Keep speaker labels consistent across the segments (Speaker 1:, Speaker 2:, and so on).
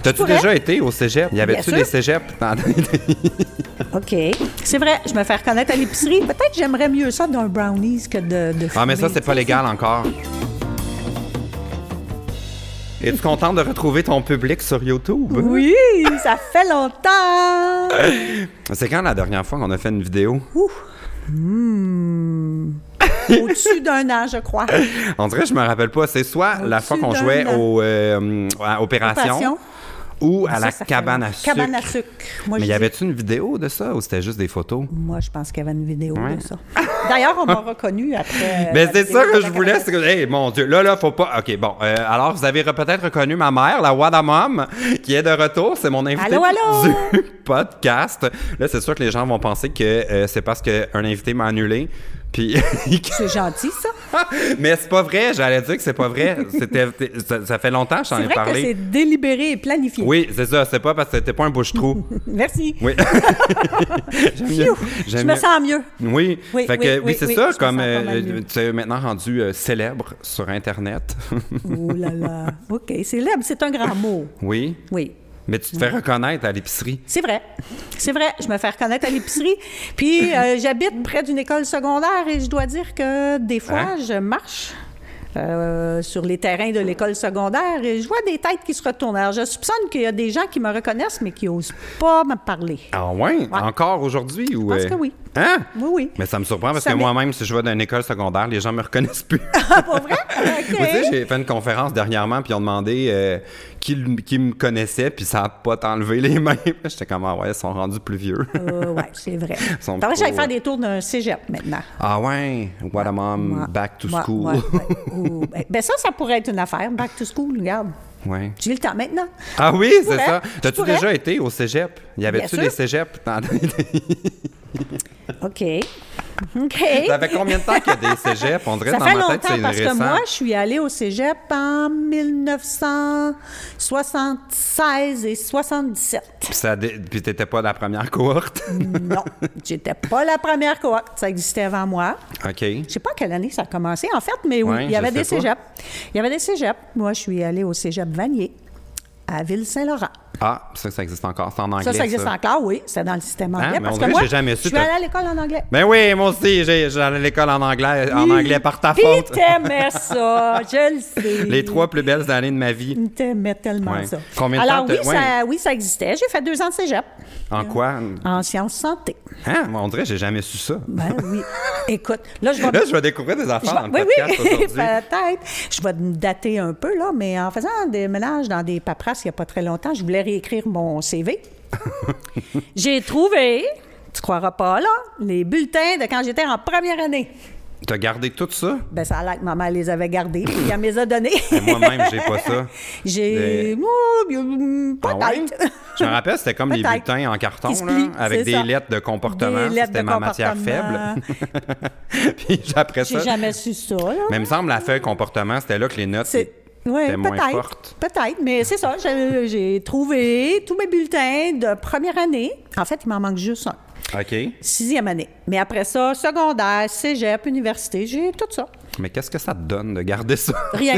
Speaker 1: T'as-tu
Speaker 2: pourrais.
Speaker 1: déjà été au cégep? Y avait-tu
Speaker 2: sûr.
Speaker 1: des cégeps? dans-
Speaker 2: OK.
Speaker 3: C'est vrai, je me fais reconnaître à l'épicerie. Peut-être j'aimerais mieux ça d'un brownies que de, de
Speaker 1: ah, mais ça,
Speaker 3: fumer.
Speaker 1: c'est pas légal encore. Es-tu contente de retrouver ton public sur YouTube?
Speaker 3: Oui, ça fait longtemps.
Speaker 1: C'est quand la dernière fois qu'on a fait une vidéo?
Speaker 3: Au-dessus d'un an, je crois.
Speaker 1: On dirait que je me rappelle pas. C'est soit la fois qu'on
Speaker 3: d'un
Speaker 1: jouait
Speaker 3: an.
Speaker 1: au, euh, à Opération,
Speaker 3: Passion.
Speaker 1: ou à la
Speaker 3: Ça, ça fait
Speaker 1: cabane à
Speaker 3: longtemps.
Speaker 1: sucre.
Speaker 3: Cabane à sucre. Moi,
Speaker 1: Mais
Speaker 3: je
Speaker 1: y
Speaker 3: dis-
Speaker 1: avait-tu une vidéo de ça ou c'était juste des photos?
Speaker 3: Moi, je pense qu'il y avait une vidéo
Speaker 1: Ouais.
Speaker 3: de ça. D'ailleurs, on m'a reconnu après. euh,
Speaker 1: Ben,
Speaker 3: la
Speaker 1: c'est
Speaker 3: vidéo
Speaker 1: ça que
Speaker 3: de
Speaker 1: je
Speaker 3: la
Speaker 1: voulais. C'est que, hey, mon Dieu, là, là, faut pas. OK, bon. euh, alors, vous avez re- peut-être reconnu ma mère, la Wadamom, qui est de retour. C'est mon invité
Speaker 3: Allô, allô?
Speaker 1: du podcast. Là, c'est sûr que les gens vont penser que euh, c'est parce qu'un invité m'a annulé. Puis.
Speaker 3: C'est gentil, ça.
Speaker 1: Mais c'est pas vrai. J'allais dire que c'est pas vrai. C'était, ça, ça fait longtemps que j'en
Speaker 3: C'est
Speaker 1: ai
Speaker 3: vrai que c'est
Speaker 1: parlé.
Speaker 3: délibéré et planifié.
Speaker 1: Oui, c'est ça. C'est pas parce que c'était pas un bouche-trou.
Speaker 3: Merci.
Speaker 1: Oui. J'aime mieux. J'aime
Speaker 3: Je me
Speaker 1: mieux.
Speaker 3: sens mieux.
Speaker 1: Oui,
Speaker 3: Oui,
Speaker 1: fait
Speaker 3: oui,
Speaker 1: que, oui,
Speaker 3: oui,
Speaker 1: c'est
Speaker 3: oui,
Speaker 1: ça,
Speaker 3: je me
Speaker 1: comme
Speaker 3: sens
Speaker 1: euh,
Speaker 3: pas mal mieux.
Speaker 1: tu es maintenant rendu euh, célèbre sur Internet.
Speaker 3: Oh là là. OK, célèbre, c'est un grand mot.
Speaker 1: oui,
Speaker 3: Oui.
Speaker 1: mais tu te fais reconnaître à l'épicerie.
Speaker 3: C'est vrai. C'est vrai. Je me fais reconnaître à l'épicerie. Puis, euh, j'habite près d'une école secondaire et je dois dire que des fois,
Speaker 1: Hein?
Speaker 3: je marche. euh, sur les terrains de l'école secondaire, et je vois des têtes qui se retournent. Alors, je soupçonne qu'il y a des gens qui me reconnaissent, mais qui n'osent pas me parler.
Speaker 1: Ah ouais? Encore aujourd'hui? ou,
Speaker 3: pense
Speaker 1: euh,
Speaker 3: que oui.
Speaker 1: Hein?
Speaker 3: Oui, oui.
Speaker 1: Mais ça me surprend parce
Speaker 3: Ça
Speaker 1: que
Speaker 3: m'est-
Speaker 1: moi-même, si je vais dans une école secondaire, les gens me reconnaissent plus.
Speaker 3: Ah, pas vrai? OK.
Speaker 1: Vous savez, j'ai fait une conférence dernièrement, puis ils ont demandé euh, qui, l- qui me connaissait, puis ça n'a pas t'enlevé les mains. J'étais comme, ah ouais, ils sont rendus plus vieux.
Speaker 3: Euh, ouais, c'est vrai.
Speaker 1: sont
Speaker 3: Faudrait que j'aille
Speaker 1: trop,
Speaker 3: faire des tours d'un cégep maintenant.
Speaker 1: ah ouais, what a mom,
Speaker 3: Ouais,
Speaker 1: back to
Speaker 3: ouais,
Speaker 1: school.
Speaker 3: ouais, ouais. Ou- ben, ben ça, ça pourrait être une affaire. Back to school, regarde.
Speaker 1: ouais.
Speaker 3: J'ai le temps maintenant.
Speaker 1: Ah oui,
Speaker 3: Je
Speaker 1: c'est
Speaker 3: pourrais,
Speaker 1: ça.
Speaker 3: je
Speaker 1: T'as-tu
Speaker 3: pourrais.
Speaker 1: déjà été au cégep? Y avait-tu
Speaker 3: sûr.
Speaker 1: des cégeps? dans- Ah.
Speaker 3: OK. OK.
Speaker 1: Ça fait combien de temps qu'il y a des cégeps? On dirait
Speaker 3: Eh Ça
Speaker 1: dans
Speaker 3: fait
Speaker 1: ma tête,
Speaker 3: longtemps
Speaker 1: c'est
Speaker 3: parce que
Speaker 1: récent.
Speaker 3: moi, je suis allée au cégep en 1976 et 77.
Speaker 1: Puis ça dé- Puis t'étais pas la première cohorte.
Speaker 3: Non, j'étais pas la première cohorte. Ça existait avant moi.
Speaker 1: OK.
Speaker 3: Je sais pas quelle année ça a commencé, en fait, mais oui,
Speaker 1: Ouais,
Speaker 3: il y avait
Speaker 1: je
Speaker 3: des
Speaker 1: sais pas.
Speaker 3: cégeps. Il y avait des cégeps. Moi, je suis allée au cégep Vanier, à Ville-Saint-Laurent.
Speaker 1: Ah, ça, ça existe encore. C'est en anglais.
Speaker 3: Ça, ça existe encore, oui. C'est dans le système anglais.
Speaker 1: mais on
Speaker 3: parce que
Speaker 1: dirait que
Speaker 3: moi,
Speaker 1: j'ai jamais su
Speaker 3: je suis
Speaker 1: te-
Speaker 3: allée à l'école en anglais.
Speaker 1: Ben oui, moi aussi, j'ai- j'allais à l'école en anglais, en anglais par ta
Speaker 3: Puis
Speaker 1: faute.
Speaker 3: t'aimais ça, je le sais.
Speaker 1: Les trois plus belles années de ma vie.
Speaker 3: T'aimais tellement
Speaker 1: Ouais.
Speaker 3: ça.
Speaker 1: Combien de
Speaker 3: Alors
Speaker 1: temps
Speaker 3: oui,
Speaker 1: t'as-
Speaker 3: ça, oui, ça existait. J'ai fait deux ans de cégep
Speaker 1: En
Speaker 3: Mm.
Speaker 1: quoi?
Speaker 3: en sciences santé.
Speaker 1: Hein? On dirait que j'ai jamais su ça.
Speaker 3: Ben oui. Écoute, là, je vais...
Speaker 1: Là, je vais découvrir des
Speaker 3: je
Speaker 1: affaires
Speaker 3: vais-
Speaker 1: dans le
Speaker 3: oui,
Speaker 1: podcast
Speaker 3: oui,
Speaker 1: aujourd'hui.
Speaker 3: peut-être. Je vais me dater un peu, là, mais en faisant des ménages dans des paperasses il n'y a pas très longtemps, je voulais réécrire mon CV. J'ai trouvé, tu croiras pas, là, les bulletins de quand j'étais en première année.
Speaker 1: T'as gardé tout ça? Ben,
Speaker 3: Ben, ça a l'air que ma mère les avait gardés, puis elle me les a donnés.
Speaker 1: Moi-même, j'ai pas ça.
Speaker 3: J'ai. Oh, bien,
Speaker 1: Ah ouais?
Speaker 3: Peut-être.
Speaker 1: Je me rappelle, c'était comme les
Speaker 3: Peut-être.
Speaker 1: bulletins en carton,
Speaker 3: Qui se
Speaker 1: là,
Speaker 3: plient,
Speaker 1: avec
Speaker 3: c'est
Speaker 1: des
Speaker 3: ça.
Speaker 1: lettres de comportement. ça,
Speaker 3: Des lettres
Speaker 1: C'était
Speaker 3: de
Speaker 1: ma matière
Speaker 3: comportement.
Speaker 1: faible. Puis après
Speaker 3: J'ai
Speaker 1: ça.
Speaker 3: jamais su ça, là.
Speaker 1: Mais il me semble, la feuille comportement, c'était là que les notes
Speaker 3: C'est.
Speaker 1: étaient
Speaker 3: Ouais,
Speaker 1: moins
Speaker 3: peut-être.
Speaker 1: fortes.
Speaker 3: Peut-être, mais c'est ça. j'ai- J'ai trouvé tous mes bulletins de première année. En fait, il m'en manque juste un.
Speaker 1: OK.
Speaker 3: Sixième année. Mais après ça, secondaire, cégep, université, j'ai tout ça.
Speaker 1: Mais qu'est-ce que ça te donne de garder ça?
Speaker 3: Rien.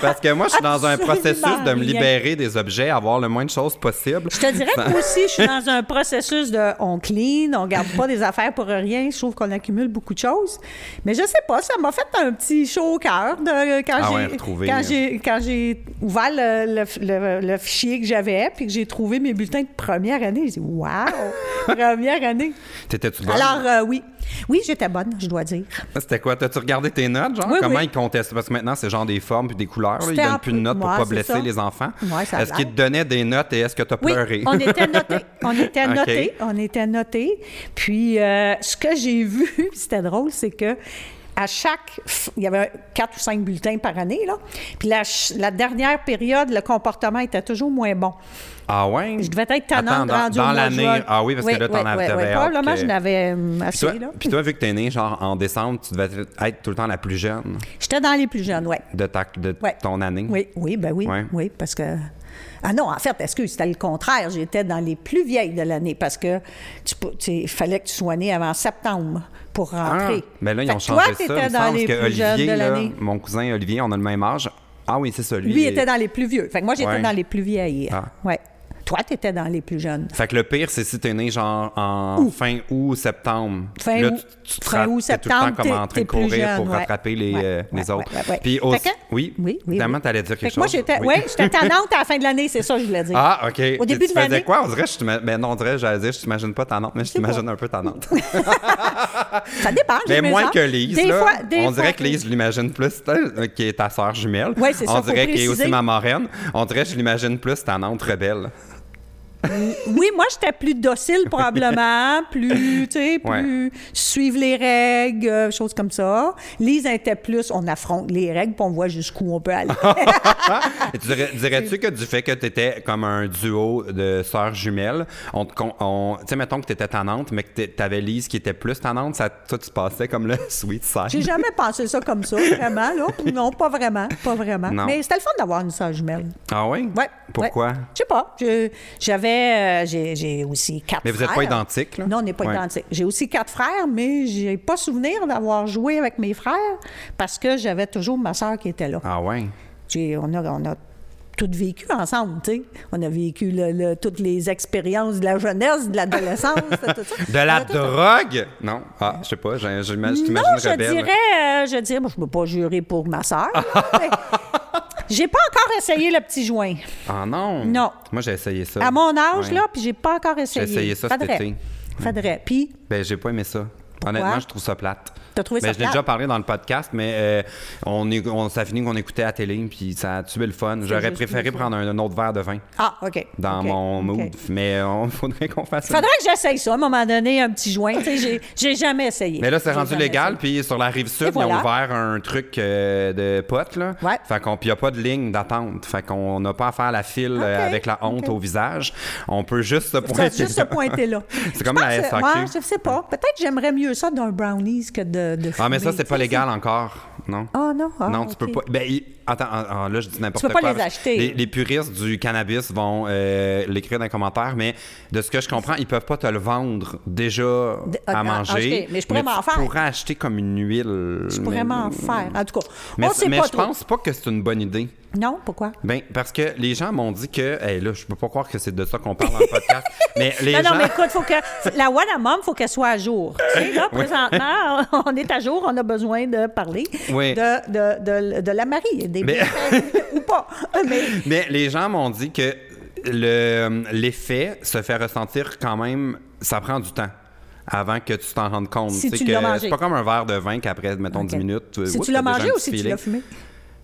Speaker 1: Parce que moi, je suis dans un
Speaker 3: Absolument
Speaker 1: processus de me
Speaker 3: rien.
Speaker 1: libérer des objets, avoir le moins de choses possible.
Speaker 3: Je te dirais
Speaker 1: Ben.
Speaker 3: que moi aussi, je suis dans un processus de on clean, on garde pas des affaires pour rien. Je trouve qu'on accumule beaucoup de choses. Mais je sais pas, ça m'a fait un petit chaud au cœur de- quand
Speaker 1: Ah
Speaker 3: j'ai
Speaker 1: ouais, retrouver,
Speaker 3: quand
Speaker 1: euh.
Speaker 3: j'ai quand j'ai ouvert le, le- le- le fichier que j'avais puis que j'ai trouvé mes bulletins de première année. J'ai dit waouh, première année.
Speaker 1: T'étais-tu bonne?
Speaker 3: Alors euh, oui, oui, j'étais bonne, je dois dire.
Speaker 1: C'était quoi? T'as-tu regardé tes notes, genre?
Speaker 3: Oui,
Speaker 1: Comment
Speaker 3: oui.
Speaker 1: ils comptaient ça? Parce que maintenant, c'est genre des formes puis des couleurs. là. Ils
Speaker 3: C'était
Speaker 1: donnent
Speaker 3: un
Speaker 1: plus
Speaker 3: peu-
Speaker 1: de notes pour
Speaker 3: ouais,
Speaker 1: pas
Speaker 3: c'est
Speaker 1: blesser
Speaker 3: ça.
Speaker 1: les enfants.
Speaker 3: Ouais, ça a
Speaker 1: Est-ce
Speaker 3: l'air.
Speaker 1: qu'ils te donnaient des notes et est-ce que t'as
Speaker 3: Oui,
Speaker 1: pleuré?
Speaker 3: on était notés. On était
Speaker 1: OK.
Speaker 3: notés. On était notés. Puis, euh, ce que j'ai vu, puis c'était drôle, c'est que à chaque. f- Il y avait quatre ou cinq bulletins par année, là. Puis, la, ch- la dernière période, le comportement était toujours moins bon.
Speaker 1: Ah ouais?
Speaker 3: Je devais être tannante
Speaker 1: Attends, dans,
Speaker 3: rendue au
Speaker 1: dans
Speaker 3: mois de
Speaker 1: l'année.
Speaker 3: juin.
Speaker 1: Ah oui, parce que là, t'en
Speaker 3: oui,
Speaker 1: avais
Speaker 3: oui,
Speaker 1: t'avais hâte
Speaker 3: Probablement,
Speaker 1: que-
Speaker 3: je n'avais euh,
Speaker 1: Puis
Speaker 3: assez,
Speaker 1: toi,
Speaker 3: là.
Speaker 1: puis toi, vu que t'es née, genre, en décembre, tu devais être tout le temps la plus jeune
Speaker 3: J'étais dans les plus jeunes, oui.
Speaker 1: de, ta, de
Speaker 3: Ouais.
Speaker 1: ton année.
Speaker 3: Oui, oui, ben oui,
Speaker 1: Ouais.
Speaker 3: oui, parce que... Ah non, en fait, excuse, c'était le contraire. J'étais dans les plus vieilles de l'année parce que tu, peux- tu sais, il fallait que tu sois né avant septembre pour
Speaker 1: Ah,
Speaker 3: rentrer.
Speaker 1: mais là, ils
Speaker 3: Fait
Speaker 1: ont
Speaker 3: que toi,
Speaker 1: changé ça.
Speaker 3: t'étais
Speaker 1: Il me
Speaker 3: dans
Speaker 1: semble
Speaker 3: les
Speaker 1: que
Speaker 3: plus jeunes
Speaker 1: Olivier,
Speaker 3: de
Speaker 1: là,
Speaker 3: l'année.
Speaker 1: mon cousin Olivier, on a le même âge. Ah oui, c'est ça.
Speaker 3: Lui,
Speaker 1: il est-
Speaker 3: était dans les plus vieux. Fait que moi, j'étais
Speaker 1: Ouais.
Speaker 3: dans les plus vieilles.
Speaker 1: Ah.
Speaker 3: Ouais. Toi, t'étais dans les plus jeunes.
Speaker 1: Fait que le pire, c'est si t'es né genre en fin août, septembre.
Speaker 3: Fin
Speaker 1: là,
Speaker 3: août.
Speaker 1: tu, tu te
Speaker 3: Fin
Speaker 1: frappes,
Speaker 3: août,
Speaker 1: t'es tout le
Speaker 3: septembre,
Speaker 1: temps comme en
Speaker 3: t'es-
Speaker 1: train de
Speaker 3: t'es plus
Speaker 1: courir
Speaker 3: jeune,
Speaker 1: pour
Speaker 3: ouais.
Speaker 1: rattraper les,
Speaker 3: Ouais,
Speaker 1: euh, les
Speaker 3: ouais,
Speaker 1: autres.
Speaker 3: ouais, ouais.
Speaker 1: Puis au-
Speaker 3: Fait que-
Speaker 1: oui,
Speaker 3: Oui, oui,
Speaker 1: Finalement,
Speaker 3: oui.
Speaker 1: t'allais dire
Speaker 3: Fait
Speaker 1: quelque
Speaker 3: que moi,
Speaker 1: chose.
Speaker 3: j'étais
Speaker 1: Oui.
Speaker 3: ouais, j'étais tannante à la fin de l'année, c'est ça que je voulais dire.
Speaker 1: Ah, OK.
Speaker 3: Au
Speaker 1: Tu-
Speaker 3: début
Speaker 1: tu
Speaker 3: de l'année.
Speaker 1: faisais quoi? On dirait, que je t'ima- ben non, on dirait, j'allais dire, je t'imagine pas tannante, mais je t'imagine un peu tannante.
Speaker 3: Ça dépend. j'ai
Speaker 1: Mais
Speaker 3: mes
Speaker 1: moins
Speaker 3: ans.
Speaker 1: que Lise,
Speaker 3: Des
Speaker 1: là.
Speaker 3: fois- des
Speaker 1: on
Speaker 3: fois-
Speaker 1: dirait que Lise, je l'imagine plus, euh, qui est ta sœur jumelle.
Speaker 3: Ouais, c'est ça,
Speaker 1: On
Speaker 3: faut
Speaker 1: dirait qu'elle est
Speaker 3: préciser.
Speaker 1: aussi ma marraine. On dirait, que je l'imagine plus tannante, rebelle.
Speaker 3: Oui, moi, j'étais plus docile probablement, plus, tu sais, plus suivre les règles, euh, choses comme ça. Lise était plus, on affronte les règles, puis on voit jusqu'où on peut aller. Ah.
Speaker 1: Et tu dirais- Dirais-tu que du fait que tu étais comme un duo de sœurs jumelles, on, te con- on, tu sais, mettons que tu étais tannante, mais que tu avais Lise qui était plus tannante, ça, toi, tu passais comme le sweet
Speaker 3: J'ai
Speaker 1: side.
Speaker 3: jamais pensé ça comme ça, vraiment, là. Non, pas vraiment, pas vraiment.
Speaker 1: Non.
Speaker 3: Mais c'était le fun d'avoir une sœur jumelle.
Speaker 1: Ah oui?
Speaker 3: Ouais.
Speaker 1: Pourquoi?
Speaker 3: ouais. Je sais pas. Je- J'avais. euh, j'ai- J'ai aussi quatre
Speaker 1: Mais vous
Speaker 3: frères.
Speaker 1: êtes pas identiques, là?
Speaker 3: Non, on n'est pas
Speaker 1: Ouais.
Speaker 3: identiques. J'ai aussi quatre frères, mais j'ai pas souvenir d'avoir joué avec mes frères parce que j'avais toujours ma sœur qui était là.
Speaker 1: Ah oui?
Speaker 3: J'ai- On a. On a tout vécu ensemble, tu sais. On a vécu le- le- toutes les expériences de la jeunesse, de l'adolescence, de tout ça.
Speaker 1: De la
Speaker 3: On a tout-
Speaker 1: drogue? Non. Ah, je sais pas, j'ai- j'ima- je
Speaker 3: non,
Speaker 1: t'imagine
Speaker 3: je
Speaker 1: rebelle.
Speaker 3: dirais, euh, je dirais, moi, je ne peux pas jurer pour ma sœur. là, mais j'ai pas encore essayé le petit joint.
Speaker 1: Ah non?
Speaker 3: Non.
Speaker 1: Moi, j'ai essayé ça.
Speaker 3: À mon âge,
Speaker 1: Ouais.
Speaker 3: là, puis j'ai pas encore essayé.
Speaker 1: J'ai essayé ça cet
Speaker 3: Faudrait.
Speaker 1: été.
Speaker 3: Faudrait. Puis,
Speaker 1: Ben, j'ai pas aimé ça. Honnêtement, je trouve ça plate.
Speaker 3: T'as trouvé
Speaker 1: Ben,
Speaker 3: ça
Speaker 1: Je l'ai
Speaker 3: plate?
Speaker 1: déjà parlé dans le podcast, mais euh, on, est, on, ça finit qu'on écoutait à la télé, puis ça a tué le fun. J'aurais
Speaker 3: juste
Speaker 1: préféré
Speaker 3: plus
Speaker 1: prendre un, un autre verre de vin
Speaker 3: ah, OK.
Speaker 1: dans
Speaker 3: OK,
Speaker 1: mon mood,
Speaker 3: OK.
Speaker 1: mais il faudrait qu'on fasse ça.
Speaker 3: Faudrait que j'essaye ça à un moment donné, un petit joint. Tu sais, j'ai- j'ai jamais essayé.
Speaker 1: Mais là, c'est
Speaker 3: J'ai
Speaker 1: rendu
Speaker 3: jamais
Speaker 1: légal,
Speaker 3: essayé.
Speaker 1: puis sur la rive sud,
Speaker 3: Et
Speaker 1: ils ont
Speaker 3: voilà.
Speaker 1: ouvert un truc euh, de potes, là.
Speaker 3: Ouais.
Speaker 1: Fait qu'on, puis il n'y a pas de ligne d'attente. Fait qu'on n'a pas à faire la file euh,
Speaker 3: Ok,
Speaker 1: avec la honte
Speaker 3: ok.
Speaker 1: au visage. On peut juste se
Speaker 3: Ça,
Speaker 1: pointer.
Speaker 3: juste se
Speaker 1: là.
Speaker 3: pointer là.
Speaker 1: C'est
Speaker 3: Je
Speaker 1: comme la
Speaker 3: pense que-
Speaker 1: SAQ.
Speaker 3: ouais, je sais pas. Peut-être que j'aimerais mieux ça d'un brownies que de, de
Speaker 1: Ah, mais ça,
Speaker 3: fumer,
Speaker 1: c'est
Speaker 3: tu
Speaker 1: pas
Speaker 3: sais,
Speaker 1: légal encore, non?
Speaker 3: Ah, non? Ah,
Speaker 1: non, tu
Speaker 3: ok.
Speaker 1: peux pas. Ben, il- attends, ah, ah, là, je dis n'importe
Speaker 3: Tu
Speaker 1: quoi.
Speaker 3: peux pas les
Speaker 1: parce-
Speaker 3: acheter.
Speaker 1: Les, les puristes du cannabis vont euh, l'écrire dans les commentaires, mais de ce que je comprends, ils peuvent pas te le vendre déjà
Speaker 3: ah,
Speaker 1: à manger.
Speaker 3: ok, mais je pourrais m'en
Speaker 1: tu
Speaker 3: faire.
Speaker 1: pourrais acheter comme une huile.
Speaker 3: Je pourrais
Speaker 1: mais-
Speaker 3: m'en faire. En tout cas,
Speaker 1: Mais,
Speaker 3: on sait
Speaker 1: mais
Speaker 3: pas
Speaker 1: je
Speaker 3: trop.
Speaker 1: pense pas que c'est une bonne idée.
Speaker 3: Non, pourquoi?
Speaker 1: Ben, parce que les gens m'ont dit que. Hey, là, je peux pas croire que c'est de ça qu'on parle dans le podcast. mais les
Speaker 3: non,
Speaker 1: gens. Euh,
Speaker 3: non, mais écoute, faut que, la One à Mom, il faut qu'elle soit à jour. Tu sais, là, présentement, on est à jour, on a besoin de parler
Speaker 1: Oui.
Speaker 3: de, de, de, de la Marie, et des
Speaker 1: Mais-
Speaker 3: bienfaits ou pas. Mais
Speaker 1: Mais les gens m'ont dit que le- l'effet se fait ressentir quand même, ça prend du temps avant que tu t'en rendes compte.
Speaker 3: Si
Speaker 1: Tu sais
Speaker 3: tu l'as
Speaker 1: que
Speaker 3: mangé.
Speaker 1: C'est pas comme un verre de vin qu'après, mettons,
Speaker 3: Ok.
Speaker 1: 10 minutes.
Speaker 3: Si
Speaker 1: oups,
Speaker 3: tu
Speaker 1: t'as déjà
Speaker 3: l'as mangé
Speaker 1: un
Speaker 3: ou
Speaker 1: petit
Speaker 3: si tu
Speaker 1: feeling.
Speaker 3: l'as fumé?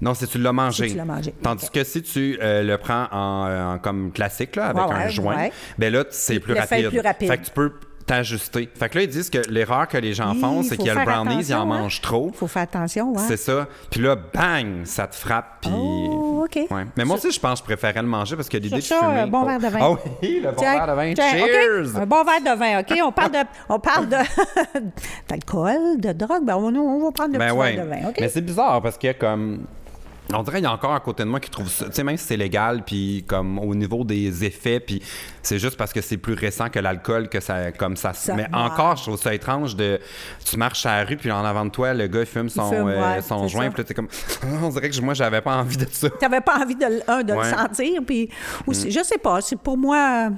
Speaker 1: Non, si tu l'as mangé.
Speaker 3: tu l'as mangé,
Speaker 1: Tandis
Speaker 3: ok.
Speaker 1: que si tu euh, le prends en, en comme classique, là, avec
Speaker 3: Ouais,
Speaker 1: un
Speaker 3: ouais,
Speaker 1: joint,
Speaker 3: ouais.
Speaker 1: ben là, c'est plus
Speaker 3: L'effet est
Speaker 1: rapide.
Speaker 3: plus rapide.
Speaker 1: Fait que tu peux t'ajuster. Fait que là, ils disent que l'erreur que les gens
Speaker 3: Hi,
Speaker 1: font, c'est
Speaker 3: faut
Speaker 1: qu'il y a le
Speaker 3: faire
Speaker 1: brownies, ils en
Speaker 3: attention, hein.
Speaker 1: mangent trop.
Speaker 3: faut faire attention, hein. ouais.
Speaker 1: C'est ça. Puis là, bang, ça te frappe. Puis...
Speaker 3: Oh, OK.
Speaker 1: Ouais. Mais moi aussi, je pense que je préférais le manger parce que l'idée de
Speaker 3: Sur ça,
Speaker 1: fumer.
Speaker 3: un bon
Speaker 1: Oh.
Speaker 3: verre de vin.
Speaker 1: Ah oui, le bon
Speaker 3: Tiens,
Speaker 1: verre de vin.
Speaker 3: tiens, OK.
Speaker 1: Cheers!
Speaker 3: Un bon verre de vin, OK? On parle de, on parle de, d'alcool, de drogue. Ben, on, nous, on va prendre le
Speaker 1: Ben
Speaker 3: petit
Speaker 1: ouais.
Speaker 3: verre de vin, OK?
Speaker 1: Mais c'est bizarre parce que comme. On dirait qu'il y a encore à côté de moi qui trouve ça. Tu sais, même si c'est légal, puis comme au niveau des effets, puis c'est juste parce que c'est plus récent que l'alcool que ça. Comme ça, se-
Speaker 3: Ça-
Speaker 1: mais
Speaker 3: ouais.
Speaker 1: encore, je trouve ça étrange de. Tu marches à la rue, puis en avant de toi, le gars fume son,
Speaker 3: fume,
Speaker 1: euh,
Speaker 3: ouais,
Speaker 1: son
Speaker 3: c'est
Speaker 1: joint,
Speaker 3: ça.
Speaker 1: puis là, t'es comme. On dirait que moi, j'avais pas envie de ça.
Speaker 3: T'avais pas envie de, le- un, de
Speaker 1: Ouais. Mm.
Speaker 3: le sentir, puis ou c'est- je sais pas. C'est pour moi, euh,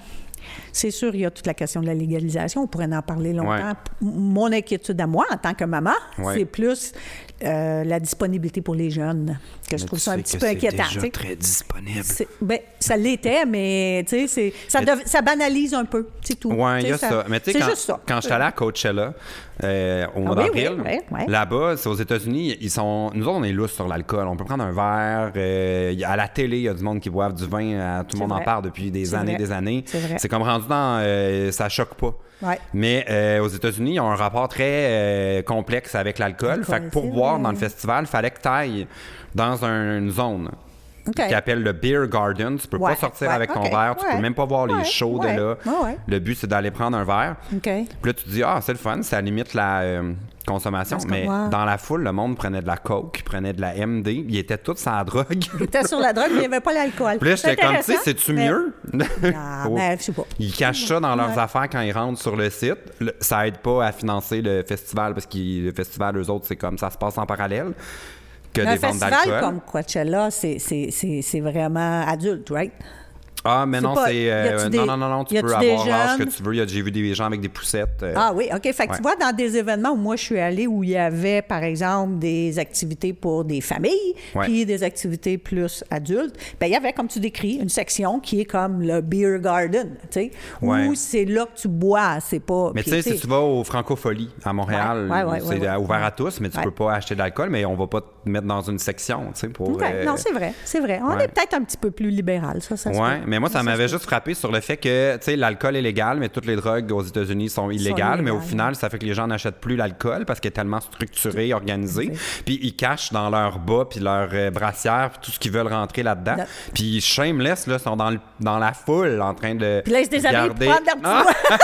Speaker 3: c'est sûr, il y a toute la question de la légalisation. On pourrait en parler longtemps.
Speaker 1: Ouais.
Speaker 3: P- Mon inquiétude à moi, en tant que maman,
Speaker 1: Ouais.
Speaker 3: c'est plus euh, la disponibilité pour les jeunes que je trouve ça un petit peu inquiétant. tu sais.
Speaker 1: très disponible.
Speaker 3: C'est- ben, ça l'était, mais tu sais, c'est- ça, dev- ça banalise un peu, c'est tout.
Speaker 1: Ouais,
Speaker 3: Tu
Speaker 1: il y
Speaker 3: sais,
Speaker 1: a ça. Mais tu sais,
Speaker 3: c'est
Speaker 1: quand,
Speaker 3: juste ça. Ah
Speaker 1: quand je suis allé à Coachella euh, au mois
Speaker 3: oui,
Speaker 1: d'avril,
Speaker 3: oui, oui, oui.
Speaker 1: là-bas, c'est aux États-Unis, ils sont. Nous autres, on est lousses sur l'alcool. On peut prendre un verre. euh, y- à la télé, il y a du monde qui boive du vin. euh, tout le monde en
Speaker 3: vrai.
Speaker 1: parle depuis des
Speaker 3: C'est
Speaker 1: années,
Speaker 3: vrai.
Speaker 1: des années.
Speaker 3: C'est vrai.
Speaker 1: comme rendu dans. euh, ça choque pas.
Speaker 3: Ouais.
Speaker 1: Mais euh, aux États-Unis, ils ont un rapport très euh, complexe avec l'alcool. Fait que pour
Speaker 3: c'est
Speaker 1: boire
Speaker 3: vrai.
Speaker 1: dans le festival, fallait que tu ailles dans un- une zone.
Speaker 3: OK.
Speaker 1: Qui appelle le Beer Garden. Tu peux
Speaker 3: Ouais,
Speaker 1: pas sortir
Speaker 3: ouais,
Speaker 1: avec ton
Speaker 3: ok,
Speaker 1: verre, tu
Speaker 3: ouais,
Speaker 1: peux même pas voir les
Speaker 3: ouais,
Speaker 1: shows
Speaker 3: ouais,
Speaker 1: de là.
Speaker 3: ouais, ouais.
Speaker 1: Le but, c'est d'aller prendre un verre.
Speaker 3: OK.
Speaker 1: Puis là, tu te dis, ah, c'est le fun, ça limite la euh, consommation.
Speaker 3: Parce que
Speaker 1: Mais
Speaker 3: moi-
Speaker 1: dans la foule, le monde prenait de la coke, prenait de la MD, ils étaient tous sans drogue. Puis
Speaker 3: T'étais sur la drogue, mais il n'y avait pas l'alcool.
Speaker 1: là, j'étais comme, tu sais,
Speaker 3: Intéressant,
Speaker 1: c'est-tu
Speaker 3: mais-
Speaker 1: mieux?
Speaker 3: Ah,
Speaker 1: Oh.
Speaker 3: ben, je sais pas.
Speaker 1: Ils cachent ça dans leurs affaires quand ils rentrent sur le site. Le- ça aide pas à financer le festival parce que le festival, eux autres, c'est comme ça se passe en parallèle. que
Speaker 3: Mais
Speaker 1: des
Speaker 3: un
Speaker 1: ventes
Speaker 3: festival
Speaker 1: d'alcool.
Speaker 3: comme Coachella, c'est- c'est c'est- c'est vraiment adulte, right?
Speaker 1: Ah, mais
Speaker 3: C'est
Speaker 1: non,
Speaker 3: pas-
Speaker 1: c'est. euh,
Speaker 3: y a-tu des-
Speaker 1: non, non, non, non, tu
Speaker 3: y a-tu
Speaker 1: peux
Speaker 3: des
Speaker 1: avoir l'âge que
Speaker 3: jeunes?
Speaker 1: tu veux. Y a- J'ai vu des gens avec des poussettes. euh,
Speaker 3: Ah oui, OK. Fait que
Speaker 1: ouais.
Speaker 3: tu vois, dans des événements où moi je suis allée où il y avait, par exemple, des activités pour des familles,
Speaker 1: Ouais.
Speaker 3: puis des activités plus adultes, ben il y avait, comme tu décris, une section qui est comme le beer garden, tu sais,
Speaker 1: Ouais.
Speaker 3: où c'est là que tu bois, c'est pas...
Speaker 1: Mais tu
Speaker 3: puis,
Speaker 1: sais, si tu vas au Francofolie à Montréal,
Speaker 3: Ouais, ouais, ouais,
Speaker 1: c'est
Speaker 3: ouais, ouais.
Speaker 1: ouvert à tous, mais tu
Speaker 3: Ouais.
Speaker 1: peux pas acheter d'alcool, mais on va pas te mettre dans une section, tu sais, pour...
Speaker 3: Ouais,
Speaker 1: euh,
Speaker 3: Non, c'est vrai, c'est vrai. On
Speaker 1: ouais.
Speaker 3: est peut-être un petit peu plus libéral, ça, ça se
Speaker 1: Ouais,
Speaker 3: peut.
Speaker 1: mais moi, ça
Speaker 3: se
Speaker 1: m'avait
Speaker 3: peut.
Speaker 1: juste frappé sur le fait que, tu sais, l'alcool est légal, mais toutes les drogues aux États-Unis sont illégales, mais au
Speaker 3: illégales.
Speaker 1: final, ça fait que les gens n'achètent plus l'alcool parce qu'il est tellement structuré, organisé, puis ils cachent dans leur bas, puis leur euh, brassière, puis tout ce qu'ils veulent rentrer là-dedans,
Speaker 3: Non.
Speaker 1: puis shameless, là, sont dans, le- dans la foule en train de
Speaker 3: Puis là, ils se déshabillent pour
Speaker 1: garder-
Speaker 3: prendre leur petit
Speaker 1: Ah!
Speaker 3: doigt.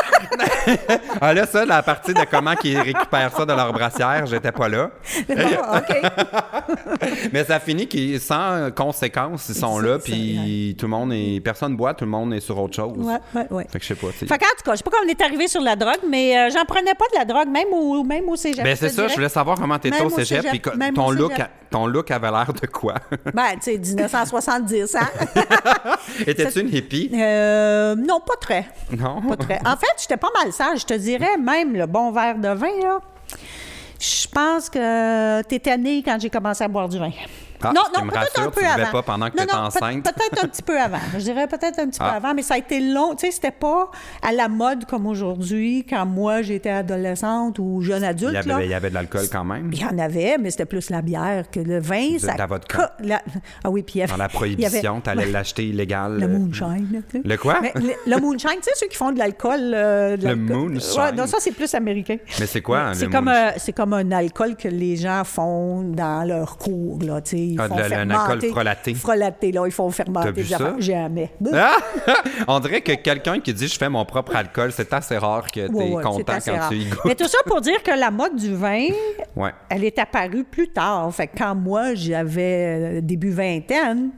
Speaker 1: Ah là, ça, la partie de comment qu'ils récupèrent ça de leur brassière, j'étais pas là.
Speaker 3: Bon, OK.
Speaker 1: Mais ça finit qu'ils, sans conséquence, ils sont
Speaker 3: C'est-
Speaker 1: là,
Speaker 3: c'est-
Speaker 1: puis tout le monde est... Personne boit, tout le monde est sur autre chose.
Speaker 3: Ouais, ouais, ouais.
Speaker 1: Fait que je sais pas, tu sais.
Speaker 3: Fait qu'en tout cas, je sais pas comment on est arrivé sur la drogue, mais euh, j'en prenais pas de la drogue, même au, même au cégep.
Speaker 1: Ben, c'est
Speaker 3: te
Speaker 1: ça, je
Speaker 3: dirais.
Speaker 1: voulais savoir comment t'étais
Speaker 3: Même
Speaker 1: au
Speaker 3: au
Speaker 1: cégep,
Speaker 3: cégep,
Speaker 1: puis co-
Speaker 3: même
Speaker 1: ton
Speaker 3: au
Speaker 1: look,
Speaker 3: cégep.
Speaker 1: a- ton look avait l'air de quoi?
Speaker 3: Ben, tu sais, 1970, hein?
Speaker 1: Étais-tu une hippie?
Speaker 3: Euh, non, pas très.
Speaker 1: Non?
Speaker 3: Pas très. En fait, j'étais pas mal sage. Je te dirais, même le bon verre de vin, là, je pense que t'étais née quand j'ai commencé à boire du vin.
Speaker 1: Ah, ce qui me rassure, tu buvais pas pendant que
Speaker 3: Non,
Speaker 1: t'étais
Speaker 3: non, peut-
Speaker 1: enceinte.
Speaker 3: Peut-être un petit peu avant. Je dirais peut-être un petit
Speaker 1: Ah.
Speaker 3: peu avant, mais ça a été long. Tu sais, c'était pas à la mode comme aujourd'hui, quand moi j'étais adolescente ou jeune adulte.
Speaker 1: Il y avait,
Speaker 3: là.
Speaker 1: il y avait de l'alcool quand même.
Speaker 3: Il y en avait, mais c'était plus la bière que le vin. ça
Speaker 1: la vodka.
Speaker 3: co- la- Ah oui, puis il y avait-
Speaker 1: Dans la
Speaker 3: il y avait-
Speaker 1: prohibition, t'allais l'acheter illégal.
Speaker 3: Le
Speaker 1: euh,
Speaker 3: moonshine. tu sais.
Speaker 1: Le quoi?
Speaker 3: Mais le, le moonshine, tu sais, ceux qui font de l'alcool. euh, de
Speaker 1: Le
Speaker 3: l'alcool-
Speaker 1: moonshine.
Speaker 3: Ouais, non, ça, c'est plus américain.
Speaker 1: Mais c'est quoi,
Speaker 3: Mais
Speaker 1: le
Speaker 3: C'est comme,
Speaker 1: moonshine?
Speaker 3: euh, c'est comme un alcool que les gens font dans leur cours, là, tu sais. Ils
Speaker 1: Ah,
Speaker 3: font
Speaker 1: de la- un
Speaker 3: fermenter.
Speaker 1: alcool frelaté.
Speaker 3: Frelaté, là. Ils font fermenter.
Speaker 1: T'as vu
Speaker 3: des
Speaker 1: ça?
Speaker 3: affaires. Jamais.
Speaker 1: Ah! On dirait que quelqu'un qui dit je fais mon propre alcool, c'est assez rare que t'es
Speaker 3: Ouais, ouais, c'est
Speaker 1: content
Speaker 3: assez
Speaker 1: quand
Speaker 3: rare.
Speaker 1: tu y goûtes.
Speaker 3: Mais tout ça pour dire que la mode du vin,
Speaker 1: Ouais.
Speaker 3: elle est apparue plus tard. Fait que quand moi, j'avais euh, début vingtaine,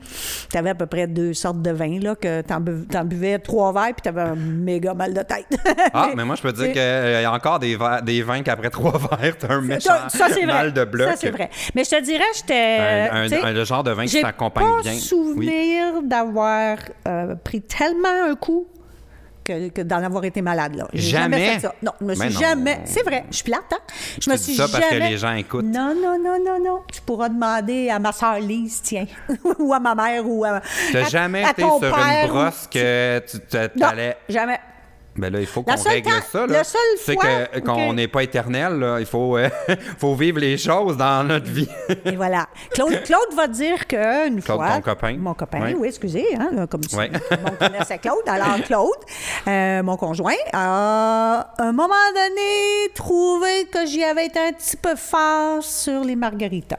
Speaker 3: t'avais à peu près deux sortes de vins, là, que t'en bu- t'en buvais trois verres, puis t'avais un méga mal de tête.
Speaker 1: Ah, mais moi, je peux dire qu'il y a encore des, verres- des vins qu'après trois verres, t'as un méchant
Speaker 3: Ça, ça, c'est vrai.
Speaker 1: mal de bloc.
Speaker 3: Ça, c'est vrai. Mais je te dirais, j'étais.
Speaker 1: Un-
Speaker 3: euh,
Speaker 1: un-
Speaker 3: tu sais,
Speaker 1: un- le genre de vin Hein, qui
Speaker 3: j'ai
Speaker 1: s'accompagne
Speaker 3: pas
Speaker 1: bien.
Speaker 3: souvenir d'avoir euh, pris tellement un coup que, que d'en avoir été malade. Là. J'ai
Speaker 1: Jamais?
Speaker 3: fait ça. Non, je me suis
Speaker 1: Mais non.
Speaker 3: jamais. C'est vrai, je suis plate. Hein? Je me
Speaker 1: dis
Speaker 3: suis
Speaker 1: ça parce que
Speaker 3: jamais-
Speaker 1: les gens écoutent.
Speaker 3: Non, non, non, non, non. Tu pourras demander à ma soeur Lise, tiens, ou à ma mère, ou à.
Speaker 1: T'as
Speaker 3: à-
Speaker 1: jamais
Speaker 3: à
Speaker 1: été
Speaker 3: ton
Speaker 1: sur une
Speaker 3: père, ou-
Speaker 1: brosse que tu te-
Speaker 3: Non,
Speaker 1: t'allais.
Speaker 3: jamais.
Speaker 1: Ben là, il faut qu'on
Speaker 3: La seule
Speaker 1: règle
Speaker 3: temps-
Speaker 1: ça. Là.
Speaker 3: la seule
Speaker 1: Tu sais
Speaker 3: fois
Speaker 1: que- qu'on
Speaker 3: que-
Speaker 1: n'est pas éternel, là. il faut, euh, faut vivre les choses dans notre vie.
Speaker 3: Et voilà. Claude, Claude va dire qu'une
Speaker 1: Claude,
Speaker 3: fois.
Speaker 1: ton copain.
Speaker 3: Mon copain,
Speaker 1: Oui.
Speaker 3: oui, excusez, hein, là, comme si
Speaker 1: Oui.
Speaker 3: tout le monde connaissait Claude. Alors, Claude, euh, mon conjoint, a à un moment donné trouvé que j'y avais été un petit peu fort sur les margaritas.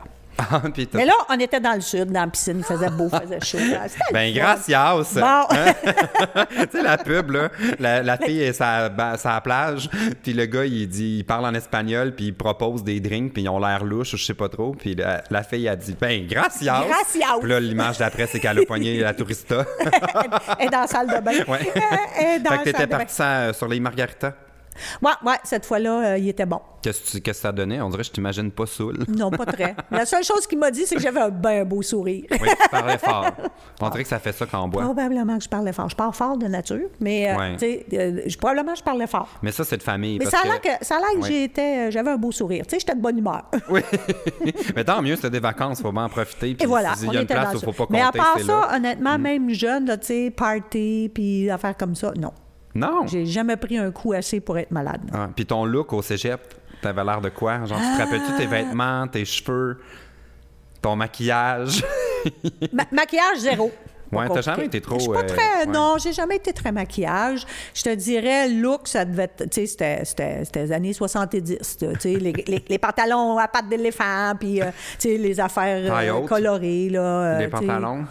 Speaker 1: Ah, puis t'as-
Speaker 3: Mais là, on était dans le sud, dans la piscine, il faisait beau, il faisait chaud. Ah, C'était le
Speaker 1: ben, Hein?
Speaker 3: fun.
Speaker 1: gracias!
Speaker 3: Bon.
Speaker 1: tu sais, la pub, là, la, la fille est sa, ba- sa plage, puis le gars, il dit, il parle en espagnol, puis il propose des drinks, puis ils ont l'air louches, je sais pas trop, puis la, la fille, a dit, ben, gracias!
Speaker 3: Gracias.
Speaker 1: Puis là, l'image d'après, c'est qu'elle a pogné la tourista.
Speaker 3: Elle est dans la salle de bain.
Speaker 1: Ouais.
Speaker 3: Elle est dans
Speaker 1: fait
Speaker 3: la
Speaker 1: que t'étais
Speaker 3: salle de bain.
Speaker 1: parti sans- sur les margaritas.
Speaker 3: Ouais, ouais, cette fois-là, euh, il était bon.
Speaker 1: Qu'est-ce que tu- qu'est-ce que ça donnait? On dirait que je t'imagine pas saoul.
Speaker 3: Non, pas très. La seule chose qu'il m'a dit, c'est que j'avais un bien beau sourire.
Speaker 1: Oui, tu parlais fort. On dirait que ça fait ça quand on boit.
Speaker 3: Probablement que je parlais fort. Je parle fort de nature, mais euh,
Speaker 1: Ouais.
Speaker 3: tu sais, euh, je- probablement je parlais fort.
Speaker 1: Mais ça, c'est de famille.
Speaker 3: Mais ça
Speaker 1: parce
Speaker 3: a l'air que, ça a l'air que
Speaker 1: Ouais.
Speaker 3: j'étais, euh, j'avais un beau sourire. Tu sais, j'étais de bonne humeur.
Speaker 1: Oui. Mais tant mieux, c'était des vacances, faut bien en profiter. Puis
Speaker 3: Et voilà,
Speaker 1: s'il
Speaker 3: on
Speaker 1: y a une
Speaker 3: était
Speaker 1: place
Speaker 3: dans
Speaker 1: où
Speaker 3: ça.
Speaker 1: faut pas
Speaker 3: Mais à
Speaker 1: compter,
Speaker 3: part
Speaker 1: c'est
Speaker 3: ça,
Speaker 1: là. Mm.
Speaker 3: honnêtement, même jeune, là, tu sais, party, puis affaires comme ça, non.
Speaker 1: Non.
Speaker 3: J'ai jamais pris un coup assez pour être malade.
Speaker 1: Ah, puis ton look au cégep, t'avais l'air de quoi? Genre, tu te rappelles-tu
Speaker 3: Ah.
Speaker 1: tes vêtements, tes cheveux, ton maquillage?
Speaker 3: Euh, Ma- maquillage zéro. Pas
Speaker 1: Ouais, t'as
Speaker 3: compliqué.
Speaker 1: jamais été trop,
Speaker 3: Je suis
Speaker 1: euh,
Speaker 3: pas
Speaker 1: ouais.
Speaker 3: très. Non, j'ai jamais été très maquillage. Je te dirais, look, ça devait être. Tu sais, c'était- c'était c'était les années 70. là, Tu sais, les, les- les pantalons à pattes d'éléphant, puis, euh, tu sais, les affaires
Speaker 1: Taille
Speaker 3: euh,
Speaker 1: haute.
Speaker 3: colorées, là. euh,
Speaker 1: Des
Speaker 3: tu sais.
Speaker 1: pantalons?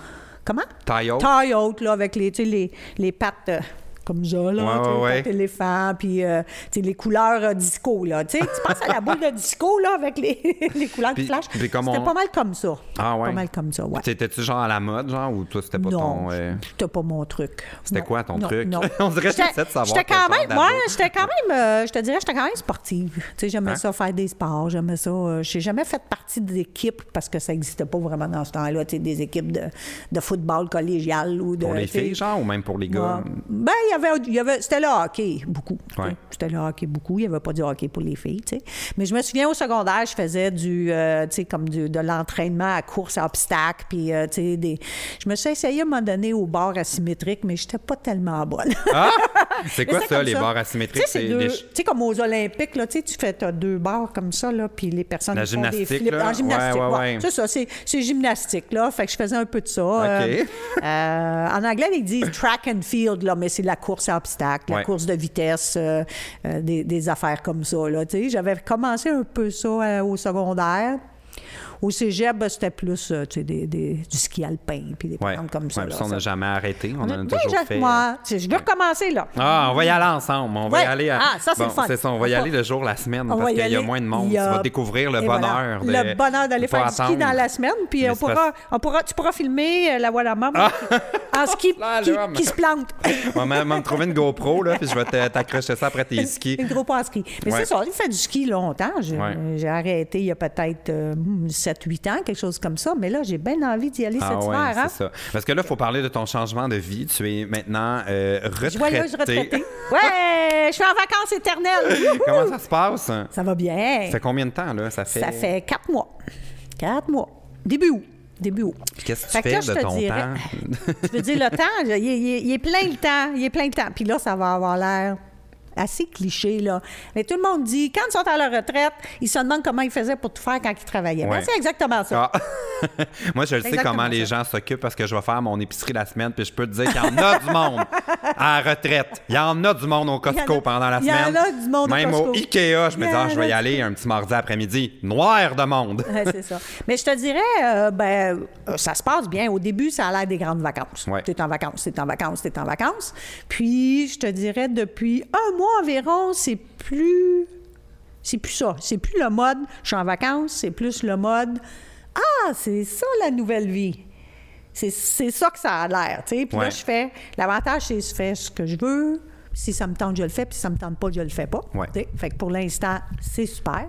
Speaker 3: Comment?
Speaker 1: Taille haute?
Speaker 3: Taille haute, là, avec les, tu sais, les, les pattes. euh, comme ça, là,
Speaker 1: Ouais,
Speaker 3: tu sais,
Speaker 1: ouais,
Speaker 3: tarte
Speaker 1: ouais.
Speaker 3: éléphant, puis euh, tu sais, les couleurs euh, disco, là. Tu sais, tu penses à la boule de disco, là, avec les, les couleurs
Speaker 1: Puis-
Speaker 3: qui flashent.
Speaker 1: puis
Speaker 3: C'était
Speaker 1: comme on-
Speaker 3: pas mal comme ça.
Speaker 1: Ah ouais.
Speaker 3: Pas mal comme ça, ouais.
Speaker 1: Puis T'étais-tu genre à la mode, genre, ou toi, c'était pas
Speaker 3: Non,
Speaker 1: ton. euh,
Speaker 3: c'était pas mon truc.
Speaker 1: C'était
Speaker 3: Non,
Speaker 1: quoi ton
Speaker 3: non,
Speaker 1: truc?
Speaker 3: non.
Speaker 1: On dirait que
Speaker 3: J'étais-
Speaker 1: j'essaie de savoir
Speaker 3: J'étais
Speaker 1: quel
Speaker 3: quand
Speaker 1: genre
Speaker 3: même,
Speaker 1: d'ado.
Speaker 3: moi, j'étais quand même, euh, je te dirais, j'étais quand même sportive. Tu sais, j'aimais
Speaker 1: Hein?
Speaker 3: ça faire des sports, j'aimais ça. euh, j'ai jamais fait partie d'équipe parce que ça n'existait pas vraiment dans ce temps-là, tu sais, des équipes de, de football collégial ou de.
Speaker 1: Pour les
Speaker 3: tu sais,
Speaker 1: filles, genre, ou même pour les gars?
Speaker 3: Ouais. Ben, il y avait, il y avait, c'était le hockey, beaucoup.
Speaker 1: Ouais.
Speaker 3: Tu sais, C'était le hockey, beaucoup. Il n'y avait pas du hockey pour les filles, tu sais. Mais je me souviens, au secondaire, je faisais du, euh, tu sais, comme du, de l'entraînement à course à obstacles, puis, euh, tu sais, des... Je me suis essayée à un moment donné au bord asymétrique, mais je n'étais pas tellement bonne.
Speaker 1: Ah! C'est quoi
Speaker 3: Mais
Speaker 1: ça,
Speaker 3: comme
Speaker 1: les barres asymétriques?
Speaker 3: Tu sais, c'est deux-
Speaker 1: des-
Speaker 3: tu sais, comme aux Olympiques, là, tu sais, tu fais t'as deux barres comme ça, là, puis les personnes
Speaker 1: La
Speaker 3: qui font des
Speaker 1: gymnastique,
Speaker 3: flips.
Speaker 1: là.
Speaker 3: En gymnastique,
Speaker 1: Ouais, ouais,
Speaker 3: ouais.
Speaker 1: ouais.
Speaker 3: C'est ça, c'est, c'est gymnastique, là. Fait que je faisais un peu de ça. euh, euh, en anglais, ils disent track and field, là, mais c'est la course à obstacles,
Speaker 1: Ouais.
Speaker 3: la course de vitesse, euh, euh, des, des affaires comme ça, là. Tu sais, j'avais commencé un peu ça euh, au secondaire. Au cégep, ben, c'était plus euh, tu sais, des, des- du ski alpin, puis des
Speaker 1: Ouais.
Speaker 3: programmes comme ça.
Speaker 1: Ouais,
Speaker 3: là.
Speaker 1: puis ça, on n'a
Speaker 3: Ça-
Speaker 1: jamais arrêté. On en a
Speaker 3: Ben,
Speaker 1: toujours
Speaker 3: Jacques,
Speaker 1: fait. hein.
Speaker 3: moi, tu sais, je veux recommencer, là.
Speaker 1: Ah, on va y aller ensemble. On va y
Speaker 3: Ouais.
Speaker 1: aller. à-
Speaker 3: Ah, ça, c'est
Speaker 1: Bon,
Speaker 3: le fun.
Speaker 1: C'est ça, on va y aller le jour, la semaine,
Speaker 3: On va
Speaker 1: parce
Speaker 3: Ah y
Speaker 1: qu'il y a
Speaker 3: aller.
Speaker 1: moins de monde.
Speaker 3: Il y a-
Speaker 1: Tu vas découvrir le
Speaker 3: Et
Speaker 1: bonheur.
Speaker 3: voilà.
Speaker 1: de-
Speaker 3: Le bonheur d'aller
Speaker 1: de pas
Speaker 3: faire du ski
Speaker 1: attendre.
Speaker 3: dans la semaine, puis
Speaker 1: Mais
Speaker 3: on
Speaker 1: c'est parce-
Speaker 3: pourra, on pourra, tu pourras filmer euh, la voix en ski
Speaker 1: Là,
Speaker 3: qui,
Speaker 1: Ah! l'homme.
Speaker 3: qui se plante.
Speaker 1: On va me trouver une GoPro, là, puis je vais te- t'accrocher ça après tes skis.
Speaker 3: Une gros pas en ski. Mais
Speaker 1: Ouais.
Speaker 3: c'est ça, j'ai fait du ski longtemps. J'ai
Speaker 1: Ouais.
Speaker 3: j'ai arrêté il y a peut-être 7-8 ans, quelque chose comme ça. Mais là, j'ai bien envie d'y aller
Speaker 1: Ah
Speaker 3: cet
Speaker 1: ouais,
Speaker 3: hiver. hein.
Speaker 1: c'est ça. Parce que là, il faut parler de ton changement de vie. Tu es maintenant euh, retraitée.
Speaker 3: Joyeuse retraitée. Ouais, je suis en vacances éternelles.
Speaker 1: Comment ça se passe? Ça
Speaker 3: ça va bien.
Speaker 1: fait combien de temps, là? Ça fait...
Speaker 3: Ça fait quatre mois. Quatre mois. Début août. Début août.
Speaker 1: Qu'est-ce que
Speaker 3: Fait
Speaker 1: tu
Speaker 3: que
Speaker 1: fais
Speaker 3: là, je
Speaker 1: de
Speaker 3: te
Speaker 1: ton
Speaker 3: dirais-
Speaker 1: temps?
Speaker 3: Je veux dire, le temps, je- il, est- il est- il est plein le temps. Il est plein le temps. Puis là, ça va avoir l'air assez cliché, là. Mais tout le monde dit, quand ils sont à la retraite, ils se demandent comment ils faisaient pour tout faire quand ils travaillaient. Ben,
Speaker 1: Ouais.
Speaker 3: c'est exactement ça.
Speaker 1: Ah. Moi, je le sais
Speaker 3: Exactement
Speaker 1: comment les gens s'occupent parce que je vais faire mon épicerie la semaine, puis je peux te dire qu'il y en a du monde à la retraite. Il y en a du monde au
Speaker 3: Il y en
Speaker 1: Costco
Speaker 3: a-
Speaker 1: pendant la
Speaker 3: il y en
Speaker 1: semaine.
Speaker 3: a du monde au
Speaker 1: Même
Speaker 3: Costco.
Speaker 1: au Ikea, je me
Speaker 3: Il
Speaker 1: dis,
Speaker 3: y
Speaker 1: ah,
Speaker 3: en
Speaker 1: je vais y
Speaker 3: a
Speaker 1: aller un petit mardi après-midi. Noir de monde.
Speaker 3: Ouais, c'est ça. Mais je te dirais, euh, ben, euh, ça se passe bien. Au début, ça a l'air des grandes vacances.
Speaker 1: Ouais.
Speaker 3: Tu es en vacances, tu es en vacances, tu es en vacances. Puis, je te dirais, depuis un mois environ, c'est plus. C'est plus ça. C'est plus le mode je suis en vacances, c'est plus le mode Ah, c'est ça la nouvelle vie. C'est, c'est ça que ça a l'air. tu sais. Puis
Speaker 1: Ouais.
Speaker 3: là, je fais. L'avantage, c'est que je fais ce que je veux. Si ça me tente, je le fais. Puis si ça me tente pas, je le fais pas.
Speaker 1: Ouais.
Speaker 3: Tu sais. Fait que pour l'instant, c'est super.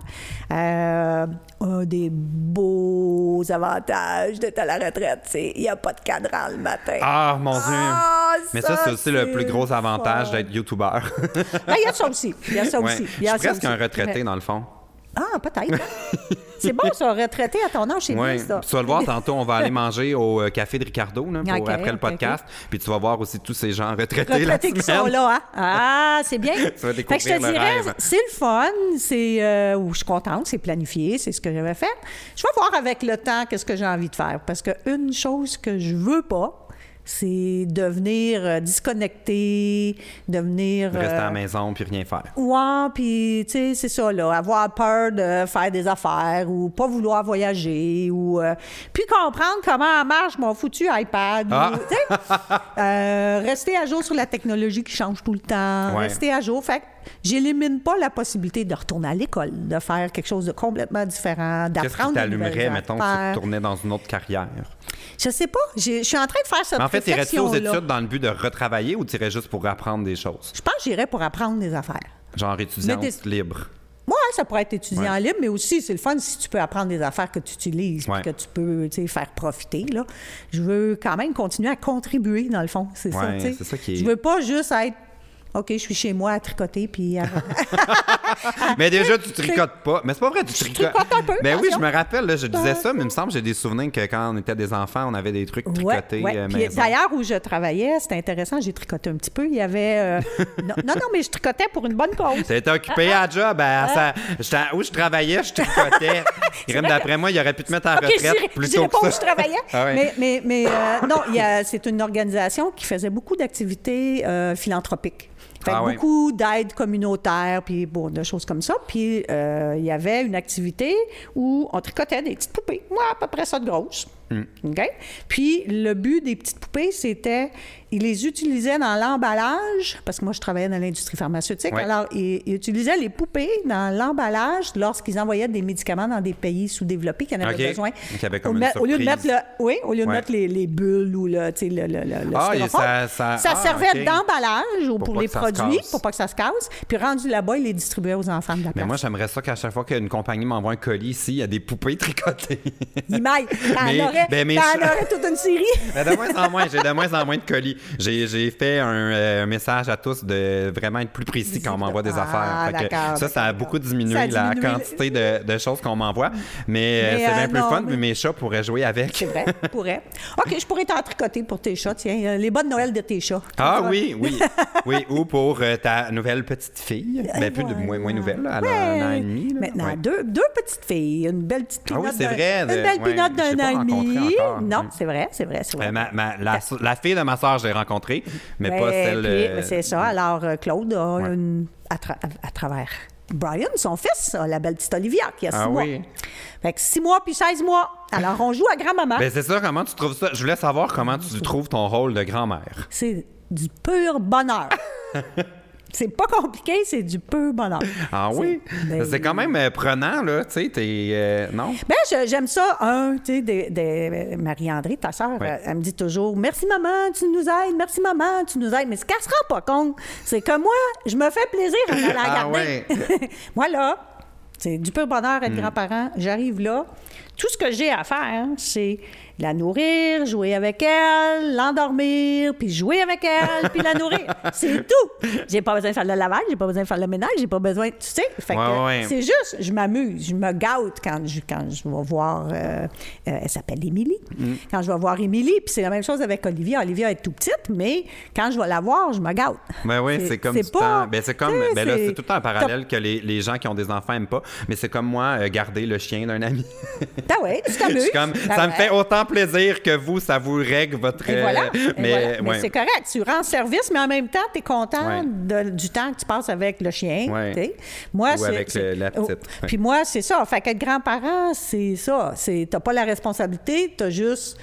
Speaker 3: Euh, un des beaux avantages d'être à la retraite, c'est il n'y a pas de cadran le matin.
Speaker 1: Ah, mon Dieu.
Speaker 3: Ah,
Speaker 1: Mais ça, c'est aussi le
Speaker 3: c'est
Speaker 1: plus gros avantage
Speaker 3: fun.
Speaker 1: d'être youtubeur.
Speaker 3: Ben, Il y a ça aussi. Il y a ça
Speaker 1: Ouais.
Speaker 3: aussi. Il
Speaker 1: Je
Speaker 3: y a
Speaker 1: suis
Speaker 3: ça
Speaker 1: presque un
Speaker 3: aussi.
Speaker 1: retraité, dans le fond.
Speaker 3: Ah, peut-être. c'est bon, ça, retraité à ton âge, c'est
Speaker 1: Ouais.
Speaker 3: bien, ça.
Speaker 1: Puis Tu vas le voir tantôt, on va aller manger au euh, café de Ricardo là, pour-
Speaker 3: Ok,
Speaker 1: après le
Speaker 3: ok,
Speaker 1: podcast. Puis tu vas voir aussi tous ces gens retraités,
Speaker 3: retraités
Speaker 1: la
Speaker 3: qui
Speaker 1: semaine.
Speaker 3: sont là, hein? Ah, c'est bien.
Speaker 1: vas
Speaker 3: Fait que
Speaker 1: découvrir
Speaker 3: je te
Speaker 1: le
Speaker 3: dirais,
Speaker 1: rêve.
Speaker 3: c'est le fun, c'est euh, où je suis contente, c'est planifié, c'est ce que j'avais fait. Je vais voir avec le temps qu'est-ce que j'ai envie de faire parce que une chose que je veux pas, c'est devenir euh, disconnectée, devenir
Speaker 1: Rester à
Speaker 3: euh,
Speaker 1: la maison puis rien faire.
Speaker 3: Ouais, puis tu sais, c'est ça, là, avoir peur de faire des affaires ou pas vouloir voyager ou... euh, puis comprendre comment marche mon foutu iPad. ou,
Speaker 1: Ah!
Speaker 3: tu sais, euh, rester à jour sur la technologie qui change tout le temps,
Speaker 1: Ouais.
Speaker 3: rester à jour. Fait que j'élimine pas la possibilité de retourner à l'école, de faire quelque chose de complètement différent,
Speaker 1: Qu'est-ce qui
Speaker 3: d'apprendre des nouvelles
Speaker 1: t'allumerait, mettons, si tu
Speaker 3: affaires.
Speaker 1: tournais dans une autre carrière?
Speaker 3: Je sais pas, j'ai- je suis en train de faire cette
Speaker 1: Mais en fait, irais-tu aux
Speaker 3: réflexion-là.
Speaker 1: études dans le but de retravailler ou t'irais juste pour apprendre des choses?
Speaker 3: Je pense que j'irais pour apprendre des affaires.
Speaker 1: Genre étudiante
Speaker 3: Mais des-
Speaker 1: libre.
Speaker 3: Oui, ça pourrait être étudiant
Speaker 1: Ouais.
Speaker 3: libre, mais aussi, c'est le fun si tu peux apprendre des affaires que tu utilises, puis
Speaker 1: Ouais.
Speaker 3: que tu peux tu sais, faire profiter. Là. Je veux quand même continuer à contribuer, dans le fond. C'est ça,
Speaker 1: Ouais,
Speaker 3: tu sais.
Speaker 1: c'est ça qui est-
Speaker 3: Je veux pas juste être. OK, je suis chez moi à tricoter, puis à-
Speaker 1: Mais déjà, tu tricotes pas. Mais c'est pas vrai, tu tricotes.
Speaker 3: tricote un peu,
Speaker 1: Mais oui, je
Speaker 3: attention.
Speaker 1: me rappelle, là, je disais ça, mais il me semble que j'ai des souvenirs que quand on était des enfants, on avait des trucs tricotés.
Speaker 3: Ouais, ouais.
Speaker 1: euh,
Speaker 3: Puis
Speaker 1: maison.
Speaker 3: D'ailleurs, où je travaillais, c'était intéressant, j'ai tricoté un petit peu. Il y avait. euh, non, non, non, mais je tricotais pour une bonne cause.
Speaker 1: T'as été occupé à job. à- ça- j'étais- où je travaillais, je tricotais. Irène,
Speaker 3: Ah. vrai
Speaker 1: d'après moi, il aurait pu te mettre à
Speaker 3: Ok, je dirais-
Speaker 1: retraite
Speaker 3: je
Speaker 1: plus
Speaker 3: dirais
Speaker 1: tôt
Speaker 3: pas
Speaker 1: que
Speaker 3: où je
Speaker 1: ça.
Speaker 3: travaillais.
Speaker 1: Ah ouais.
Speaker 3: Mais, mais, mais, euh, non, il y a- c'est une organisation qui faisait beaucoup d'activités euh, philanthropiques. Fait que
Speaker 1: Ah ouais.
Speaker 3: Beaucoup d'aides communautaires, puis bon, de choses comme ça. Puis euh, il y avait une activité où on tricotait des petites poupées.
Speaker 1: Hmm.
Speaker 3: Moi, à peu près ça de grosse. OK? Puis le but des petites poupées, c'était ils les utilisaient dans l'emballage, parce que moi, je travaillais dans l'industrie pharmaceutique.
Speaker 1: Ouais.
Speaker 3: Alors, ils, ils utilisaient les poupées dans l'emballage lorsqu'ils envoyaient des médicaments dans des pays sous-développés qui en avaient
Speaker 1: OK.
Speaker 3: besoin.
Speaker 1: Qui avaient comme
Speaker 3: au,
Speaker 1: une
Speaker 3: au lieu de mettre
Speaker 1: surprise.
Speaker 3: le- oui, au lieu de
Speaker 1: Ouais.
Speaker 3: mettre les, les bulles ou le, tu sais, le, le, le- le
Speaker 1: Ah, et
Speaker 3: styrofoam,
Speaker 1: ça- ça- ah,
Speaker 3: servait
Speaker 1: OK.
Speaker 3: d'emballage
Speaker 1: Pour
Speaker 3: ou pour,
Speaker 1: pas
Speaker 3: les
Speaker 1: que ça se
Speaker 3: produits,
Speaker 1: casse.
Speaker 3: pour pas que ça se casse. Puis rendu là-bas, ils les distribuaient aux enfants de la
Speaker 1: Mais
Speaker 3: place.
Speaker 1: moi, j'aimerais ça qu'à chaque fois qu'une compagnie m'envoie un colis ici, il y a des poupées tricotées.
Speaker 3: Il maille. T'en
Speaker 1: Mais-
Speaker 3: aurais,
Speaker 1: ben, mais
Speaker 3: t'en
Speaker 1: je-
Speaker 3: aurais toute une série.
Speaker 1: Mais de moins en moins, j'ai de moins en moins de colis. J'ai, j'ai fait un euh, message à tous de vraiment être plus précis quand on m'envoie des
Speaker 3: Ah,
Speaker 1: affaires. Fait que
Speaker 3: d'accord,
Speaker 1: ça, ça a
Speaker 3: d'accord.
Speaker 1: beaucoup diminué,
Speaker 3: Ça a
Speaker 1: la
Speaker 3: diminué.
Speaker 1: quantité de, de choses qu'on m'envoie. Mais, euh,
Speaker 3: Mais,
Speaker 1: c'est
Speaker 3: euh,
Speaker 1: bien plus
Speaker 3: non,
Speaker 1: fun,
Speaker 3: mais-
Speaker 1: mais mes chats pourraient jouer avec.
Speaker 3: C'est vrai, pourrais. OK, je pourrais t'en tricoter pour tes chats, tiens. euh, Les bonnes Noël de tes chats.
Speaker 1: Ah
Speaker 3: Ça-
Speaker 1: oui, oui. Oui, ou pour euh, ta nouvelle petite fille. Ben, plus de, moins, moins nouvelle, là, elle a un an
Speaker 3: Ouais.
Speaker 1: et demi. là.
Speaker 3: Maintenant,
Speaker 1: Ouais.
Speaker 3: deux, deux petites filles. Une belle petite
Speaker 1: Ah oui,
Speaker 3: pinotte.
Speaker 1: c'est vrai,
Speaker 3: Une
Speaker 1: de-
Speaker 3: belle
Speaker 1: ouais,
Speaker 3: pinotte
Speaker 1: je l'ai
Speaker 3: d'un
Speaker 1: pas
Speaker 3: an et demi.
Speaker 1: rencontrée encore.
Speaker 3: Non,
Speaker 1: Mm.
Speaker 3: c'est vrai, c'est vrai, c'est vrai.
Speaker 1: Euh, ma- ma- la, so- la fille de ma soeur, je l'ai rencontrée, mais
Speaker 3: Ben,
Speaker 1: pas celle.
Speaker 3: puis,
Speaker 1: euh,
Speaker 3: ben, C'est ça. Alors, euh, Claude a
Speaker 1: Ouais.
Speaker 3: une. À, tra- à- à travers. Brian, son fils, a la belle petite Olivia, qui a six
Speaker 1: Ah
Speaker 3: mois.
Speaker 1: oui.
Speaker 3: Fait que six mois puis 16 mois. Alors, on joue à grand-maman.
Speaker 1: Ben, c'est ça, comment tu trouves ça? Je voulais savoir comment tu trouves ton rôle de grand-mère.
Speaker 3: C'est du pur bonheur. c'est pas compliqué, c'est du pur bonheur.
Speaker 1: Ah oui?
Speaker 3: C'est- ben-
Speaker 1: C'est quand même euh, prenant, là, tu sais, t'es... euh, non?
Speaker 3: Ben, je- j'aime ça. Un, tu sais, des- des- Marie-André, ta sœur,
Speaker 1: Ouais.
Speaker 3: elle, elle me dit toujours Merci maman, tu nous aides, merci maman, tu nous aides. Mais ce qu'elle se rend pas compte, c'est que moi, je me fais plaisir en allant la
Speaker 1: Ah
Speaker 3: garder. moi, là, c'est du pur bonheur
Speaker 1: Hmm.
Speaker 3: être grand-parent. J'arrive là. Tout ce que j'ai à faire, c'est la nourrir, jouer avec elle, l'endormir, puis jouer avec elle, puis la nourrir. C'est tout. J'ai pas besoin de faire le lavage, j'ai pas besoin de faire le ménage, j'ai pas besoin. Tu sais, fait que
Speaker 1: Ouais, ouais.
Speaker 3: c'est juste, je m'amuse, je me gâte quand je, quand je vais voir. euh, euh, elle s'appelle Émilie.
Speaker 1: Mm.
Speaker 3: Quand je vais voir Émilie, puis c'est la même chose avec Olivia. Olivia est tout petite, mais quand je vais la voir, je me gâte.
Speaker 1: Ben oui, c'est comme du temps. Ben c'est comme.
Speaker 3: tu sais,
Speaker 1: Ben là, c'est tout le temps un parallèle que les, les gens qui ont des enfants aiment pas. Mais c'est comme moi, euh, garder le chien d'un ami.
Speaker 3: Ah ouais, tu
Speaker 1: Je
Speaker 3: t'amuses.
Speaker 1: suis comme,
Speaker 3: Ah
Speaker 1: ça me
Speaker 3: ouais.
Speaker 1: fait autant plaisir que vous, ça vous règle votre.
Speaker 3: Et
Speaker 1: euh,
Speaker 3: voilà. Et voilà. Mais,
Speaker 1: Mais, ouais.
Speaker 3: c'est correct. Tu rends service, mais en même temps, tu es content
Speaker 1: Ouais.
Speaker 3: de- du temps que tu passes avec le chien.
Speaker 1: Ouais.
Speaker 3: tu sais. Moi,
Speaker 1: Ou
Speaker 3: c'est-
Speaker 1: avec
Speaker 3: c'est-
Speaker 1: le- la
Speaker 3: Oh.
Speaker 1: petite. Ouais.
Speaker 3: Puis moi, c'est ça. Fait que être grand-parent, c'est ça. Tu n'as pas la responsabilité, tu as juste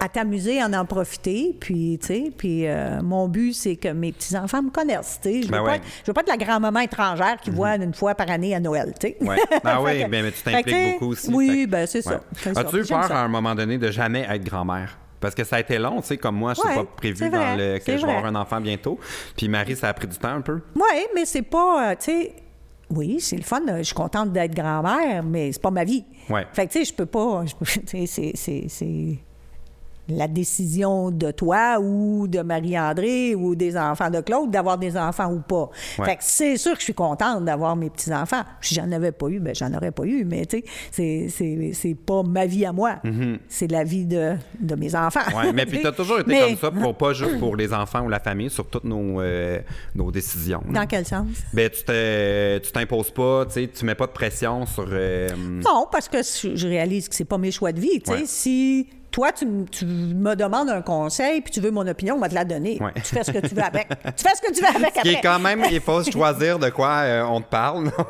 Speaker 3: à t'amuser, à en profiter. Puis, tu sais, puis euh, mon but, c'est que mes petits-enfants me connaissent. tu sais. Je ne
Speaker 1: Ben
Speaker 3: veux,
Speaker 1: ouais. Mhm.
Speaker 3: pas être- je veux pas être la grand-maman étrangère qui voit une fois par année à Noël. tu sais.
Speaker 1: Ouais. Ah oui,
Speaker 3: Fait que-
Speaker 1: ben, mais tu
Speaker 3: fait que, tu sais,
Speaker 1: t'impliques beaucoup aussi.
Speaker 3: Oui,
Speaker 1: fait que-
Speaker 3: ben c'est
Speaker 1: Ouais.
Speaker 3: ça. C'est ça.
Speaker 1: As-tu eu
Speaker 3: Puis j'aime
Speaker 1: peur
Speaker 3: ça.
Speaker 1: à un moment donné de jamais être grand-mère? Parce que ça a été long, tu sais, comme moi, je n'étais
Speaker 3: Ouais,
Speaker 1: pas prévu
Speaker 3: c'est
Speaker 1: dans
Speaker 3: vrai,
Speaker 1: le, que
Speaker 3: c'est
Speaker 1: je vais avoir
Speaker 3: vrai.
Speaker 1: un enfant bientôt. Puis Marie, ça a pris du temps un peu.
Speaker 3: Oui, mais c'est pas, euh, tu sais, oui, c'est le fun. euh, Je suis contente d'être grand-mère, mais c'est pas ma vie.
Speaker 1: Ouais.
Speaker 3: Fait que, tu sais, je peux pas. je peux- Tu sais, c'est- c'est- c'est la décision de toi ou de Marie-André ou des enfants de Claude d'avoir des enfants ou pas.
Speaker 1: Ouais.
Speaker 3: Fait que c'est sûr que je suis contente d'avoir mes petits-enfants. Si j'en avais pas eu, ben j'en aurais pas eu, mais tu sais, c'est- c'est c'est pas ma vie à moi. C'est la vie de, de mes enfants.
Speaker 1: Mm-hmm. Ouais, mais puis t'as toujours été
Speaker 3: Mais
Speaker 1: comme ça, pour, pas juste pour les enfants ou la famille, sur toutes nos, euh, nos décisions. là.
Speaker 3: Dans quel sens?
Speaker 1: Ben, tu te- tu t'imposes pas, tu sais, tu mets pas de pression sur... euh,
Speaker 3: Non, parce que je je réalise que c'est pas mes choix de vie. tu sais.
Speaker 1: Ouais.
Speaker 3: Si toi, tu, m- tu me demandes un conseil puis tu veux mon opinion, on va te la donner.
Speaker 1: Ouais.
Speaker 3: Tu fais ce que tu veux avec. tu fais ce que tu veux avec
Speaker 1: qui
Speaker 3: après.
Speaker 1: est quand même, il faut choisir de quoi euh, on te parle.
Speaker 3: Quoi?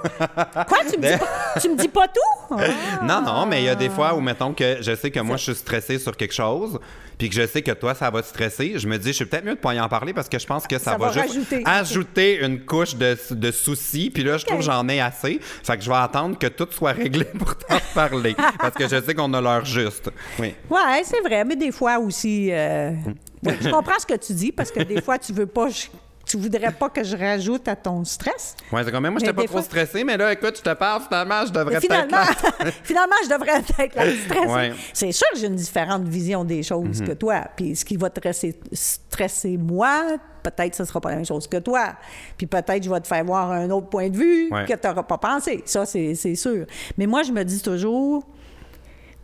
Speaker 3: Tu me, dis pas, tu me dis pas tout? Ah.
Speaker 1: non, non, mais il y a des fois où, mettons, que je sais que moi, je suis stressé sur quelque chose, puis que je sais que toi, ça va te stresser, je me dis, je suis peut-être mieux de pas y en parler parce que je pense que ça,
Speaker 3: Ça va
Speaker 1: juste
Speaker 3: rajouter.
Speaker 1: ajouter une couche de, de soucis, puis là, je trouve que j'en ai assez, fait que je vais attendre que tout soit réglé pour t'en parler, parce que je sais qu'on a l'heure juste. Oui.
Speaker 3: Ouais, c'est vrai, mais des fois aussi. euh,
Speaker 1: Mm.
Speaker 3: oui, je comprends ce que tu dis parce que des fois, tu veux pas. je- tu voudrais pas que je rajoute à ton stress.
Speaker 1: Ouais, c'est quand même, moi,
Speaker 3: Mais
Speaker 1: j'étais pas
Speaker 3: des
Speaker 1: trop
Speaker 3: fois-
Speaker 1: stressé, mais là, écoute, je te parle, finalement, je devrais
Speaker 3: Mais
Speaker 1: peut-être...
Speaker 3: finalement,
Speaker 1: la-
Speaker 3: finalement, je devrais être la plus stressée.
Speaker 1: Ouais. Mhm.
Speaker 3: C'est sûr que j'ai une différente vision des choses que toi. Puis ce qui va stresser, stresser moi, peut-être ce sera pas la même chose que toi. Puis peut-être je vais te faire voir un autre point de vue
Speaker 1: Ouais.
Speaker 3: que tu n'auras pas pensé. Ça, c'est c'est sûr. Mais moi, je me dis toujours...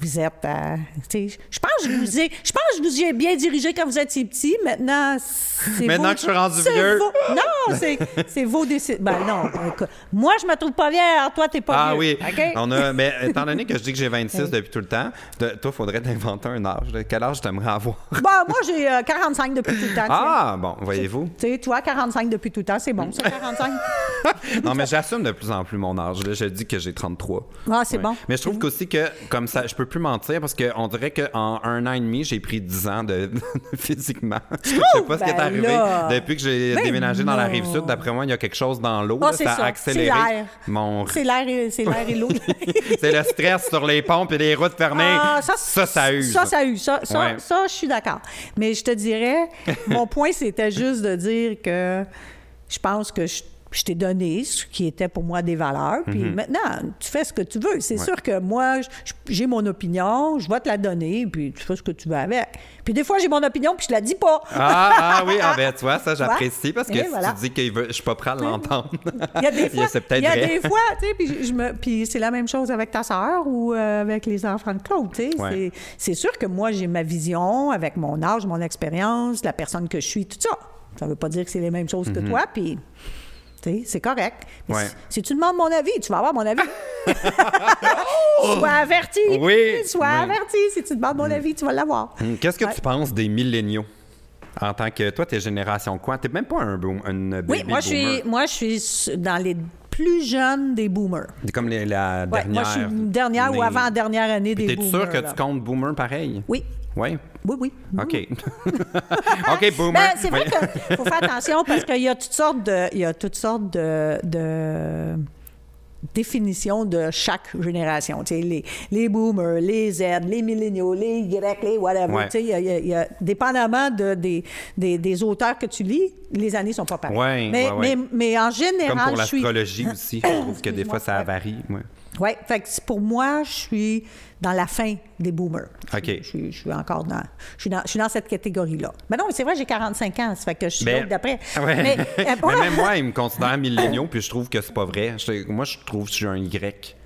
Speaker 3: Vous êtes, à- tu sais, je pense que je vous ai, je pense que je vous y ai bien dirigé quand vous étiez petit. Maintenant, c'est
Speaker 1: Maintenant
Speaker 3: vos-
Speaker 1: que je suis rendu
Speaker 3: c'est
Speaker 1: vieux.
Speaker 3: vos- non, c'est, c'est vos décisions. Ben non, écoute, moi je me trouve pas vieille, alors toi t'es pas
Speaker 1: Ah
Speaker 3: vieux.
Speaker 1: oui.
Speaker 3: OK?
Speaker 1: On a, mais étant donné que je dis que j'ai 26 depuis tout le temps, de- toi, faudrait t'inventer un âge. là. Quel âge t'aimerais avoir?
Speaker 3: Bon, moi, j'ai euh, 45 depuis tout le temps.
Speaker 1: Ah, bon, voyez-vous.
Speaker 3: Tu sais, toi, 45 depuis tout le temps, c'est bon, ça, 45.
Speaker 1: Non, mais j'assume de plus en plus mon âge. là. Je dis que j'ai 33.
Speaker 3: Ah, c'est
Speaker 1: Ouais.
Speaker 3: bon.
Speaker 1: Mais je trouve qu'aussi que, comme ça, je peux plus mentir parce qu'on dirait qu'en un an et demi, j'ai pris 10 ans de, physiquement. Je sais pas ce qui est arrivé.
Speaker 3: Oh, ben là.
Speaker 1: Depuis que j'ai
Speaker 3: Ben
Speaker 1: déménagé dans la
Speaker 3: non.
Speaker 1: rive sud, d'après moi, il y a quelque chose dans l'eau.
Speaker 3: Ah,
Speaker 1: là,
Speaker 3: c'est
Speaker 1: ça
Speaker 3: ça.
Speaker 1: a accéléré
Speaker 3: C'est l'air.
Speaker 1: mon.
Speaker 3: C'est l'air et, c'est l'air et l'eau.
Speaker 1: C'est le stress sur les pompes et les routes fermées.
Speaker 3: Ah,
Speaker 1: ça, ça, use.
Speaker 3: Ça, ça use. Ça, ça,
Speaker 1: Ouais.
Speaker 3: ça, je suis d'accord. Mais je te dirais, mon point, c'était juste de dire que je pense que je, je t'ai donné ce qui était pour moi des valeurs. Puis
Speaker 1: Mhm.
Speaker 3: maintenant, tu fais ce que tu veux. C'est sûr que moi, je- je- j'ai mon opinion, je vais te la donner, puis tu fais ce que tu veux avec. Puis des fois, j'ai mon opinion, puis je la dis pas.
Speaker 1: Ah, ah oui, ah ben tu vois, ça j'apprécie parce
Speaker 3: Et
Speaker 1: que si
Speaker 3: voilà. Mm.
Speaker 1: tu dis que je suis pas prêt à l'entendre.
Speaker 3: Il y a des
Speaker 1: Il y a-
Speaker 3: fois,
Speaker 1: c'est
Speaker 3: il
Speaker 1: peut-être
Speaker 3: y a
Speaker 1: vrai.
Speaker 3: des fois, tu sais, puis je me- puis c'est la même chose avec ta sœur ou euh, avec les enfants de Claude, tu sais.
Speaker 1: Ouais.
Speaker 3: C'est- C'est sûr que moi, j'ai ma vision avec mon âge, mon expérience, la personne que je suis, tout ça. Ça veut pas dire que c'est les mêmes choses que toi, puis... tu sais, C'est correct. Mais
Speaker 1: Mm-hmm. Ouais.
Speaker 3: si, si tu demandes mon avis, tu vas avoir mon avis. sois averti.
Speaker 1: Oui,
Speaker 3: Sois
Speaker 1: oui. Mm.
Speaker 3: averti. Si tu demandes mon avis, tu vas l'avoir.
Speaker 1: Hum, Qu'est-ce que
Speaker 3: Ouais.
Speaker 1: tu penses des milléniaux en tant que toi, t'es génération quoi? T'es même pas un boom, une
Speaker 3: Oui,
Speaker 1: baby
Speaker 3: moi je, suis,
Speaker 1: boomer.
Speaker 3: moi, je suis s- dans les plus jeunes des boomers.
Speaker 1: T'es comme les- la
Speaker 3: Ouais,
Speaker 1: dernière.
Speaker 3: moi, je suis une dernière
Speaker 1: née.
Speaker 3: ou avant-dernière année
Speaker 1: Puis
Speaker 3: des
Speaker 1: T'es-tu
Speaker 3: boomers.
Speaker 1: sûr que
Speaker 3: là.
Speaker 1: tu comptes boomer pareil?
Speaker 3: Oui.
Speaker 1: Oui.
Speaker 3: Oui, oui. Mhm.
Speaker 1: OK. OK, boomer.
Speaker 3: Ben, c'est vrai
Speaker 1: Oui.
Speaker 3: qu'il faut faire attention parce qu'il y a toutes sortes de, il y a toutes sortes de, de définitions de chaque génération. Tu sais, les, les boomers, les Z, les milléniaux, les Y, les whatever.
Speaker 1: Ouais.
Speaker 3: Tu sais, il y a- il y a- il y a- dépendamment de, des, des, des auteurs que tu lis, les années sont pas pareilles.
Speaker 1: Ouais,
Speaker 3: mais,
Speaker 1: ouais, ouais.
Speaker 3: mais, mais en
Speaker 1: Comme
Speaker 3: général,
Speaker 1: pour
Speaker 3: je suis...
Speaker 1: l'astrologie aussi, je trouve que des fois
Speaker 3: Excuse-moi.
Speaker 1: ça varie. ouais.
Speaker 3: Oui, fait que c'est- pour moi, je suis dans la fin des boomers.
Speaker 1: OK.
Speaker 3: Je, suis- je suis encore dans je suis dans, je suis dans cette catégorie-là. Mais non, c'est vrai, j'ai 45 ans, ça fait que je suis
Speaker 1: Ben,
Speaker 3: l'autre d'après.
Speaker 1: ouais.
Speaker 3: Mais, euh,
Speaker 1: Mais même moi, ils me considèrent milléniaux, puis je trouve que c'est pas vrai. Je- moi, je trouve que je suis un Y.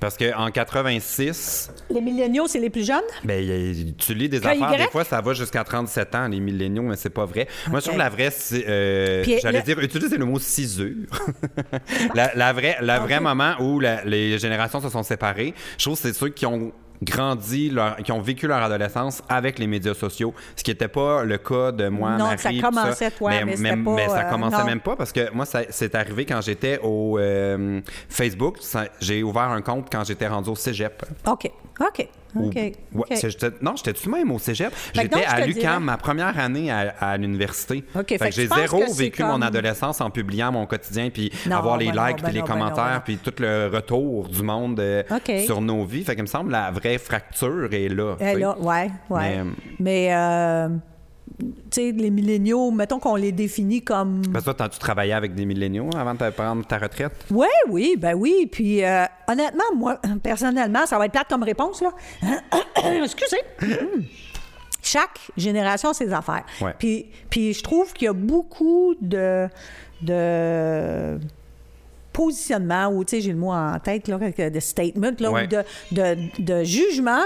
Speaker 1: Parce qu'en 86,
Speaker 3: les milléniaux, c'est les plus jeunes?
Speaker 1: ben, il y a- tu lis des
Speaker 3: Que
Speaker 1: affaires,
Speaker 3: Y?
Speaker 1: des fois, ça va jusqu'à 37 ans, les milléniaux, mais c'est pas vrai. Moi, je
Speaker 3: Ok.
Speaker 1: trouve la vraie... c'est, euh,
Speaker 3: Puis,
Speaker 1: J'allais
Speaker 3: le-
Speaker 1: dire, utiliser le mot cisure. la, la vraie, la
Speaker 3: Ok.
Speaker 1: vrai moment où la- les générations se sont séparées, je trouve que c'est ceux qui ont grandi, leur- qui ont vécu leur adolescence avec les médias sociaux, ce qui n'était pas le cas de moi,
Speaker 3: Non,
Speaker 1: Marie.
Speaker 3: ça
Speaker 1: puis
Speaker 3: commençait, toi, mais c'était pas,
Speaker 1: mais ça
Speaker 3: euh,
Speaker 1: commençait
Speaker 3: non.
Speaker 1: même pas parce que moi, ça- c'est arrivé quand j'étais au euh, Facebook. Ça- J'ai ouvert un compte quand j'étais rendu au cégep.
Speaker 3: OK, OK,
Speaker 1: Ou-
Speaker 3: OK.
Speaker 1: ouais,
Speaker 3: OK.
Speaker 1: c'est- j'étais- non, j'étais-tu même au cégep?
Speaker 3: que
Speaker 1: J'étais
Speaker 3: donc, je
Speaker 1: à
Speaker 3: te dirais-
Speaker 1: l'UQAM, ma première année à, à l'université.
Speaker 3: OK,
Speaker 1: fait
Speaker 3: fait que
Speaker 1: que j'ai
Speaker 3: tu penses
Speaker 1: zéro
Speaker 3: que c'est
Speaker 1: vécu
Speaker 3: comme-
Speaker 1: mon adolescence en publiant mon quotidien, puis
Speaker 3: Non,
Speaker 1: avoir les
Speaker 3: ben
Speaker 1: likes,
Speaker 3: non, ben
Speaker 1: puis les
Speaker 3: non, ben non,
Speaker 1: commentaires,
Speaker 3: ben non.
Speaker 1: puis tout le retour du monde euh,
Speaker 3: OK.
Speaker 1: sur nos vies. Fait que, il me semble, la vraie fracture est là. tu
Speaker 3: Eh
Speaker 1: sais.
Speaker 3: là, ouais, ouais.
Speaker 1: Mais-
Speaker 3: Mais, euh, tu sais, les milléniaux, mettons qu'on les définit comme...
Speaker 1: Parce que toi, t'as- tu travaillais avec des milléniaux avant de prendre ta retraite?
Speaker 3: Oui, oui, ben oui. Puis euh, honnêtement, moi, personnellement, ça va être plate comme réponse, là. Excusez. Mm. Chaque génération a ses affaires.
Speaker 1: Ouais.
Speaker 3: Puis, puis je trouve qu'il y a beaucoup de, de positionnement, ou tu sais, j'ai le mot en tête, là, que- de statement, là,
Speaker 1: Ouais.
Speaker 3: ou de, de, de jugement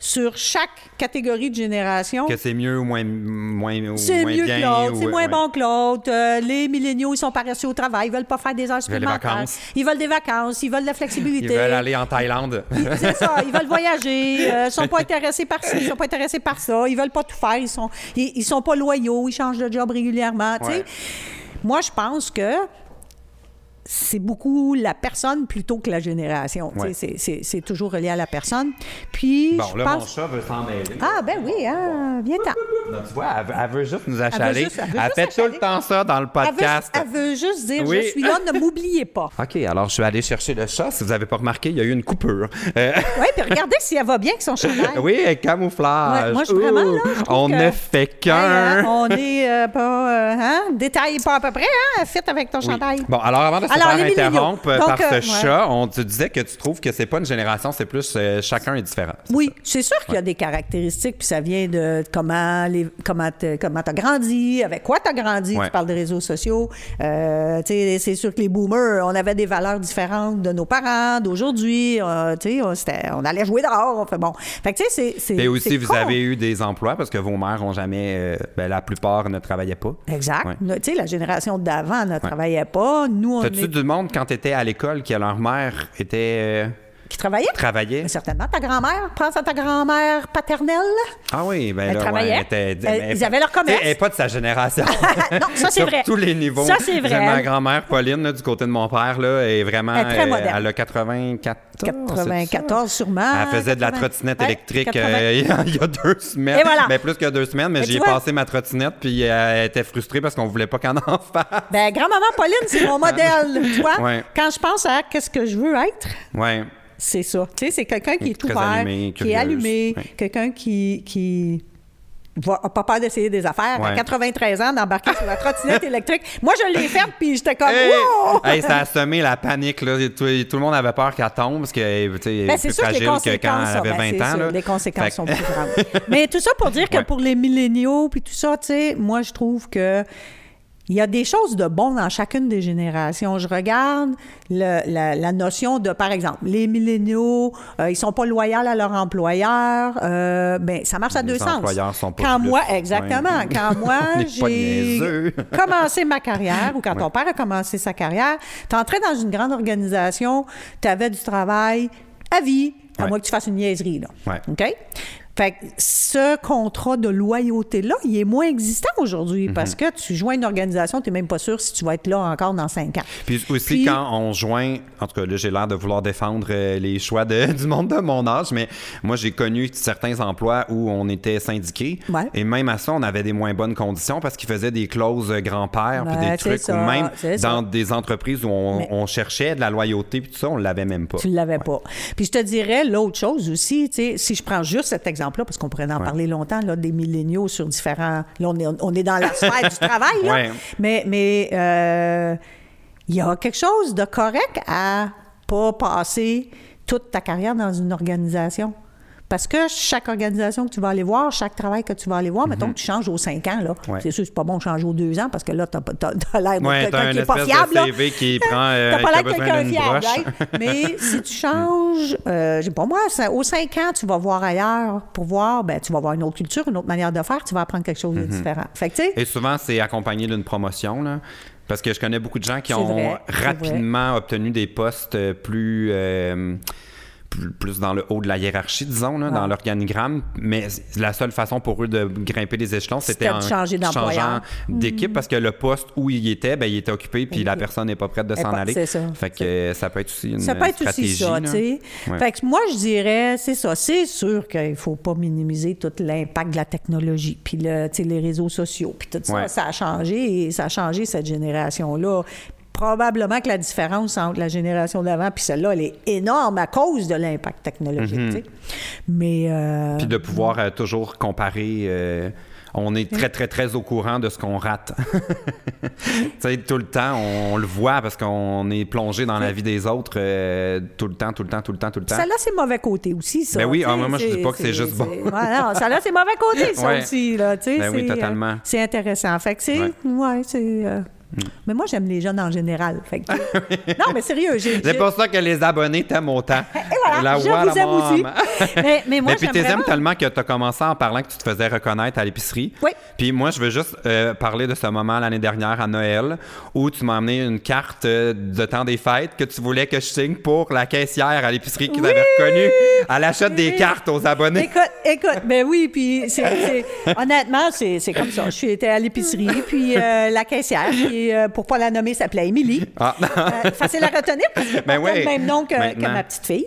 Speaker 3: sur chaque catégorie de génération.
Speaker 1: Que c'est mieux ou moins, moins, ou
Speaker 3: Oh. C'est
Speaker 1: moins
Speaker 3: mieux
Speaker 1: bien?
Speaker 3: que l'autre,
Speaker 1: ou-
Speaker 3: c'est moins
Speaker 1: ouais.
Speaker 3: bon que l'autre. Euh, les milléniaux, ils sont paresseux au travail, ils veulent pas faire des heures
Speaker 1: veulent des
Speaker 3: supplémentaires.
Speaker 1: vacances.
Speaker 3: Ils veulent des vacances, ils veulent de la flexibilité.
Speaker 1: Ils veulent aller en Thaïlande.
Speaker 3: C'est ça, ils veulent voyager, euh, ils sont pas intéressés par ci, ils sont pas intéressés par ça, ils veulent pas tout faire, ils sont, ils, ils sont pas loyaux, ils changent de job régulièrement, tu sais.
Speaker 1: Ouais.
Speaker 3: Moi, je pense que c'est beaucoup la personne plutôt que la génération. tu sais,
Speaker 1: Ouais.
Speaker 3: c'est- C'est c'est toujours relié à la personne. Puis,
Speaker 1: bon,
Speaker 3: je
Speaker 1: là, mon
Speaker 3: pense...
Speaker 1: chat veut s'en mêler.
Speaker 3: Ah, ben oui, hein, viens-t'en.
Speaker 1: Non, tu vois, elle, veut- elle veut juste nous achaler. Elle,
Speaker 3: juste- elle veut juste
Speaker 1: fait tout
Speaker 3: achaler.
Speaker 1: le temps ça dans le
Speaker 3: Elle veut,
Speaker 1: podcast.
Speaker 3: elle veut juste dire,
Speaker 1: Oui.
Speaker 3: je suis là, ne m'oubliez pas.
Speaker 1: OK, alors je suis allé chercher le chat. Si vous n'avez pas remarqué, il y a eu une coupure. Euh,
Speaker 3: Oui, puis regardez si elle va bien avec son chandail.
Speaker 1: oui, un camouflage.
Speaker 3: Ouais, moi, je suis vraiment, là,
Speaker 1: Ouh,
Speaker 3: je trouve
Speaker 1: on
Speaker 3: que-
Speaker 1: ne fait
Speaker 3: Hey, hein,
Speaker 1: qu'un.
Speaker 3: on est euh, pas. euh, hein? Détaillé pas à peu près, hein? Fit avec ton
Speaker 1: Oui.
Speaker 3: chandail.
Speaker 1: Bon, alors avant de se
Speaker 3: Alors,
Speaker 1: faire
Speaker 3: les milléniaux.
Speaker 1: interrompre euh,
Speaker 3: Donc,
Speaker 1: par ce
Speaker 3: euh, ouais.
Speaker 1: chat, on te disait que tu trouves que c'est pas une génération, c'est plus euh, chacun est différent.
Speaker 3: Oui, c'est sûr qu'il y a des caractéristiques, puis ça vient de comment les, comment t'as comment t'as grandi, avec quoi t'as grandi.
Speaker 1: Ouais.
Speaker 3: Tu parles des réseaux sociaux. Euh, tu sais, c'est sûr que les boomers, on avait des valeurs différentes de nos parents, d'aujourd'hui. euh, tu sais, on, c'était- on allait jouer dehors. On fait bon. Fait que tu sais, c'est- c'est.
Speaker 1: Et aussi,
Speaker 3: c'est
Speaker 1: vous
Speaker 3: con.
Speaker 1: avez eu des emplois parce que vos mères ont jamais, euh, ben, la plupart ne travaillaient pas.
Speaker 3: Exact.
Speaker 1: Ouais.
Speaker 3: Le- Tu sais, la génération d'avant ne travaillait pas. Nous, on
Speaker 1: T'as-tu
Speaker 3: est-
Speaker 1: du monde quand t'étais à l'école que leur mère était euh,
Speaker 3: Qui travaillait?
Speaker 1: Travaillait.
Speaker 3: Mais certainement. Ta grand-mère, pense à ta grand-mère paternelle.
Speaker 1: Ah oui, ben
Speaker 3: Elle
Speaker 1: là,
Speaker 3: travaillait.
Speaker 1: ouais, elle était-
Speaker 3: Elle-
Speaker 1: mais-
Speaker 3: ils avaient leur commerce.
Speaker 1: Elle n'est pas de sa génération.
Speaker 3: Non, ça, c'est
Speaker 1: Sur
Speaker 3: vrai.
Speaker 1: tous les niveaux.
Speaker 3: Ça, c'est vrai.
Speaker 1: J'ai Ma grand-mère, Pauline, là, du côté de mon père, là, est vraiment...
Speaker 3: Elle est très
Speaker 1: euh,
Speaker 3: moderne.
Speaker 1: Elle a 94, Oh, c'est ça?
Speaker 3: 94 sûrement.
Speaker 1: Elle faisait de la
Speaker 3: 80.
Speaker 1: trottinette
Speaker 3: Ouais,
Speaker 1: électrique
Speaker 3: 80.
Speaker 1: euh, il y a- il y a deux semaines.
Speaker 3: Et voilà.
Speaker 1: Ben, plus que deux semaines, mais
Speaker 3: Mais tu
Speaker 1: j'y ai
Speaker 3: vois-
Speaker 1: passé ma trottinette, puis euh, elle était frustrée parce qu'on voulait pas qu'elle en fasse.
Speaker 3: Ben, grand-maman Pauline, c'est mon modèle, tu vois.
Speaker 1: Ouais.
Speaker 3: Quand je pense à qu'est-ce que je veux être,
Speaker 1: Ouais.
Speaker 3: c'est ça. Tu sais, c'est quelqu'un qui est
Speaker 1: Très
Speaker 3: ouvert,
Speaker 1: allumé,
Speaker 3: qui est
Speaker 1: curieuse.
Speaker 3: allumé,
Speaker 1: Ouais.
Speaker 3: quelqu'un qui, qui va- a pas peur d'essayer des affaires. À
Speaker 1: Ouais.
Speaker 3: 93 ans, d'embarquer sur la trottinette électrique. Moi, je l'ai faite, puis j'étais comme
Speaker 1: Hey!
Speaker 3: Ah, wow!
Speaker 1: Hey, ça a semé la panique. Là. Tout, tout le monde avait peur qu'elle tombe parce qu'elle tu sais, elle est
Speaker 3: Ben,
Speaker 1: plus
Speaker 3: c'est sûr que les
Speaker 1: fragile que quand
Speaker 3: conséquences,
Speaker 1: elle avait
Speaker 3: ben,
Speaker 1: 20
Speaker 3: c'est
Speaker 1: ans.
Speaker 3: sûr,
Speaker 1: là.
Speaker 3: les conséquences
Speaker 1: Fait que-
Speaker 3: sont plus graves. Mais tout ça pour dire que
Speaker 1: Ouais.
Speaker 3: pour les milléniaux puis tout ça, tu sais, moi je trouve que il y a des choses de bon dans chacune des générations. Je regarde le- la, la notion de, par exemple, les milléniaux, euh, ils sont pas loyaux à leur employeur. Euh, ben, ça marche à
Speaker 1: Les
Speaker 3: deux sens.
Speaker 1: employeurs sont pas
Speaker 3: Quand
Speaker 1: plus.
Speaker 3: moi, exactement.
Speaker 1: Ouais.
Speaker 3: Quand moi,
Speaker 1: On est pas
Speaker 3: j'ai
Speaker 1: niaiseux.
Speaker 3: commencé ma carrière ou quand ton père a commencé sa carrière, tu entrais dans une grande organisation, tu avais du travail à vie, à
Speaker 1: Ouais.
Speaker 3: moins que tu fasses une niaiserie. Là.
Speaker 1: Ouais.
Speaker 3: OK? Fait que ce contrat de loyauté-là, il est moins existant
Speaker 1: Mm-hmm.
Speaker 3: aujourd'hui parce que tu joins une organisation, tu n'es même pas sûr si tu vas être là encore dans cinq ans.
Speaker 1: Puis aussi,
Speaker 3: Puis-
Speaker 1: quand on joint, en tout cas, là, j'ai l'air de vouloir défendre euh, les choix de- du monde de mon âge, mais moi, j'ai connu certains emplois où on était syndiqué.
Speaker 3: Ouais.
Speaker 1: Et même à ça, on avait des moins bonnes conditions parce qu'ils faisaient des clauses euh, grand-père, puis
Speaker 3: Ouais,
Speaker 1: des
Speaker 3: c'est
Speaker 1: trucs,
Speaker 3: ça,
Speaker 1: ou même
Speaker 3: c'est ça.
Speaker 1: dans des entreprises où on,
Speaker 3: Mais-
Speaker 1: on cherchait de la loyauté, puis tout ça, on l'avait même pas.
Speaker 3: Tu ne l'avais pas. Puis je te dirais l'autre chose aussi, tu sais, si je prends juste cet exemple-là, parce qu'on pourrait en parler longtemps, là, des milléniaux sur différents. Là, on est, on est dans la sphère du travail, là.
Speaker 1: Ouais.
Speaker 3: Mais mais, euh, il y a quelque chose de correct à pas passer toute ta carrière dans une organisation. Parce que chaque organisation que tu vas aller voir, chaque travail que tu vas aller voir, mettons que tu changes aux cinq ans, là.
Speaker 1: Mm-hmm. Ouais.
Speaker 3: C'est sûr, c'est pas bon de changer aux deux ans parce que là, t'as pas- t'as t'as l'air de
Speaker 1: Ouais, t'as
Speaker 3: quelqu'un
Speaker 1: un
Speaker 3: qui est pas
Speaker 1: espèce de
Speaker 3: fiable. là.
Speaker 1: CV qui prend, euh,
Speaker 3: T'as pas
Speaker 1: qui a
Speaker 3: l'air de
Speaker 1: besoin
Speaker 3: quelqu'un
Speaker 1: d'une
Speaker 3: fiable,
Speaker 1: broche.
Speaker 3: hein. Mais si tu changes, euh, j'ai pas moi, ça- aux cinq ans, tu vas voir ailleurs pour voir, ben, tu vas voir une autre culture, une autre manière de faire, tu vas apprendre quelque chose
Speaker 1: Mhm.
Speaker 3: de différent. Fait que, tu sais,
Speaker 1: Et souvent, c'est accompagné d'une promotion, là. Parce que je connais beaucoup de gens qui
Speaker 3: C'est
Speaker 1: ont
Speaker 3: vrai, c'est
Speaker 1: rapidement obtenu des postes euh, plus, euh, plus, plus dans le haut de la hiérarchie, disons, là, dans l'organigramme. Mais c- la seule façon pour eux de grimper les échelons, c'était
Speaker 3: C'était de
Speaker 1: en
Speaker 3: changer d'employeur. Mm-hmm.
Speaker 1: changeant d'équipe parce que le poste où il était, ben, il était occupé, puis la personne n'est pas prête de
Speaker 3: Elle
Speaker 1: s'en
Speaker 3: pas-
Speaker 1: aller.
Speaker 3: c'est ça.
Speaker 1: Fait que euh, ça peut être aussi une
Speaker 3: ça peut être aussi
Speaker 1: stratégie.
Speaker 3: ça,
Speaker 1: là.
Speaker 3: tu sais.
Speaker 1: Ouais.
Speaker 3: Fait que moi, je dirais, c'est ça. C'est sûr qu'il faut pas minimiser tout l'impact de la technologie, puis le, tu sais, les réseaux sociaux, puis tout ça.
Speaker 1: Ouais.
Speaker 3: Ça a changé, et ça a changé cette génération-là. Probablement que la différence entre la génération d'avant puis celle-là, elle est énorme à cause de l'impact technologique, tu sais. Mais... euh,
Speaker 1: Mm-hmm. Puis de pouvoir euh, toujours comparer. euh, on est très, très, très au courant de ce qu'on rate. tu sais, tout le temps, on, le voit parce qu'on est plongé dans la vie des autres euh, tout le temps, tout le temps, tout le temps, tout le temps.
Speaker 3: Ça là, c'est mauvais côté aussi, ça.
Speaker 1: Ben oui,
Speaker 3: tu sais,
Speaker 1: ah, moi, je dis pas que c'est juste bon.
Speaker 3: Ouais, non, ça là, c'est mauvais côté, ça
Speaker 1: Ouais.
Speaker 3: aussi, là, tu sais.
Speaker 1: Ben oui,
Speaker 3: c'est, euh,
Speaker 1: totalement.
Speaker 3: C'est intéressant. Fait que c'est... Ouais,
Speaker 1: Ouais.
Speaker 3: c'est... euh, Mais moi, j'aime les jeunes en général. Fait que- non, mais sérieux, j'ai...
Speaker 1: C'est
Speaker 3: j'ai-
Speaker 1: pour ça que les abonnés t'aiment autant.
Speaker 3: Et voilà,
Speaker 1: La
Speaker 3: je
Speaker 1: voix,
Speaker 3: vous
Speaker 1: la
Speaker 3: aime aussi.
Speaker 1: maman.
Speaker 3: mais, mais moi,
Speaker 1: Mais puis
Speaker 3: j'aime
Speaker 1: t'es
Speaker 3: vraiment-
Speaker 1: aimes tellement que t'as commencé en parlant que tu te faisais reconnaître à l'épicerie.
Speaker 3: Oui.
Speaker 1: Puis moi, je veux juste euh, parler de ce moment l'année dernière à Noël où tu m'as amené une carte euh, de temps des fêtes que tu voulais que je signe pour la caissière à l'épicerie qui t'avait reconnue. Elle achète des cartes aux abonnés.
Speaker 3: Écoute, écoute, ben oui, puis c'est, c'est- honnêtement, c'est, c'est comme ça. Je suis- j'étais à l'épicerie, puis euh, la caissière, qui, euh, pour pas la nommer, s'appelait Émilie.
Speaker 1: Ah.
Speaker 3: Euh, facile à retenir, parce que
Speaker 1: Ben
Speaker 3: portait
Speaker 1: oui,
Speaker 3: le même nom que, que
Speaker 1: maintenant.
Speaker 3: ma petite fille.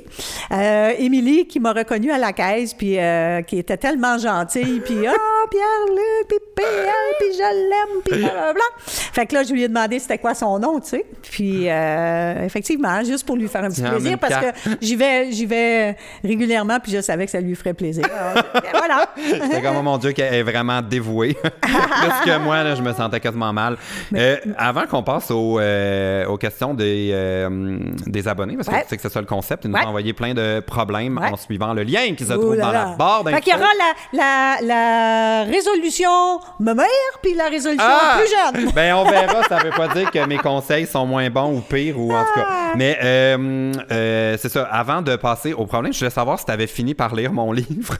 Speaker 3: Euh, Émilie, qui m'a reconnue à la caisse, puis euh, qui était tellement gentille, puis « Ah, Pierre-Luc, puis PL, puis je l'aime, puis blablabla. » Fait que là, je lui ai demandé c'était quoi son nom, tu sais. Puis, euh, effectivement, juste pour lui faire un petit
Speaker 1: Tiens,
Speaker 3: plaisir,
Speaker 1: même
Speaker 3: parce
Speaker 1: carte.
Speaker 3: que j'y vais, j'y vais euh, régulièrement, puis je savais que ça lui ferait plaisir. Alors, ben, voilà.
Speaker 1: J'étais comme, oh mon Dieu, qu'elle est vraiment dévouée. Parce que moi, là, je me sentais quasiment mal. Euh, avant qu'on passe aux, euh, aux questions des, euh, des abonnés, parce que
Speaker 3: Ouais.
Speaker 1: tu sais que c'est ça le concept, ils nous
Speaker 3: Ouais.
Speaker 1: ont envoyé plein de problèmes
Speaker 3: Ouais.
Speaker 1: en suivant le lien qui se
Speaker 3: Oh
Speaker 1: trouve
Speaker 3: là
Speaker 1: dans
Speaker 3: là.
Speaker 1: la barre
Speaker 3: Fait qu'il y
Speaker 1: d'infos.
Speaker 3: aura la, la, la résolution ma mère, puis la résolution plus jeune.
Speaker 1: ben, on on verra. Ça veut pas dire que mes conseils sont moins bons ou pires ou en tout cas.
Speaker 3: Ah!
Speaker 1: Mais euh, euh, c'est ça. Avant de passer au problème, je voulais savoir si tu avais fini par lire mon livre.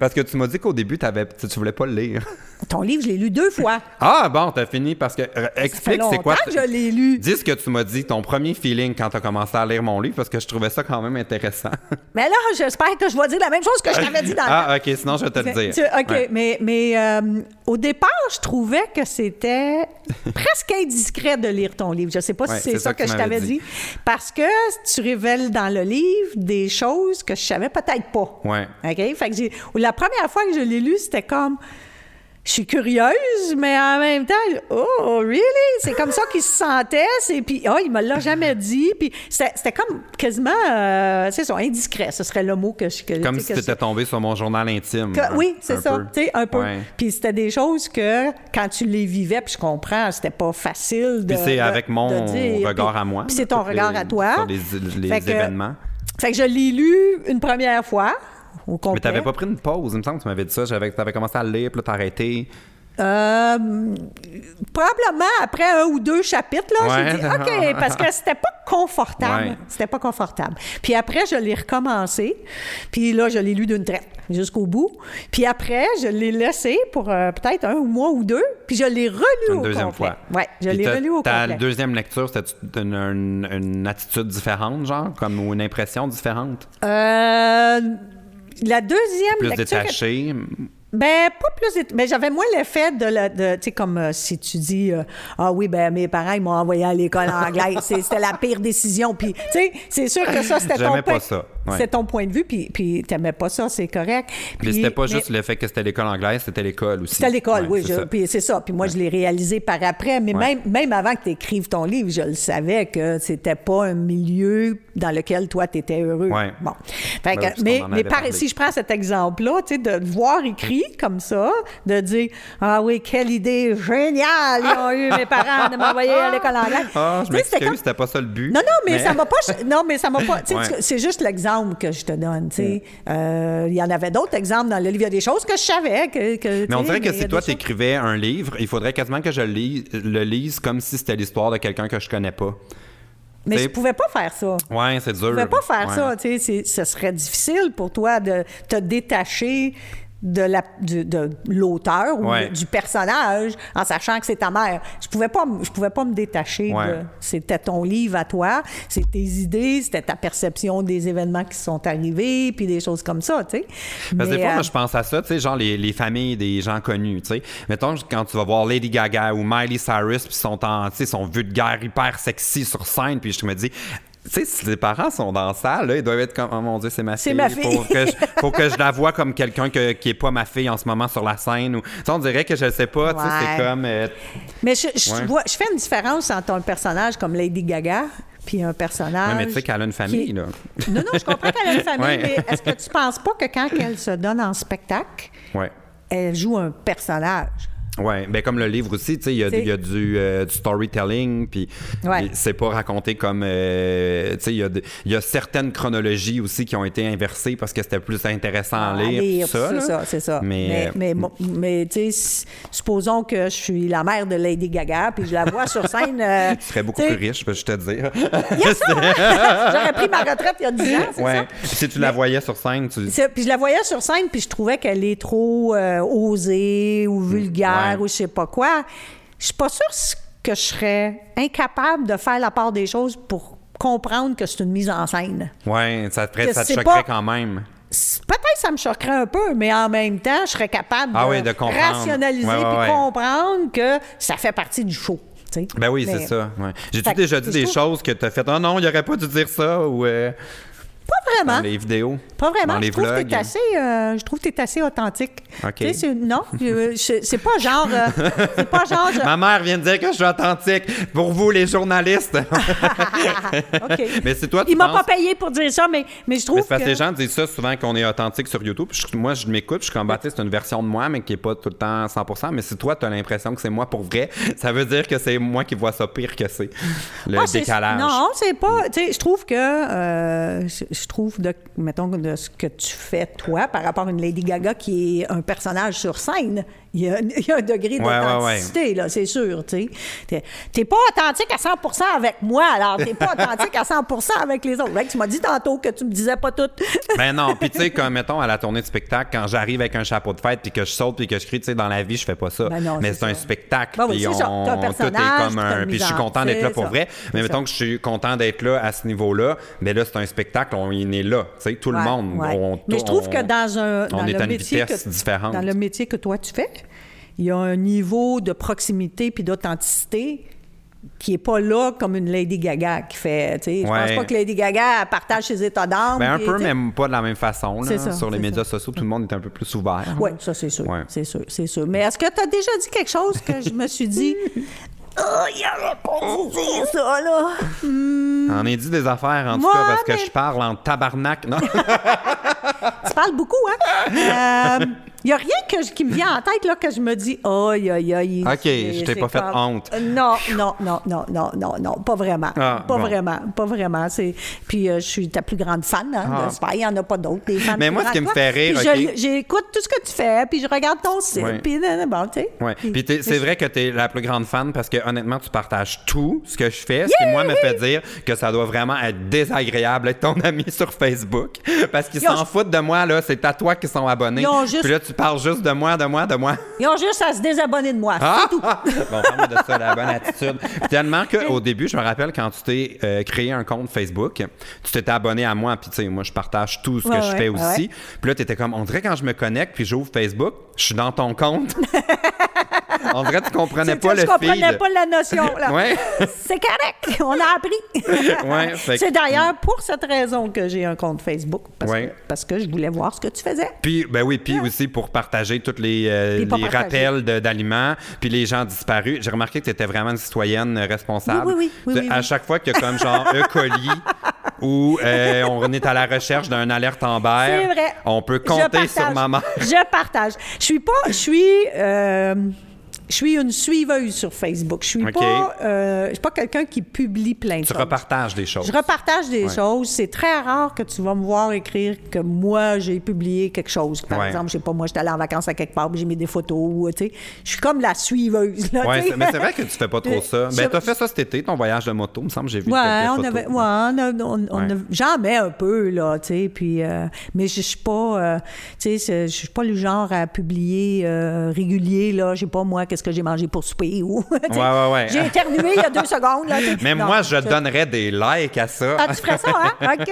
Speaker 1: parce que tu m'as dit qu'au début, t'avais- tu tu voulais pas le lire.
Speaker 3: Ton livre, je l'ai lu deux fois.
Speaker 1: Ah bon, t'as fini parce que. euh,
Speaker 3: Ça fait
Speaker 1: Explique, c'est
Speaker 3: longtemps
Speaker 1: quoi.
Speaker 3: que je l'ai lu.
Speaker 1: Dis ce que tu m'as dit, ton premier feeling quand t'as commencé à lire mon livre, parce que je trouvais ça quand même intéressant.
Speaker 3: Mais là, j'espère que je vais dire la même chose que je t'avais dit dans le
Speaker 1: ah, ok, sinon je vais te le dire.
Speaker 3: Tu- OK,
Speaker 1: Ouais.
Speaker 3: mais, mais euh, au départ, je trouvais que c'était presque indiscret de lire ton livre. Je ne sais pas
Speaker 1: Ouais,
Speaker 3: si c'est
Speaker 1: c'est
Speaker 3: ça
Speaker 1: ça
Speaker 3: que,
Speaker 1: que tu
Speaker 3: je t'avais
Speaker 1: m'avais
Speaker 3: dit.
Speaker 1: dit.
Speaker 3: Parce que tu révèles dans le livre des choses que je savais peut-être pas.
Speaker 1: Ouais.
Speaker 3: OK? Fait que j'ai- ou la première fois que je l'ai lu, c'était comme. Je suis curieuse, mais en même temps, je- oh, really? C'est comme ça qu'il se sentait. c'est- Puis, oh, il me l'a jamais dit. Puis, c'était c'était comme quasiment, euh, c'est ça, indiscret. Ce serait le mot que je. que-
Speaker 1: Comme
Speaker 3: tu
Speaker 1: si
Speaker 3: sais,
Speaker 1: tu
Speaker 3: que je-
Speaker 1: étais tombé sur mon journal intime.
Speaker 3: que-
Speaker 1: un-
Speaker 3: oui, c'est
Speaker 1: un
Speaker 3: ça,
Speaker 1: peu.
Speaker 3: tu sais, un peu.
Speaker 1: Ouais.
Speaker 3: Puis c'était des choses que, quand tu les vivais, puis je comprends, c'était pas facile de
Speaker 1: Puis c'est
Speaker 3: de-
Speaker 1: avec mon
Speaker 3: de dire,
Speaker 1: regard
Speaker 3: puis-
Speaker 1: à moi.
Speaker 3: Puis c'est ton
Speaker 1: sur
Speaker 3: regard
Speaker 1: les-
Speaker 3: à toi.
Speaker 1: Sur les, les
Speaker 3: Fait que-
Speaker 1: événements.
Speaker 3: Fait que je l'ai lu une première fois, au complet.
Speaker 1: Mais t'avais pas pris une pause, il me semble que tu m'avais dit ça. J'avais, t'avais commencé à le lire, puis là, t'as arrêté.
Speaker 3: Euh, probablement après un ou deux chapitres, là, j'ai
Speaker 1: Ouais.
Speaker 3: dit OK, parce que c'était pas confortable.
Speaker 1: Ouais.
Speaker 3: C'était pas confortable. Puis après, je l'ai recommencé. Puis là, je l'ai lu d'une traite jusqu'au bout. Puis après, je l'ai laissé pour euh, peut-être un mois ou deux. Puis je l'ai relu
Speaker 1: Une
Speaker 3: au
Speaker 1: deuxième
Speaker 3: complet.
Speaker 1: fois.
Speaker 3: Ouais, je
Speaker 1: Puis
Speaker 3: l'ai
Speaker 1: t'as-
Speaker 3: relu au
Speaker 1: Ta
Speaker 3: complet.
Speaker 1: deuxième lecture, c'était une, une- une attitude différente, genre, comme ou une impression différente,
Speaker 3: Euh, la deuxième
Speaker 1: plus
Speaker 3: lecture que-
Speaker 1: détachée.
Speaker 3: Ben, pas plus. éta- Mais j'avais moins l'effet de. la- de tu sais, comme euh, si tu dis euh, Ah oui, ben mes parents, ils m'ont envoyé à l'école anglaise. C'est- C'était la pire décision. Puis, tu sais, c'est sûr que ça, c'était ton,
Speaker 1: J'aimais pas
Speaker 3: point-
Speaker 1: ça, ouais.
Speaker 3: c'était ton point de vue. Puis, puis t'aimais pas ça, c'est correct.
Speaker 1: Mais
Speaker 3: Puis-
Speaker 1: c'était pas
Speaker 3: mais-
Speaker 1: juste le fait que c'était l'école anglaise, c'était l'école aussi.
Speaker 3: c'était à l'école,
Speaker 1: Ouais,
Speaker 3: oui.
Speaker 1: c'est
Speaker 3: je-
Speaker 1: ça.
Speaker 3: puis c'est ça. Puis moi, je l'ai réalisé par après. Mais
Speaker 1: Ouais.
Speaker 3: même, même avant que tu écrives ton livre, je le savais que c'était pas un milieu dans lequel toi, tu étais heureux.
Speaker 1: Ouais.
Speaker 3: Bon.
Speaker 1: Ben
Speaker 3: Fait que-
Speaker 1: oui, puis
Speaker 3: mais
Speaker 1: on en
Speaker 3: mais
Speaker 1: avait
Speaker 3: par-
Speaker 1: parlé.
Speaker 3: si je prends cet exemple-là, tu sais, de le voir écrit comme ça, de dire Ah oui, quelle idée géniale ils ont eu mes parents de m'envoyer à l'école anglaise.
Speaker 1: Ah, je
Speaker 3: Tu sais,
Speaker 1: m'excuse,
Speaker 3: c'était comme-
Speaker 1: c'était pas ça le but.
Speaker 3: non, non, mais, ça m'a pas. Non, mais ça m'a pas. tu sais,
Speaker 1: Ouais. Mm.
Speaker 3: tu- C'est juste l'exemple que je te donne. tu sais. Euh, Il y en avait d'autres exemples dans le livre. Il y a des choses que je savais. Que, que, tu
Speaker 1: Mais on
Speaker 3: sais,
Speaker 1: dirait que
Speaker 3: il y a
Speaker 1: si toi,
Speaker 3: des choses-
Speaker 1: t'écrivais un livre, il faudrait quasiment que je le lise, le lise comme si c'était l'histoire de quelqu'un que je connais pas.
Speaker 3: Mais
Speaker 1: t'sais-
Speaker 3: je pouvais pas faire ça.
Speaker 1: Ouais, c'est dur.
Speaker 3: Je pouvais pas faire
Speaker 1: Ouais.
Speaker 3: ça. Tu sais, c'est- ce serait difficile pour toi de te détacher de la du- de l'auteur ou
Speaker 1: Ouais.
Speaker 3: de- du personnage en sachant que c'est ta mère. Je pouvais pas me- je pouvais pas me détacher
Speaker 1: Ouais.
Speaker 3: de c'était ton livre à toi, c'est tes idées, c'était ta perception des événements qui sont arrivés puis des choses comme ça, tu sais.
Speaker 1: Parce que
Speaker 3: Mais,
Speaker 1: des fois,
Speaker 3: euh,
Speaker 1: moi, je pense à ça, tu sais, genre les, les familles des gens connus, tu sais. Mettons, quand tu vas voir Lady Gaga ou Miley Cyrus, puis sont en, tu sais, sont vulgaires, hyper sexy sur scène, puis je me dis... Tu sais, si les parents sont dans la salle, là, ils doivent être comme « Oh mon Dieu, c'est ma
Speaker 3: C'est
Speaker 1: fille.
Speaker 3: ma fille.
Speaker 1: Faut que, je, faut que je la vois comme quelqu'un que- qui n'est pas ma fille en ce moment sur la scène. Ou, tu sais, on dirait que je ne sais pas. tu sais,
Speaker 3: Ouais.
Speaker 1: C'est comme... euh,
Speaker 3: mais je, je
Speaker 1: Ouais.
Speaker 3: vois- je fais une différence entre un personnage comme Lady Gaga puis un personnage
Speaker 1: ouais, mais tu sais qu'elle a une famille,
Speaker 3: Ah, qui-
Speaker 1: là.
Speaker 3: Non, non, je comprends qu'elle a une famille,
Speaker 1: Ouais.
Speaker 3: mais est-ce que tu penses pas que quand elle se donne en spectacle,
Speaker 1: Ouais.
Speaker 3: elle joue un personnage?
Speaker 1: Oui, ben comme le livre aussi, tu sais, il y a,
Speaker 3: C'est-
Speaker 1: il y a du, euh, du storytelling, puis
Speaker 3: Ouais.
Speaker 1: puis c'est pas raconté comme. euh, tu sais, il y, a de- il y a certaines chronologies aussi qui ont été inversées parce que c'était plus intéressant à
Speaker 3: Ah,
Speaker 1: lire,
Speaker 3: lire,
Speaker 1: tout ça.
Speaker 3: C'est
Speaker 1: là.
Speaker 3: ça, c'est ça. Mais,
Speaker 1: Mais, euh,
Speaker 3: mais, mo- mais, tu sais, s- supposons que je suis la mère de Lady Gaga, puis je la vois sur scène. euh,
Speaker 1: tu serais beaucoup
Speaker 3: tu sais,
Speaker 1: plus riche, je te dire.
Speaker 3: yes, ça, hein? J'aurais pris ma retraite il y a 10 ans, c'est ça?
Speaker 1: ouais. Si tu la voyais sur scène, tu.
Speaker 3: C'est- Puis je la voyais sur scène, puis je trouvais qu'elle est trop euh, osée ou vulgaire
Speaker 1: Mm, ouais.
Speaker 3: ou je sais pas quoi. Je suis pas sûre s- que je serais incapable de faire la part des choses pour comprendre que c'est une mise en scène.
Speaker 1: Ouais, ça te, ferait-
Speaker 3: que
Speaker 1: ça te
Speaker 3: c'est
Speaker 1: choquerait
Speaker 3: pas-
Speaker 1: quand même.
Speaker 3: C- Peut-être ça me choquerait un peu, mais en même temps, je serais capable
Speaker 1: Ah
Speaker 3: de,
Speaker 1: oui, de comprendre.
Speaker 3: rationaliser
Speaker 1: Ouais, ouais,
Speaker 3: puis
Speaker 1: ouais.
Speaker 3: comprendre que ça fait partie du show. tu sais.
Speaker 1: Ben oui,
Speaker 3: Mais
Speaker 1: c'est ça. Ouais. J'ai-tu
Speaker 3: Fait que
Speaker 1: déjà
Speaker 3: je
Speaker 1: dit des
Speaker 3: trouve-
Speaker 1: choses que t'as fait Oh non, il aurait pas dû dire ça ou euh,
Speaker 3: Pas
Speaker 1: dans
Speaker 3: vraiment.
Speaker 1: les vidéos.
Speaker 3: Pas vraiment.
Speaker 1: Dans les
Speaker 3: je, trouve que
Speaker 1: vlogs.
Speaker 3: t'es assez, euh, je trouve que t'es assez authentique.
Speaker 1: OK.
Speaker 3: Tu sais, c'est- non, je- je- c'est pas genre. euh, c'est pas genre. je-
Speaker 1: Ma mère vient de dire que je suis authentique. Pour vous, les journalistes.
Speaker 3: euh, OK.
Speaker 1: Mais c'est toi, tu
Speaker 3: Il m'a
Speaker 1: penses-
Speaker 3: pas payé pour dire ça, mais, mais je trouve
Speaker 1: Mais c'est parce que
Speaker 3: que...
Speaker 1: les gens disent ça souvent qu'on est authentique sur YouTube. Puis je- moi, je m'écoute, puis je suis comme Baptiste, c'est une version de moi, mais qui est pas tout le temps 100 Mais si toi, tu as l'impression que c'est moi pour vrai, ça veut dire que c'est moi qui vois ça pire que c'est. Le
Speaker 3: Ah, c'est-
Speaker 1: décalage.
Speaker 3: Non, c'est pas. Tu sais, je trouve que. euh, je je trouve, de, mettons, de ce que tu fais, toi, par rapport à une Lady Gaga qui est un personnage sur scène, Il y, a, il y a un degré d'authenticité, là, c'est sûr, tu sais. T'es pas authentique à 100 avec moi, alors t'es pas authentique à 100 avec les autres. Là, tu m'as dit tantôt que tu me disais pas tout.
Speaker 1: ben non, puis tu sais, comme, mettons, à la tournée de spectacle, quand j'arrive avec un chapeau de fête puis que je saute puis que je crie, tu sais, dans la vie, je fais pas ça.
Speaker 3: Ben non,
Speaker 1: mais
Speaker 3: c'est
Speaker 1: c'est un
Speaker 3: ça.
Speaker 1: spectacle.
Speaker 3: Ben oui,
Speaker 1: puis
Speaker 3: c'est ça.
Speaker 1: on-
Speaker 3: T'as un
Speaker 1: tout est
Speaker 3: personnage,
Speaker 1: comme
Speaker 3: t'as
Speaker 1: un...
Speaker 3: une
Speaker 1: Puis je suis
Speaker 3: mise en
Speaker 1: content d'être là
Speaker 3: scène,
Speaker 1: pour
Speaker 3: ça.
Speaker 1: vrai, mais
Speaker 3: C'est
Speaker 1: mettons
Speaker 3: ça.
Speaker 1: que je suis content d'être là à ce niveau-là, mais là, c'est un spectacle, on y est là, tu sais, tout
Speaker 3: Ouais,
Speaker 1: le monde.
Speaker 3: ouais.
Speaker 1: on-
Speaker 3: Mais je trouve
Speaker 1: on-
Speaker 3: que dans un dans
Speaker 1: on est
Speaker 3: le
Speaker 1: à une
Speaker 3: métier
Speaker 1: vitesse
Speaker 3: que,
Speaker 1: différente.
Speaker 3: Dans le métier que toi tu fais, il y a un niveau de proximité puis d'authenticité qui n'est pas là comme une Lady Gaga qui fait. tu sais, Je
Speaker 1: Ouais.
Speaker 3: pense pas que Lady Gaga elle partage ses états d'âme.
Speaker 1: Ben, un
Speaker 3: puis,
Speaker 1: peu,
Speaker 3: tu sais.
Speaker 1: mais pas de la même façon. Là.
Speaker 3: C'est ça,
Speaker 1: Sur les
Speaker 3: c'est
Speaker 1: médias
Speaker 3: ça.
Speaker 1: sociaux, tout le monde est un peu plus ouvert.
Speaker 3: Oui, ça, c'est sûr.
Speaker 1: Ouais.
Speaker 3: C'est sûr, c'est sûr. Mais est-ce que tu as déjà dit quelque chose que je me suis dit. Ah, il aurait pas dû dire ça, là.
Speaker 1: Hein, On est dit des affaires, en
Speaker 3: Moi,
Speaker 1: tout cas, parce
Speaker 3: mais-
Speaker 1: que je parle en tabarnak. Non,
Speaker 3: Tu parles beaucoup, hein? Il n'y a rien que je- qui me vient en tête là, que je me dis, aïe, aïe, aïe.
Speaker 1: Ok,
Speaker 3: c'est-
Speaker 1: je t'ai
Speaker 3: c'est
Speaker 1: pas fait honte.
Speaker 3: Euh, Non, non, non, non, non, non, non, pas vraiment.
Speaker 1: Ah,
Speaker 3: pas
Speaker 1: bon.
Speaker 3: vraiment, pas vraiment. C'est... Puis euh, je suis ta plus grande fan hein,
Speaker 1: Ah.
Speaker 3: de Spy. Il n'y en a pas d'autres, des fans
Speaker 1: Mais
Speaker 3: plus
Speaker 1: moi, ce
Speaker 3: grands
Speaker 1: qui
Speaker 3: que
Speaker 1: me fait
Speaker 3: toi.
Speaker 1: rire,
Speaker 3: Puis je-
Speaker 1: ok.
Speaker 3: J'écoute tout ce que tu fais, puis je regarde ton site,
Speaker 1: Ouais.
Speaker 3: puis euh, bon, tu sais.
Speaker 1: Ouais. Puis t'es- c'est vrai que tu es la plus grande fan parce que honnêtement, tu partages tout ce que je fais, ce qui moi me fait dire que ça doit vraiment être désagréable être ton ami sur Facebook parce qu'ils
Speaker 3: Ils ont
Speaker 1: s'en
Speaker 3: ju-
Speaker 1: foutent de moi là, c'est à toi qu'ils sont abonnés.
Speaker 3: Ils ont juste-
Speaker 1: Puis là tu parles juste de moi, de moi, de moi.
Speaker 3: Ils ont juste à se désabonner de moi.
Speaker 1: Ah! bon, parle-moi de ça, la bonne attitude. Puis Tellement qu'au début, je me rappelle quand tu t'es euh, créé un compte Facebook, tu t'étais abonné à moi, puis tu sais, moi, je partage tout ce que
Speaker 3: Ouais,
Speaker 1: je
Speaker 3: ouais,
Speaker 1: fais
Speaker 3: ouais,
Speaker 1: aussi. Puis là, t'étais comme, on dirait quand je me connecte, puis j'ouvre Facebook, je suis dans ton compte. on dirait que tu comprenais
Speaker 3: C'est ça,
Speaker 1: pas le
Speaker 3: je comprenais
Speaker 1: feed.
Speaker 3: pas la notion. Là.
Speaker 1: Ouais.
Speaker 3: C'est correct, on a appris.
Speaker 1: Ouais, fait que-
Speaker 3: Hein? C'est d'ailleurs pour cette raison que j'ai un compte Facebook, parce,
Speaker 1: Ouais.
Speaker 3: que, parce que je voulais voir ce que tu faisais.
Speaker 1: Puis, ben oui, puis aussi pour partager tous les, euh,
Speaker 3: Puis pas
Speaker 1: les
Speaker 3: partager.
Speaker 1: rappels de- d'aliments, puis les gens disparus. J'ai remarqué que tu étais vraiment une citoyenne euh, responsable.
Speaker 3: Oui, oui, oui, oui,
Speaker 1: Tu-
Speaker 3: oui,
Speaker 1: à
Speaker 3: oui.
Speaker 1: chaque fois qu'il y a comme genre E. coli ou euh, on est à la recherche d'un alerte en
Speaker 3: C'est
Speaker 1: berre,
Speaker 3: vrai.
Speaker 1: Euh, on peut
Speaker 3: Je
Speaker 1: compter
Speaker 3: partage.
Speaker 1: sur maman.
Speaker 3: Je partage. Je suis pas. Je suis. euh, je suis une suiveuse sur Facebook. Je suis
Speaker 1: OK.
Speaker 3: pas. euh, je suis pas quelqu'un qui publie plein de
Speaker 1: Tu
Speaker 3: choses.
Speaker 1: repartages des choses.
Speaker 3: Je repartage des
Speaker 1: Ouais.
Speaker 3: choses. C'est très rare que tu vas me voir écrire que moi, j'ai publié quelque chose. Par
Speaker 1: Ouais.
Speaker 3: exemple, je sais pas, moi, j'étais allée en vacances à quelque part, puis j'ai mis des photos. ou, tu sais. Je suis comme la suiveuse. Là,
Speaker 1: Ouais,
Speaker 3: tu sais.
Speaker 1: c'est- mais c'est vrai que tu fais pas trop ça.
Speaker 3: Je-
Speaker 1: Ben, t'as fait ça cet été, ton voyage de moto, me semble, j'ai vu
Speaker 3: Ouais,
Speaker 1: quelques
Speaker 3: on
Speaker 1: photos.
Speaker 3: avait, ouais, on a- on- on
Speaker 1: Ouais.
Speaker 3: a- j'en mets un peu, là, tu sais, puis, euh, mais je suis pas, euh, tu sais, c'est- je suis pas le genre à publier euh, régulier, là, je sais pas, moi, qu'est-ce que j'ai mangé pour souper ou, tu
Speaker 1: Ouais,
Speaker 3: sais.
Speaker 1: ouais, ouais.
Speaker 3: J'ai éternué il y a deux secondes, là, tu sais.
Speaker 1: Mais
Speaker 3: Non,
Speaker 1: moi, je donnerais des likes à ça.
Speaker 3: Ah, tu ferais ça, hein? OK.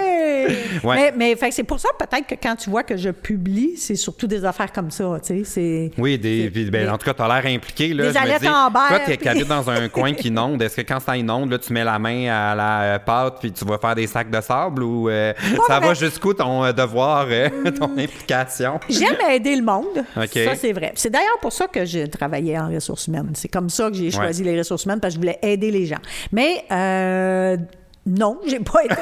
Speaker 3: Mais, mais fait que c'est pour ça, peut-être que quand tu vois que je publie, c'est surtout des affaires comme ça, tu sais, c'est...
Speaker 1: Oui, des,
Speaker 3: C'est-
Speaker 1: puis, ben,
Speaker 3: des-
Speaker 1: en tout cas, t'as l'air impliqué. Là,
Speaker 3: Des
Speaker 1: je me
Speaker 3: alettes
Speaker 1: dis,
Speaker 3: en berre,
Speaker 1: Toi, t'es
Speaker 3: puis-
Speaker 1: habite dans un coin qui inonde. Est-ce que quand ça inonde, là, tu mets la main à la euh, pâte puis tu vas faire des sacs de sable ou euh, ça
Speaker 3: vrai. Hmm.
Speaker 1: va jusqu'où ton euh, devoir, euh, ton implication?
Speaker 3: J'aime aider le monde.
Speaker 1: OK.
Speaker 3: Ça, c'est vrai. C'est d'ailleurs pour ça que j'ai travaillé en ressources humaines. C'est comme ça que j'ai choisi les ressources humaines parce que je voulais aider les gens. Mais euh, non, j'ai pas été,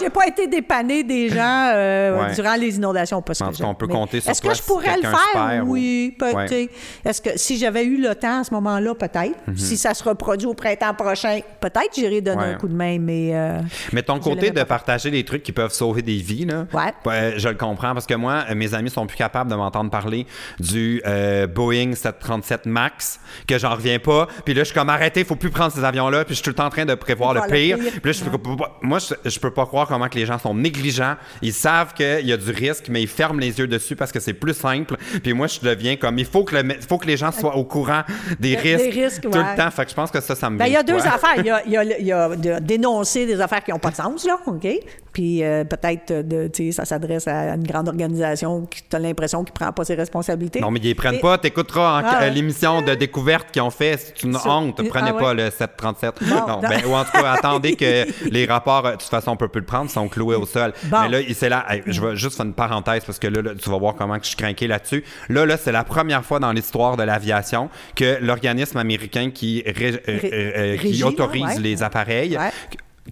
Speaker 3: j'ai pas été dépanner des gens euh,
Speaker 1: Ouais.
Speaker 3: durant les inondations. Parce
Speaker 1: En
Speaker 3: que
Speaker 1: tout
Speaker 3: je-
Speaker 1: cas, on peut
Speaker 3: mais
Speaker 1: compter sur
Speaker 3: Est-ce
Speaker 1: toi
Speaker 3: que je
Speaker 1: si
Speaker 3: pourrais le
Speaker 1: quelqu'un se
Speaker 3: faire?
Speaker 1: perd ou-
Speaker 3: Oui, peut-
Speaker 1: Ouais. Mm-hmm.
Speaker 3: tu sais. Est-ce que si j'avais eu le temps à ce moment-là, peut-être. Si ça se reproduit au printemps prochain, peut-être j'irais donner
Speaker 1: Ouais.
Speaker 3: un coup de main, mais. euh,
Speaker 1: Mais ton
Speaker 3: Je
Speaker 1: côté
Speaker 3: l'aimais
Speaker 1: de
Speaker 3: pas.
Speaker 1: partager des trucs qui peuvent sauver des vies, là,
Speaker 3: Ouais.
Speaker 1: ben, je le comprends parce que moi, euh, mes amis sont plus capables de m'entendre parler du euh, Boeing 737 Max, que j'en reviens pas. Puis là, je suis comme arrêté, faut plus prendre ces avions-là. Puis je suis tout le temps en train de prévoir le
Speaker 3: Voir le
Speaker 1: pire.
Speaker 3: pire.
Speaker 1: Puis là, je suis comme, moi, je, je peux pas croire comment que les gens sont négligents. Ils savent qu'il y a du risque, mais ils ferment les yeux dessus parce que c'est plus simple. Puis moi, je deviens comme, il faut que, le- faut que les gens soient au courant des
Speaker 3: Des
Speaker 1: risques,
Speaker 3: risques,
Speaker 1: tout
Speaker 3: ouais.
Speaker 1: le temps. Fait que je pense que ça, ça me
Speaker 3: Ben, il y
Speaker 1: vient
Speaker 3: a
Speaker 1: de
Speaker 3: deux
Speaker 1: toi.
Speaker 3: affaires. Il y a, il y a- il y a de dénoncer des affaires qui n'ont pas de sens, là, OK? Puis euh, peut-être, de, tu sais, ça s'adresse à une grande organisation qui t'as l'impression qu'il ne prend pas ses responsabilités.
Speaker 1: Non, mais ils les prennent
Speaker 3: Et-
Speaker 1: pas. T'écouteras en-
Speaker 3: Ah ouais.
Speaker 1: euh, l'émission de découverte qu'ils ont fait. C'est une
Speaker 3: Sur-
Speaker 1: honte.
Speaker 3: Ah
Speaker 1: Prenez
Speaker 3: ouais.
Speaker 1: pas le 737.
Speaker 3: Bon,
Speaker 1: non,
Speaker 3: non.
Speaker 1: ben, ou en tout cas, attendez que les rapports, euh, de toute façon, on peut plus le prendre, sont cloués au sol.
Speaker 3: Bon.
Speaker 1: Mais là, il- c'est là. hey, je vais juste faire une parenthèse parce que là, là, tu vas voir comment que je suis craqué là-dessus. Là, là, c'est la première fois dans l'histoire de l'aviation que l'organisme américain qui, ré- euh,
Speaker 3: Ré-
Speaker 1: euh, euh, qui
Speaker 3: régit, là,
Speaker 1: autorise
Speaker 3: ouais.
Speaker 1: les appareils.
Speaker 3: Ouais.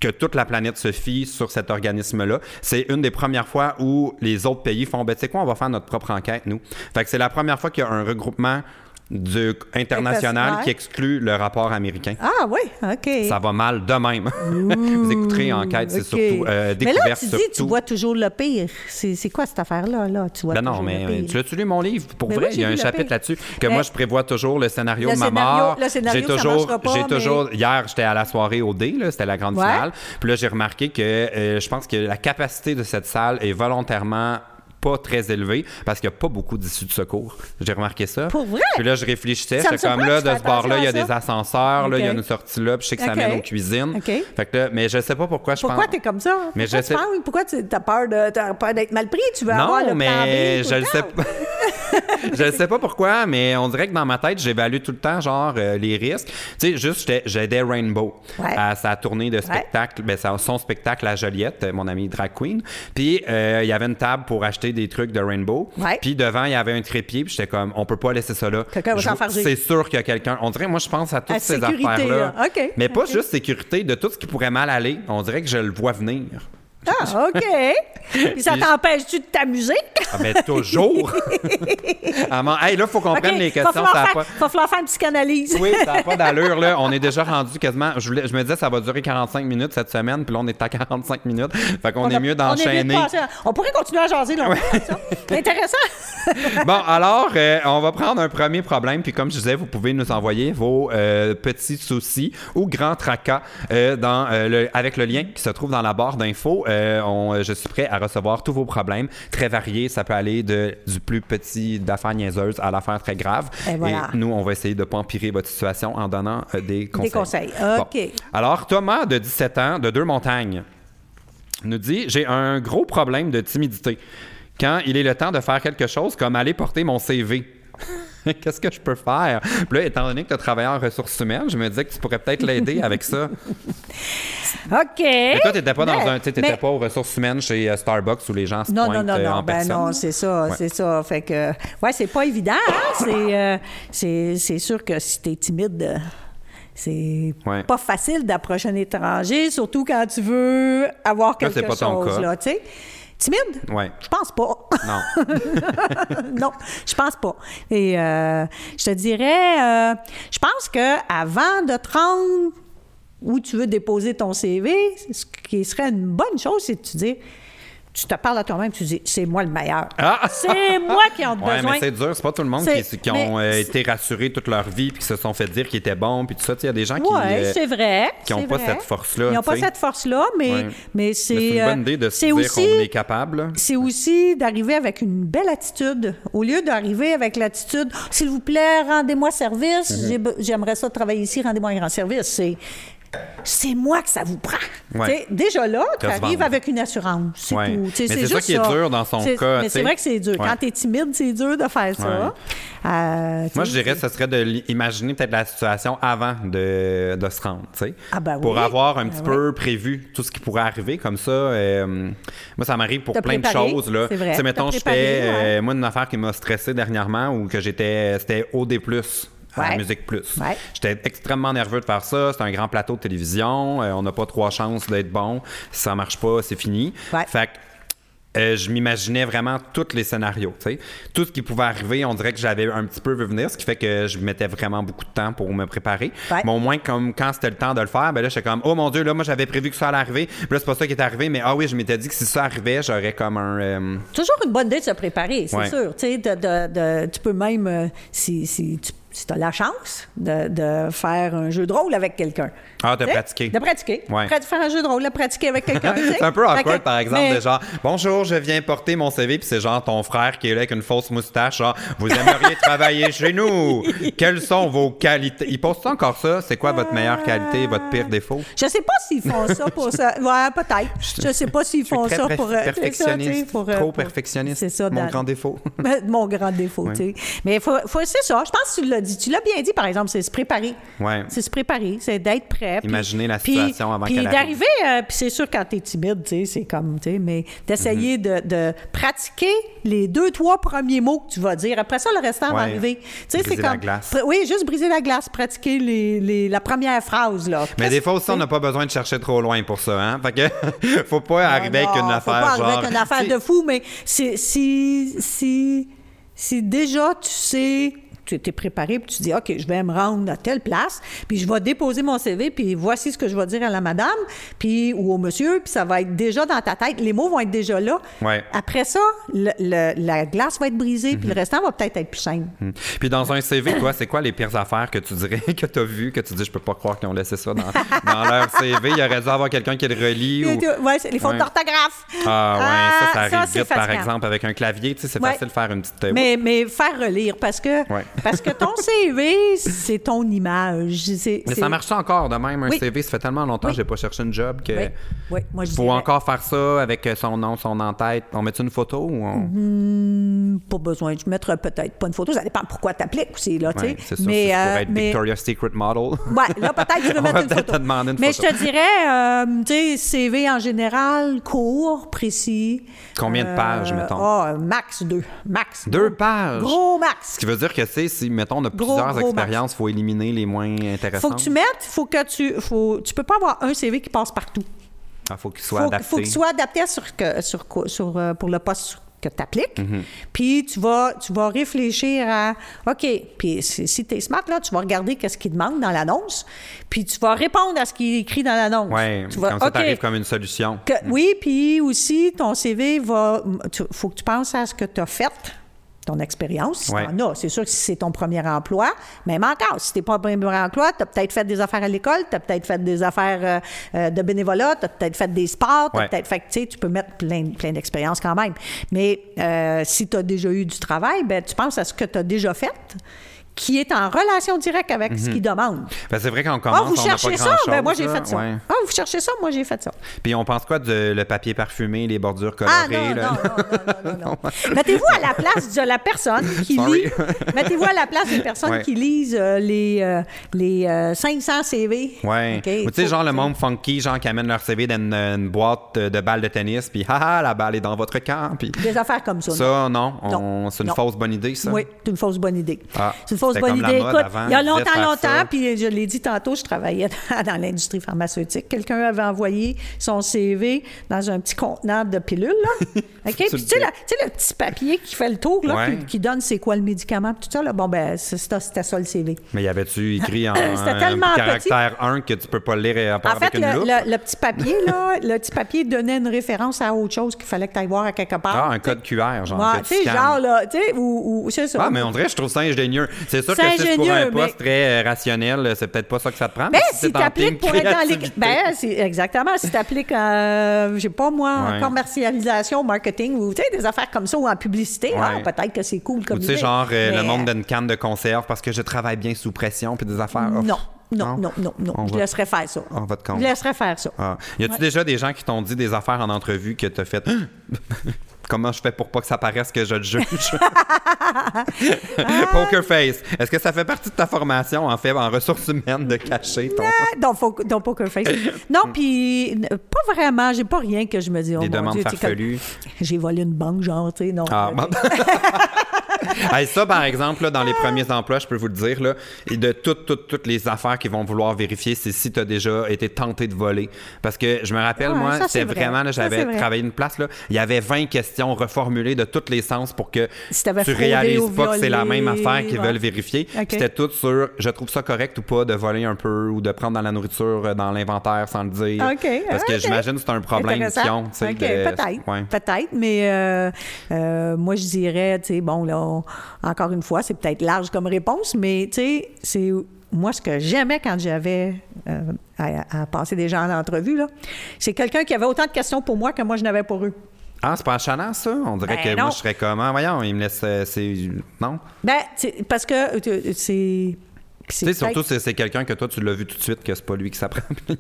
Speaker 1: que toute la planète se fie sur cet organisme-là. C'est une des premières fois où les autres pays font, ben, tu sais quoi, on va faire notre propre enquête, nous. Fait que c'est la première fois qu'il y a un regroupement du international qui exclut le rapport américain.
Speaker 3: Ah oui, OK.
Speaker 1: Ça va mal de même. Vous écouterez Enquête, c'est
Speaker 3: OK.
Speaker 1: surtout euh,
Speaker 3: Mais là,
Speaker 1: découverte
Speaker 3: tu dis,
Speaker 1: surtout.
Speaker 3: tu vois toujours le pire. C'est c'est quoi cette affaire-là? Là? Tu vois
Speaker 1: Ben non,
Speaker 3: toujours
Speaker 1: mais
Speaker 3: le
Speaker 1: euh,
Speaker 3: pire.
Speaker 1: tu l'as-tu lu mon livre? Pour
Speaker 3: Mais
Speaker 1: vrai,
Speaker 3: oui,
Speaker 1: il y a
Speaker 3: j'ai
Speaker 1: un
Speaker 3: lu le
Speaker 1: chapitre
Speaker 3: pire.
Speaker 1: là-dessus que
Speaker 3: Mais-
Speaker 1: moi, je prévois toujours le scénario
Speaker 3: Le
Speaker 1: de ma
Speaker 3: scénario-
Speaker 1: mort.
Speaker 3: le scénario,
Speaker 1: j'ai
Speaker 3: ça
Speaker 1: toujours,
Speaker 3: marchera pas,
Speaker 1: j'ai
Speaker 3: mais-
Speaker 1: toujours, hier, j'étais à la soirée au D, là, c'était la grande
Speaker 3: Ouais.
Speaker 1: finale. Puis là, j'ai remarqué que euh, je pense que la capacité de cette salle est volontairement pas très élevée parce qu'il n'y a pas beaucoup d'issues de secours. J'ai remarqué ça.
Speaker 3: Pour vrai?
Speaker 1: Puis là, je réfléchissais.
Speaker 3: Ça me
Speaker 1: J'étais comme
Speaker 3: surprend
Speaker 1: là,
Speaker 3: que tu
Speaker 1: de ce
Speaker 3: fais attention
Speaker 1: bar-là, il y a
Speaker 3: à ça.
Speaker 1: des ascenseurs, là, il y a
Speaker 3: Ok.
Speaker 1: une sortie là, puis je sais que ça
Speaker 3: Ok.
Speaker 1: mène aux cuisines.
Speaker 3: Ok.
Speaker 1: Fait que là, mais je sais pas pourquoi je
Speaker 3: Pourquoi
Speaker 1: pense.
Speaker 3: t'es comme ça? hein?
Speaker 1: Mais
Speaker 3: Pourquoi
Speaker 1: je
Speaker 3: tu
Speaker 1: sais-
Speaker 3: parles? Pourquoi tu as peur de- t'as peur d'être mal pris? Tu veux avoir le
Speaker 1: Non,
Speaker 3: plan
Speaker 1: mais
Speaker 3: B tout
Speaker 1: je le sais
Speaker 3: temps?
Speaker 1: pas. je le sais pas pourquoi, mais on dirait que dans ma tête, j'évalue tout le temps, genre, euh, les risques. Tu sais, juste, j'étais- j'aidais Rainbow
Speaker 3: Ouais.
Speaker 1: à sa tournée de spectacle, ben, sa- son spectacle à Joliette, euh, mon ami drag queen. Puis, euh, il y avait une table pour acheter des trucs de Rainbow.
Speaker 3: Ouais.
Speaker 1: Puis, devant, il y avait un trépied. Puis, j'étais comme, on peut pas laisser ça là.
Speaker 3: Quelqu'un va
Speaker 1: Je
Speaker 3: s'en
Speaker 1: veux-
Speaker 3: faire juger.
Speaker 1: C'est sûr qu'il y a quelqu'un. On dirait, moi, je pense à toutes
Speaker 3: À
Speaker 1: ces
Speaker 3: sécurité,
Speaker 1: affaires-là.
Speaker 3: là. OK.
Speaker 1: Mais pas
Speaker 3: OK.
Speaker 1: juste sécurité, de tout ce qui pourrait mal aller. On dirait que je le vois venir.
Speaker 3: Ah, OK. Puis ça
Speaker 1: Puis-
Speaker 3: t'empêche-tu de t'amuser?
Speaker 1: Ah, mais toujours! Ah, man- hey, là, faut qu'on
Speaker 3: OK,
Speaker 1: prenne les
Speaker 3: va
Speaker 1: questions.
Speaker 3: falloir
Speaker 1: Ça a
Speaker 3: faire-
Speaker 1: pas...
Speaker 3: Va falloir faire une psychanalyse.
Speaker 1: Oui, ça n'a pas d'allure, là. On est déjà rendu quasiment. Je, voulais- je me disais, ça va durer 45 minutes cette semaine, puis là, on est à 45 minutes. Fait qu'on
Speaker 3: On
Speaker 1: est
Speaker 3: a-
Speaker 1: mieux
Speaker 3: on est mieux de
Speaker 1: d'enchaîner.
Speaker 3: passer à- On pourrait continuer à jaser longtemps. comme ça. C'est Intéressant.
Speaker 1: Bon, alors, euh, on va prendre un premier problème, puis comme je disais, vous pouvez nous envoyer vos euh, petits soucis ou grands tracas euh, dans, euh, le- avec le lien qui se trouve dans la barre d'infos. Euh, on- je suis prêt à recevoir tous vos problèmes, très variés. Ça peut aller de, du plus petit d'affaires niaiseuses à l'affaire très grave.
Speaker 3: Et voilà.
Speaker 1: nous, on va essayer de ne pas empirer votre situation en donnant euh, des conseils.
Speaker 3: conseils, ok.
Speaker 1: Alors, Thomas, de 17 ans, de Deux-Montagnes, nous dit J'ai un gros problème de timidité. Quand il est le temps de faire quelque chose, comme aller porter mon CV. Qu'est-ce que je peux faire? Puis là, étant donné que tu as travaillé en ressources humaines, je me disais que tu pourrais peut-être l'aider avec ça.
Speaker 3: OK.
Speaker 1: Mais toi, tu n'étais pas, dans
Speaker 3: Mais-
Speaker 1: un, tu sais, t'étais
Speaker 3: mais-
Speaker 1: pas aux ressources humaines chez euh, Starbucks où les gens se
Speaker 3: Non, non,
Speaker 1: pointent
Speaker 3: non,
Speaker 1: euh,
Speaker 3: non,
Speaker 1: en
Speaker 3: ben
Speaker 1: personne.
Speaker 3: non, c'est ça,
Speaker 1: Ouais.
Speaker 3: c'est ça. Fait que, ouais, c'est pas évident, hein? C'est, euh, c'est, c'est sûr que si t'es timide, euh, c'est
Speaker 1: Ouais.
Speaker 3: pas facile d'approcher un étranger, surtout quand tu veux avoir quelque
Speaker 1: c'est pas ton
Speaker 3: chose,
Speaker 1: cas.
Speaker 3: là, tu sais. Timide?
Speaker 1: Ouais.
Speaker 3: Je pense pas.
Speaker 1: Non.
Speaker 3: non, je pense pas. Et euh, je te dirais, euh, je pense que avant de te rendre où tu veux déposer ton CV, ce qui serait une bonne chose, c'est de te dire, tu te parles à toi-même, tu dis, c'est moi le meilleur.
Speaker 1: Ah!
Speaker 3: C'est moi qui en ai
Speaker 1: Ouais,
Speaker 3: besoin.
Speaker 1: mais c'est dur. C'est pas tout le monde
Speaker 3: C'est-
Speaker 1: qui, qui
Speaker 3: mais
Speaker 1: ont euh,
Speaker 3: c'est-
Speaker 1: été rassurés toute leur vie puis qui se sont fait dire qu'ils étaient bons puis tout ça. Tu sais, Il y a des gens qui.
Speaker 3: Ouais,
Speaker 1: euh,
Speaker 3: c'est vrai.
Speaker 1: qui ont
Speaker 3: c'est
Speaker 1: pas
Speaker 3: vrai.
Speaker 1: cette force-là,
Speaker 3: Ils n'ont pas
Speaker 1: tu sais.
Speaker 3: cette force-là, mais,
Speaker 1: Ouais.
Speaker 3: mais
Speaker 1: mais c'est
Speaker 3: c'est.
Speaker 1: une
Speaker 3: euh,
Speaker 1: bonne idée de se
Speaker 3: c'est
Speaker 1: dire
Speaker 3: aussi-
Speaker 1: qu'on est capable. là.
Speaker 3: C'est aussi d'arriver avec une belle attitude. Au lieu d'arriver avec l'attitude, s'il vous plaît, rendez-moi service,
Speaker 1: Mhm.
Speaker 3: J'ai be- j'aimerais ça travailler ici, rendez-moi un grand service. C'est. C'est moi que ça vous prend.
Speaker 1: Ouais.
Speaker 3: Tu sais, Déjà là, tu
Speaker 1: se
Speaker 3: arrives
Speaker 1: vendre.
Speaker 3: avec une assurance. C'est
Speaker 1: Ouais.
Speaker 3: tout. Tu sais,
Speaker 1: Mais c'est ça
Speaker 3: juste
Speaker 1: qui est dur dans son
Speaker 3: C'est-
Speaker 1: cas,
Speaker 3: Mais
Speaker 1: tu
Speaker 3: c'est
Speaker 1: sais.
Speaker 3: vrai que c'est dur.
Speaker 1: Ouais.
Speaker 3: Quand tu es timide, c'est dur de faire ça.
Speaker 1: Ouais.
Speaker 3: Euh, tu
Speaker 1: Moi,
Speaker 3: sais,
Speaker 1: je dirais que ce serait d'imaginer peut-être la situation avant de, de se rendre, tu sais.
Speaker 3: Ah ben oui.
Speaker 1: Pour avoir un petit
Speaker 3: Ah
Speaker 1: peu prévu tout ce qui pourrait arriver. Comme ça, euh, moi, ça m'arrive pour
Speaker 3: T'as
Speaker 1: plein de
Speaker 3: préparé,
Speaker 1: choses. Là.
Speaker 3: c'est vrai.
Speaker 1: Tu sais,
Speaker 3: T'as
Speaker 1: mettons, j'étais.
Speaker 3: préparé,
Speaker 1: euh, moi, une affaire qui m'a stressé dernièrement ou que j'étais. C'était OD. À la
Speaker 3: Ouais.
Speaker 1: euh, musique plus.
Speaker 3: Ouais.
Speaker 1: J'étais extrêmement nerveux de faire ça. C'était un grand plateau de télévision. Euh, on n'a pas trois chances d'être bon. Si ça marche pas, c'est fini.
Speaker 3: Ouais.
Speaker 1: Fait que, euh, je m'imaginais vraiment tous les scénarios. tu sais. Tout ce qui pouvait arriver, on dirait que j'avais un petit peu vu venir, ce qui fait que je mettais vraiment beaucoup de temps pour me préparer.
Speaker 3: Ouais.
Speaker 1: Mais au moins, comme quand c'était le temps de le faire, ben là, j'étais comme, oh mon Dieu, là, moi, j'avais prévu que ça allait arriver. Puis là, c'est pas ça qui est arrivé, mais ah oui, je m'étais dit que si ça arrivait, j'aurais comme un. euh,
Speaker 3: toujours une bonne idée de se préparer, c'est
Speaker 1: Ouais.
Speaker 3: sûr. Tu sais, de- de- de- tu peux même, euh, si, si tu as la chance, de, de faire un jeu de rôle avec quelqu'un.
Speaker 1: Ah, de
Speaker 3: Tu sais,
Speaker 1: pratiquer.
Speaker 3: De pratiquer.
Speaker 1: Ouais.
Speaker 3: Prêt- faire un jeu de rôle, de pratiquer avec quelqu'un. tu sais.
Speaker 1: Ah, C'est un peu
Speaker 3: Fait
Speaker 1: awkward,
Speaker 3: que-
Speaker 1: par exemple,
Speaker 3: mais-
Speaker 1: de genre, bonjour, je viens porter mon CV, puis c'est genre ton frère qui est là avec une fausse moustache, genre, vous aimeriez travailler chez nous. Quelles sont vos qualités? Ils posent encore ça? C'est quoi votre meilleure qualité, votre pire défaut?
Speaker 3: Je sais pas s'ils font ça pour ça. Ouais, peut-être. Je sais pas s'ils
Speaker 1: suis
Speaker 3: font
Speaker 1: très
Speaker 3: ça
Speaker 1: perf-
Speaker 3: pour. euh, c'est ça, tu sais,
Speaker 1: perfectionniste,
Speaker 3: pour, euh,
Speaker 1: trop
Speaker 3: pour-
Speaker 1: perfectionniste,
Speaker 3: C'est ça.
Speaker 1: mon
Speaker 3: dans-
Speaker 1: grand défaut.
Speaker 3: mon grand défaut, tu sais. Mais faut, faut, c'est ça. Je pense que tu l'as dit. Tu l'as bien dit, par exemple, c'est se préparer.
Speaker 1: Ouais.
Speaker 3: C'est se préparer, c'est d'être prêt. puis-
Speaker 1: Imaginer la
Speaker 3: puis-
Speaker 1: situation avant
Speaker 3: puis
Speaker 1: qu'elle arrive.
Speaker 3: d'arriver, euh, puis c'est sûr, quand t'es timide, tu sais, c'est comme, tu sais, mais d'essayer
Speaker 1: Mm-hmm.
Speaker 3: de, de pratiquer les deux, trois premiers mots que tu vas dire. Après ça, le restant va
Speaker 1: Ouais.
Speaker 3: arriver. Tu sais, c'est
Speaker 1: Briser la
Speaker 3: comme.
Speaker 1: glace.
Speaker 3: pr- Oui, juste briser la glace, pratiquer les, les- la première phrase, là.
Speaker 1: Mais
Speaker 3: Qu'est-ce-
Speaker 1: des fois aussi, on n'a pas besoin de chercher trop loin pour ça, hein? Fait que faut pas arriver avec
Speaker 3: Ah Non,
Speaker 1: une
Speaker 3: faut
Speaker 1: affaire
Speaker 3: pas
Speaker 1: genre.
Speaker 3: arriver avec une affaire
Speaker 1: Tu sais,
Speaker 3: de fou, mais c'est- si, si, si déjà tu sais, tu- tu t'es préparé, puis tu dis, OK, je vais me rendre à telle place, puis je vais déposer mon CV, puis voici ce que je vais dire à la madame, puis ou au monsieur, puis ça va être déjà dans ta tête. Les mots vont être déjà là.
Speaker 1: Ouais. Mhm.
Speaker 3: Après ça, le- le- la glace va être brisée, puis le restant va peut-être être plus simple.
Speaker 1: Mm. Puis dans un CV, toi, c'est quoi les pires affaires que tu dirais, que tu as vues, que tu dis, je peux pas croire qu'ils ont laissé ça dans, dans leur CV. Il aurait dû avoir quelqu'un qui le relie. Ou...
Speaker 3: Ouais, c'est les fautes
Speaker 1: Ouais.
Speaker 3: d'orthographe.
Speaker 1: Ah ouais, ça, ça
Speaker 3: Ah,
Speaker 1: arrive
Speaker 3: c'est
Speaker 1: vite, par
Speaker 3: fatigant.
Speaker 1: exemple, avec un clavier. Tu sais, c'est
Speaker 3: Ouais.
Speaker 1: facile de faire une petite... euh,
Speaker 3: Mais, mais faire relire, parce que,
Speaker 1: Ben Ouais.
Speaker 3: parce que ton CV, c'est ton image. C'est-
Speaker 1: Mais
Speaker 3: c'est-
Speaker 1: ça marche ça encore de même, un
Speaker 3: Oui.
Speaker 1: CV. Ça fait tellement longtemps que
Speaker 3: Oui.
Speaker 1: j'ai pas cherché une job que...
Speaker 3: Oui, oui, moi, je
Speaker 1: Faut
Speaker 3: dirais,
Speaker 1: encore faire ça avec euh, son nom, son en-tête. On met une photo ou on...
Speaker 3: Mhm, Pas besoin de mettre peut-être pas une photo. Ça dépend pourquoi tu appliques aussi, là, tu sais.
Speaker 1: Ouais, c'est sûr,
Speaker 3: mais,
Speaker 1: c'est
Speaker 3: euh,
Speaker 1: pour être
Speaker 3: mais-
Speaker 1: Victoria's Secret model.
Speaker 3: Ouais, là, peut-être je vais
Speaker 1: On va
Speaker 3: mettre une
Speaker 1: peut-être
Speaker 3: photo.
Speaker 1: te demander une
Speaker 3: mais
Speaker 1: photo.
Speaker 3: je te dirais, euh, tu sais, CV en général, court, précis.
Speaker 1: Combien de pages, mettons?
Speaker 3: Ah, max deux. Max.
Speaker 1: Deux
Speaker 3: Gros-
Speaker 1: pages?
Speaker 3: Gros
Speaker 1: Ce
Speaker 3: max.
Speaker 1: qui veut dire que c'est, si, mettons, on a
Speaker 3: Gros,
Speaker 1: plusieurs
Speaker 3: gros
Speaker 1: expériences, faut éliminer les moins intéressantes.
Speaker 3: Faut que tu mettes, faut que tu. Faut, tu peux pas avoir un CV qui passe partout.
Speaker 1: Ah, faut qu'il soit
Speaker 3: faut,
Speaker 1: adapté.
Speaker 3: faut qu'il soit adapté à sur que- sur quoi- sur, euh, pour le poste que tu appliques.
Speaker 1: Mm-hmm.
Speaker 3: Puis tu vas, tu vas réfléchir à OK, puis si, tu es smart, là, tu vas regarder qu'est-ce qu'il demande dans l'annonce, puis tu vas répondre à ce qui est écrit dans l'annonce.
Speaker 1: Ouais,
Speaker 3: tu vas,
Speaker 1: comme ça,
Speaker 3: OK,
Speaker 1: t'arrives comme une solution.
Speaker 3: que- oui, puis aussi, ton CV va. Il faut que tu penses à ce que tu as fait, ton expérience, si
Speaker 1: Ouais.
Speaker 3: t'en as. C'est sûr que si c'est ton premier emploi, même encore, si t'es pas un premier emploi, tu as peut-être fait des affaires à l'école, tu as peut-être fait des affaires euh, euh, de bénévolat, tu as peut-être fait des sports, t'as
Speaker 1: Ouais.
Speaker 3: peut-être. Fait que, tu sais, tu peux mettre plein, plein d'expériences quand même. Mais euh, si tu as déjà eu du travail, ben, tu penses à ce que tu as déjà fait qui est en relation directe avec ce qu'il demande.
Speaker 1: Ben, c'est vrai qu'on commence,
Speaker 3: Ah, vous
Speaker 1: on n'a
Speaker 3: cherchez
Speaker 1: pas
Speaker 3: ça?
Speaker 1: grand-chose,
Speaker 3: Ben, moi, j'ai
Speaker 1: là.
Speaker 3: fait ça.
Speaker 1: Ouais.
Speaker 3: Ah, vous cherchez ça? Moi, j'ai fait ça.
Speaker 1: Puis on pense quoi de le papier parfumé, les bordures colorées?
Speaker 3: Ah non,
Speaker 1: là?
Speaker 3: non, non, non, non, non. Mettez-vous à la place de la personne qui
Speaker 1: Sorry.
Speaker 3: lit. Mettez-vous à la place des personnes
Speaker 1: Ouais.
Speaker 3: qui lisent euh, les, euh, les euh, 500 CV.
Speaker 1: Ouais.
Speaker 3: OK,
Speaker 1: Ou tu sais,
Speaker 3: faut-
Speaker 1: genre le monde funky, genre qui amène leur CV dans une, une boîte de balles de tennis, puis haha, la balle est dans votre camp. Puis
Speaker 3: Des affaires comme ça. non.
Speaker 1: ça, non, on-
Speaker 3: Non.
Speaker 1: c'est une
Speaker 3: Non.
Speaker 1: fausse bonne idée, ça.
Speaker 3: Oui, c'est une fausse bonne idée.
Speaker 1: Ah,
Speaker 3: c'est une fausse
Speaker 1: c'était
Speaker 3: bonne
Speaker 1: comme la
Speaker 3: idée.
Speaker 1: mode
Speaker 3: Écoute,
Speaker 1: avant,
Speaker 3: il y a
Speaker 1: on disait
Speaker 3: longtemps,
Speaker 1: faire ça.
Speaker 3: longtemps, puis je l'ai dit tantôt, je travaillais dans, dans l'industrie pharmaceutique. Quelqu'un avait envoyé son CV dans un petit contenant de pilules, là. OK? Puis
Speaker 1: le
Speaker 3: tu sais, la- tu sais, le petit papier qui fait le tour, là,
Speaker 1: Ouais.
Speaker 3: qui, qui donne c'est quoi le médicament, puis tout ça, là. Bon, ben, c'est- c'était c'était ça le CV.
Speaker 1: Mais y avait-tu écrit en,
Speaker 3: C'était
Speaker 1: en
Speaker 3: tellement
Speaker 1: caractère 1 que tu peux pas le lire à part
Speaker 3: En fait,
Speaker 1: avec une
Speaker 3: le,
Speaker 1: loupe?
Speaker 3: le- le petit papier, là, le petit papier donnait une référence à autre chose qu'il fallait que tu ailles voir à quelque
Speaker 1: Ah,
Speaker 3: part.
Speaker 1: un code QR, genre.
Speaker 3: Ouais,
Speaker 1: que
Speaker 3: tu
Speaker 1: tu
Speaker 3: sais,
Speaker 1: scannes.
Speaker 3: genre, là, tu sais, ou, ou- c'est ça.
Speaker 1: Ah, mais on dirait que je trouve ça ingénieux. C'est sûr
Speaker 3: C'est
Speaker 1: que si c'est pour un
Speaker 3: ingénieux,
Speaker 1: poste
Speaker 3: mais-
Speaker 1: très euh, rationnel, c'est peut-être pas ça que ça te prend.
Speaker 3: Ben,
Speaker 1: c'est
Speaker 3: si t'appliques pour être dans les... Ben, c'est- exactement. Si t'appliques, euh, je sais pas moi,
Speaker 1: Ouais.
Speaker 3: en commercialisation, marketing, ou tu sais, des affaires comme ça, ou en publicité, ah,
Speaker 1: Ouais.
Speaker 3: peut-être que c'est cool
Speaker 1: Ou
Speaker 3: comme
Speaker 1: tu sais,
Speaker 3: idée.
Speaker 1: genre, euh,
Speaker 3: Mais,
Speaker 1: le nombre d'une canne de conserve parce que je travaille bien sous pression puis des affaires.
Speaker 3: euh,
Speaker 1: Oh,
Speaker 3: Non, non, non, non, non.
Speaker 1: On
Speaker 3: Je
Speaker 1: va-
Speaker 3: laisserais faire ça.
Speaker 1: On va te
Speaker 3: Je
Speaker 1: compte.
Speaker 3: laisserais faire ça.
Speaker 1: Ah. Y a-tu déjà des gens qui t'ont dit des affaires en entrevue que t'as fait Comment je fais pour pas que ça paraisse que je le juge Poker face. Est-ce que ça fait partie de ta formation en fait en ressources humaines de cacher ton
Speaker 3: Ah, Dans, Fo- dans Poker Face. Non, puis euh, pas vraiment. J'ai pas rien que je me dis. Oh,
Speaker 1: des
Speaker 3: mon
Speaker 1: demandes
Speaker 3: Dieu, tu sais, comme-
Speaker 1: farfelues
Speaker 3: J'ai volé une banque, genre, tu sais, non.
Speaker 1: Ah,
Speaker 3: euh,
Speaker 1: bon. Hey, ça, par exemple, là, dans
Speaker 3: Ah.
Speaker 1: les premiers emplois, je peux vous le dire, là, et de toutes, toutes, toutes les affaires qu'ils vont vouloir vérifier, c'est si tu as déjà été tenté de voler. Parce que je me rappelle,
Speaker 3: Ouais,
Speaker 1: moi,
Speaker 3: Ah, ça, c'est
Speaker 1: c'est
Speaker 3: vrai.
Speaker 1: vraiment, là,
Speaker 3: Ça,
Speaker 1: j'avais
Speaker 3: c'est vrai.
Speaker 1: travaillé une place, là, il y avait 20 questions reformulées de tous les sens pour que
Speaker 3: Si t'avais
Speaker 1: tu
Speaker 3: fraudé
Speaker 1: réalises
Speaker 3: ou
Speaker 1: pas que c'est la
Speaker 3: violé,
Speaker 1: même affaire qu'ils
Speaker 3: ouais.
Speaker 1: veulent vérifier.
Speaker 3: Ok.
Speaker 1: C'était tout sur je trouve ça correct ou pas de voler un peu ou de prendre dans la nourriture, euh, dans l'inventaire sans le dire.
Speaker 3: OK,
Speaker 1: Parce que
Speaker 3: ok.
Speaker 1: j'imagine que c'est un problème
Speaker 3: Intéressant.
Speaker 1: qu'ils ont. tu sais,
Speaker 3: OK,
Speaker 1: de-
Speaker 3: peut-être.
Speaker 1: Ouais.
Speaker 3: Peut-être, mais euh, euh, moi, je dirais, tu sais, bon, là, on- encore une fois, c'est peut-être large comme réponse, mais tu sais, c'est moi ce que j'aimais quand j'avais euh, à, à passer des gens en entrevue, là, c'est quelqu'un qui avait autant de questions pour moi que moi, je n'avais pour eux.
Speaker 1: Ah, c'est pas enchaînant, ça? On dirait
Speaker 3: Ben
Speaker 1: que
Speaker 3: non.
Speaker 1: moi, je serais comment? Voyons, il me laisse. euh, c'est- Non?
Speaker 3: Ben, c'est- parce que euh, c'est.
Speaker 1: Tu
Speaker 3: c'est
Speaker 1: sais, surtout,
Speaker 3: peut-être-
Speaker 1: c'est c'est quelqu'un que toi, tu l'as vu tout de suite, que c'est pas lui qui s'apprend.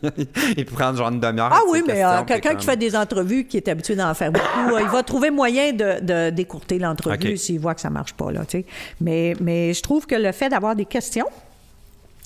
Speaker 1: il peut prendre genre une demi-heure.
Speaker 3: Ah
Speaker 1: de
Speaker 3: oui,
Speaker 1: ses
Speaker 3: mais
Speaker 1: questions,
Speaker 3: euh,
Speaker 1: puis
Speaker 3: quelqu'un
Speaker 1: comme-
Speaker 3: qui fait des entrevues, qui est habitué d'en faire beaucoup, euh, il va trouver moyen de, de décourter l'entrevue
Speaker 1: OK.
Speaker 3: s'il voit que ça marche pas. Là, tu sais. mais, mais je trouve que le fait d'avoir des questions,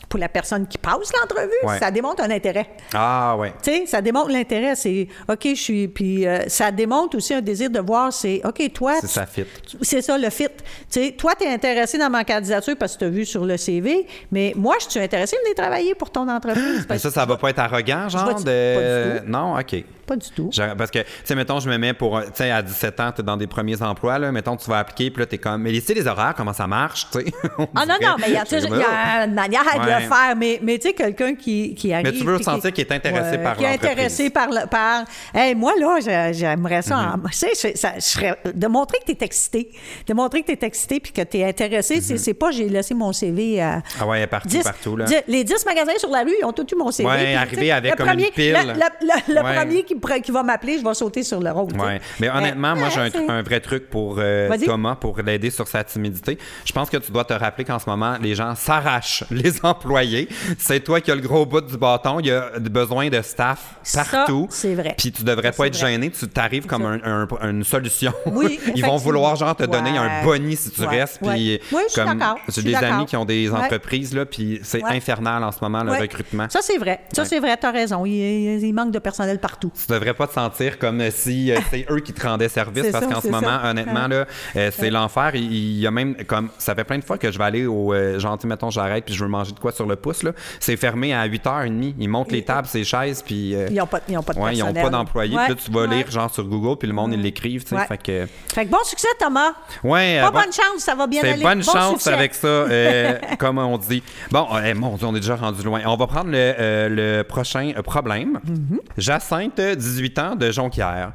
Speaker 3: pour la personne qui passe l'entrevue,
Speaker 1: Ouais.
Speaker 3: ça démontre un intérêt.
Speaker 1: Ah, ouais.
Speaker 3: Tu sais, ça démontre l'intérêt. C'est OK, je suis. Puis euh, ça démontre aussi un désir de voir, c'est OK, toi.
Speaker 1: C'est
Speaker 3: tu-
Speaker 1: ça fit.
Speaker 3: tu- C'est ça le fit. Tu sais, toi, tu es intéressé dans ma candidature parce que tu as vu sur le CV, mais moi, je suis intéressé à venir travailler pour ton entreprise.
Speaker 1: Mais
Speaker 3: Parce
Speaker 1: ça, ça va pas être arrogant, genre?
Speaker 3: vais-
Speaker 1: de...
Speaker 3: pas du tout.
Speaker 1: Non, OK.
Speaker 3: que- Pas du tout.
Speaker 1: J'aurais- Parce que, tu sais, mettons, je me mets pour, tu sais, à 17 ans, t'es dans des premiers emplois, là, mettons, tu vas appliquer, puis là, t'es comme, mais tu sais, les horaires, comment ça marche, tu sais? On
Speaker 3: Ah non,
Speaker 1: dirait-
Speaker 3: non, mais il y a,
Speaker 1: Je sais
Speaker 3: toujours-
Speaker 1: pas.
Speaker 3: il y a une manière de
Speaker 1: Ouais.
Speaker 3: le faire. Mais, mais tu sais, quelqu'un qui, qui arrive.
Speaker 1: tu veux
Speaker 3: puis qui-
Speaker 1: sentir qu'il est intéressé par
Speaker 3: Qui est
Speaker 1: l'entreprise.
Speaker 3: intéressé par. le- par hey, moi, là, j'ai- j'aimerais ça.
Speaker 1: Mm-hmm.
Speaker 3: en- Tu sais, c'est- ça- je serais- de montrer que tu es excité. De montrer que tu es excité puis que tu es intéressé. c'est- C'est pas j'ai laissé mon CV à.
Speaker 1: Mm-hmm. Ah ouais, partout,
Speaker 3: 10
Speaker 1: partout, là.
Speaker 3: 10 les 10 magasins sur la rue, ils ont tout eu mon CV.
Speaker 1: Ouais,
Speaker 3: puis, tu sais,
Speaker 1: arriver avec
Speaker 3: le
Speaker 1: comme une
Speaker 3: premier-
Speaker 1: pile.
Speaker 3: Le, le- le- le
Speaker 1: Ouais.
Speaker 3: premier qui, me pre- qui va m'appeler, je vais sauter sur le rôle. tu sais.
Speaker 1: Ouais. Mais honnêtement, moi, j'ai
Speaker 3: c'est-
Speaker 1: un, un vrai truc pour euh,
Speaker 3: Vas-y.
Speaker 1: Thomas, pour l'aider sur sa timidité. Je pense que tu dois te rappeler qu'en ce moment, les gens s'arrachent, les employés. C'est toi qui as le gros bout du bâton. Il y a besoin de staff
Speaker 3: Ça,
Speaker 1: partout.
Speaker 3: c'est vrai.
Speaker 1: Puis tu devrais
Speaker 3: Ça,
Speaker 1: pas
Speaker 3: c'est
Speaker 1: être
Speaker 3: vrai.
Speaker 1: gêné. Tu t'arrives comme un- un- une solution.
Speaker 3: Oui,
Speaker 1: Ils vont
Speaker 3: effectivement.
Speaker 1: vouloir, genre, te donner un
Speaker 3: Ouais.
Speaker 1: boni si tu
Speaker 3: Ouais.
Speaker 1: restes.
Speaker 3: Ouais.
Speaker 1: Puis,
Speaker 3: Oui, je suis
Speaker 1: comme,
Speaker 3: d'accord. Je
Speaker 1: J'ai
Speaker 3: suis
Speaker 1: des amis
Speaker 3: d'accord.
Speaker 1: qui ont des
Speaker 3: Ouais.
Speaker 1: entreprises, là, puis c'est
Speaker 3: Ouais.
Speaker 1: infernal en ce moment, le
Speaker 3: Ouais.
Speaker 1: recrutement.
Speaker 3: Ça, c'est vrai. Ça,
Speaker 1: Ouais.
Speaker 3: c'est vrai. Tu as raison. Il, il- il manque de personnel partout.
Speaker 1: tu devrais pas te sentir comme si euh, c'est eux qui te rendaient service
Speaker 3: C'est
Speaker 1: parce
Speaker 3: ça,
Speaker 1: qu'en ce
Speaker 3: c'est
Speaker 1: moment
Speaker 3: ça.
Speaker 1: honnêtement
Speaker 3: Ouais.
Speaker 1: là euh, c'est l'enfer il, il y a même comme ça fait plein de fois que je vais aller au euh, genre, tu sais, mettons j'arrête puis je veux manger de quoi sur le pouce là c'est fermé à 8h30 ils montent les tables ces chaises puis euh,
Speaker 3: Ils n'ont pas, ils ont pas de
Speaker 1: ouais, ils ont
Speaker 3: personnel.
Speaker 1: pas d'employés
Speaker 3: Ouais.
Speaker 1: puis là tu vas
Speaker 3: Ouais.
Speaker 1: lire genre sur Google puis le monde ils l'écrivent tu sais
Speaker 3: Ouais.
Speaker 1: fait que
Speaker 3: Fait que bon succès, Thomas.
Speaker 1: ouais
Speaker 3: Pas
Speaker 1: euh, bon-
Speaker 3: bonne chance, ça va bien
Speaker 1: c'est
Speaker 3: aller.
Speaker 1: bonne
Speaker 3: Bon
Speaker 1: chance
Speaker 3: succès.
Speaker 1: avec ça, euh, comme on dit. Bon, euh, mon Dieu, on est déjà rendu loin. On va prendre le, euh, le prochain euh, problème.
Speaker 3: Mm-hmm.
Speaker 1: Jacinthe, 18 ans, de Jonquière.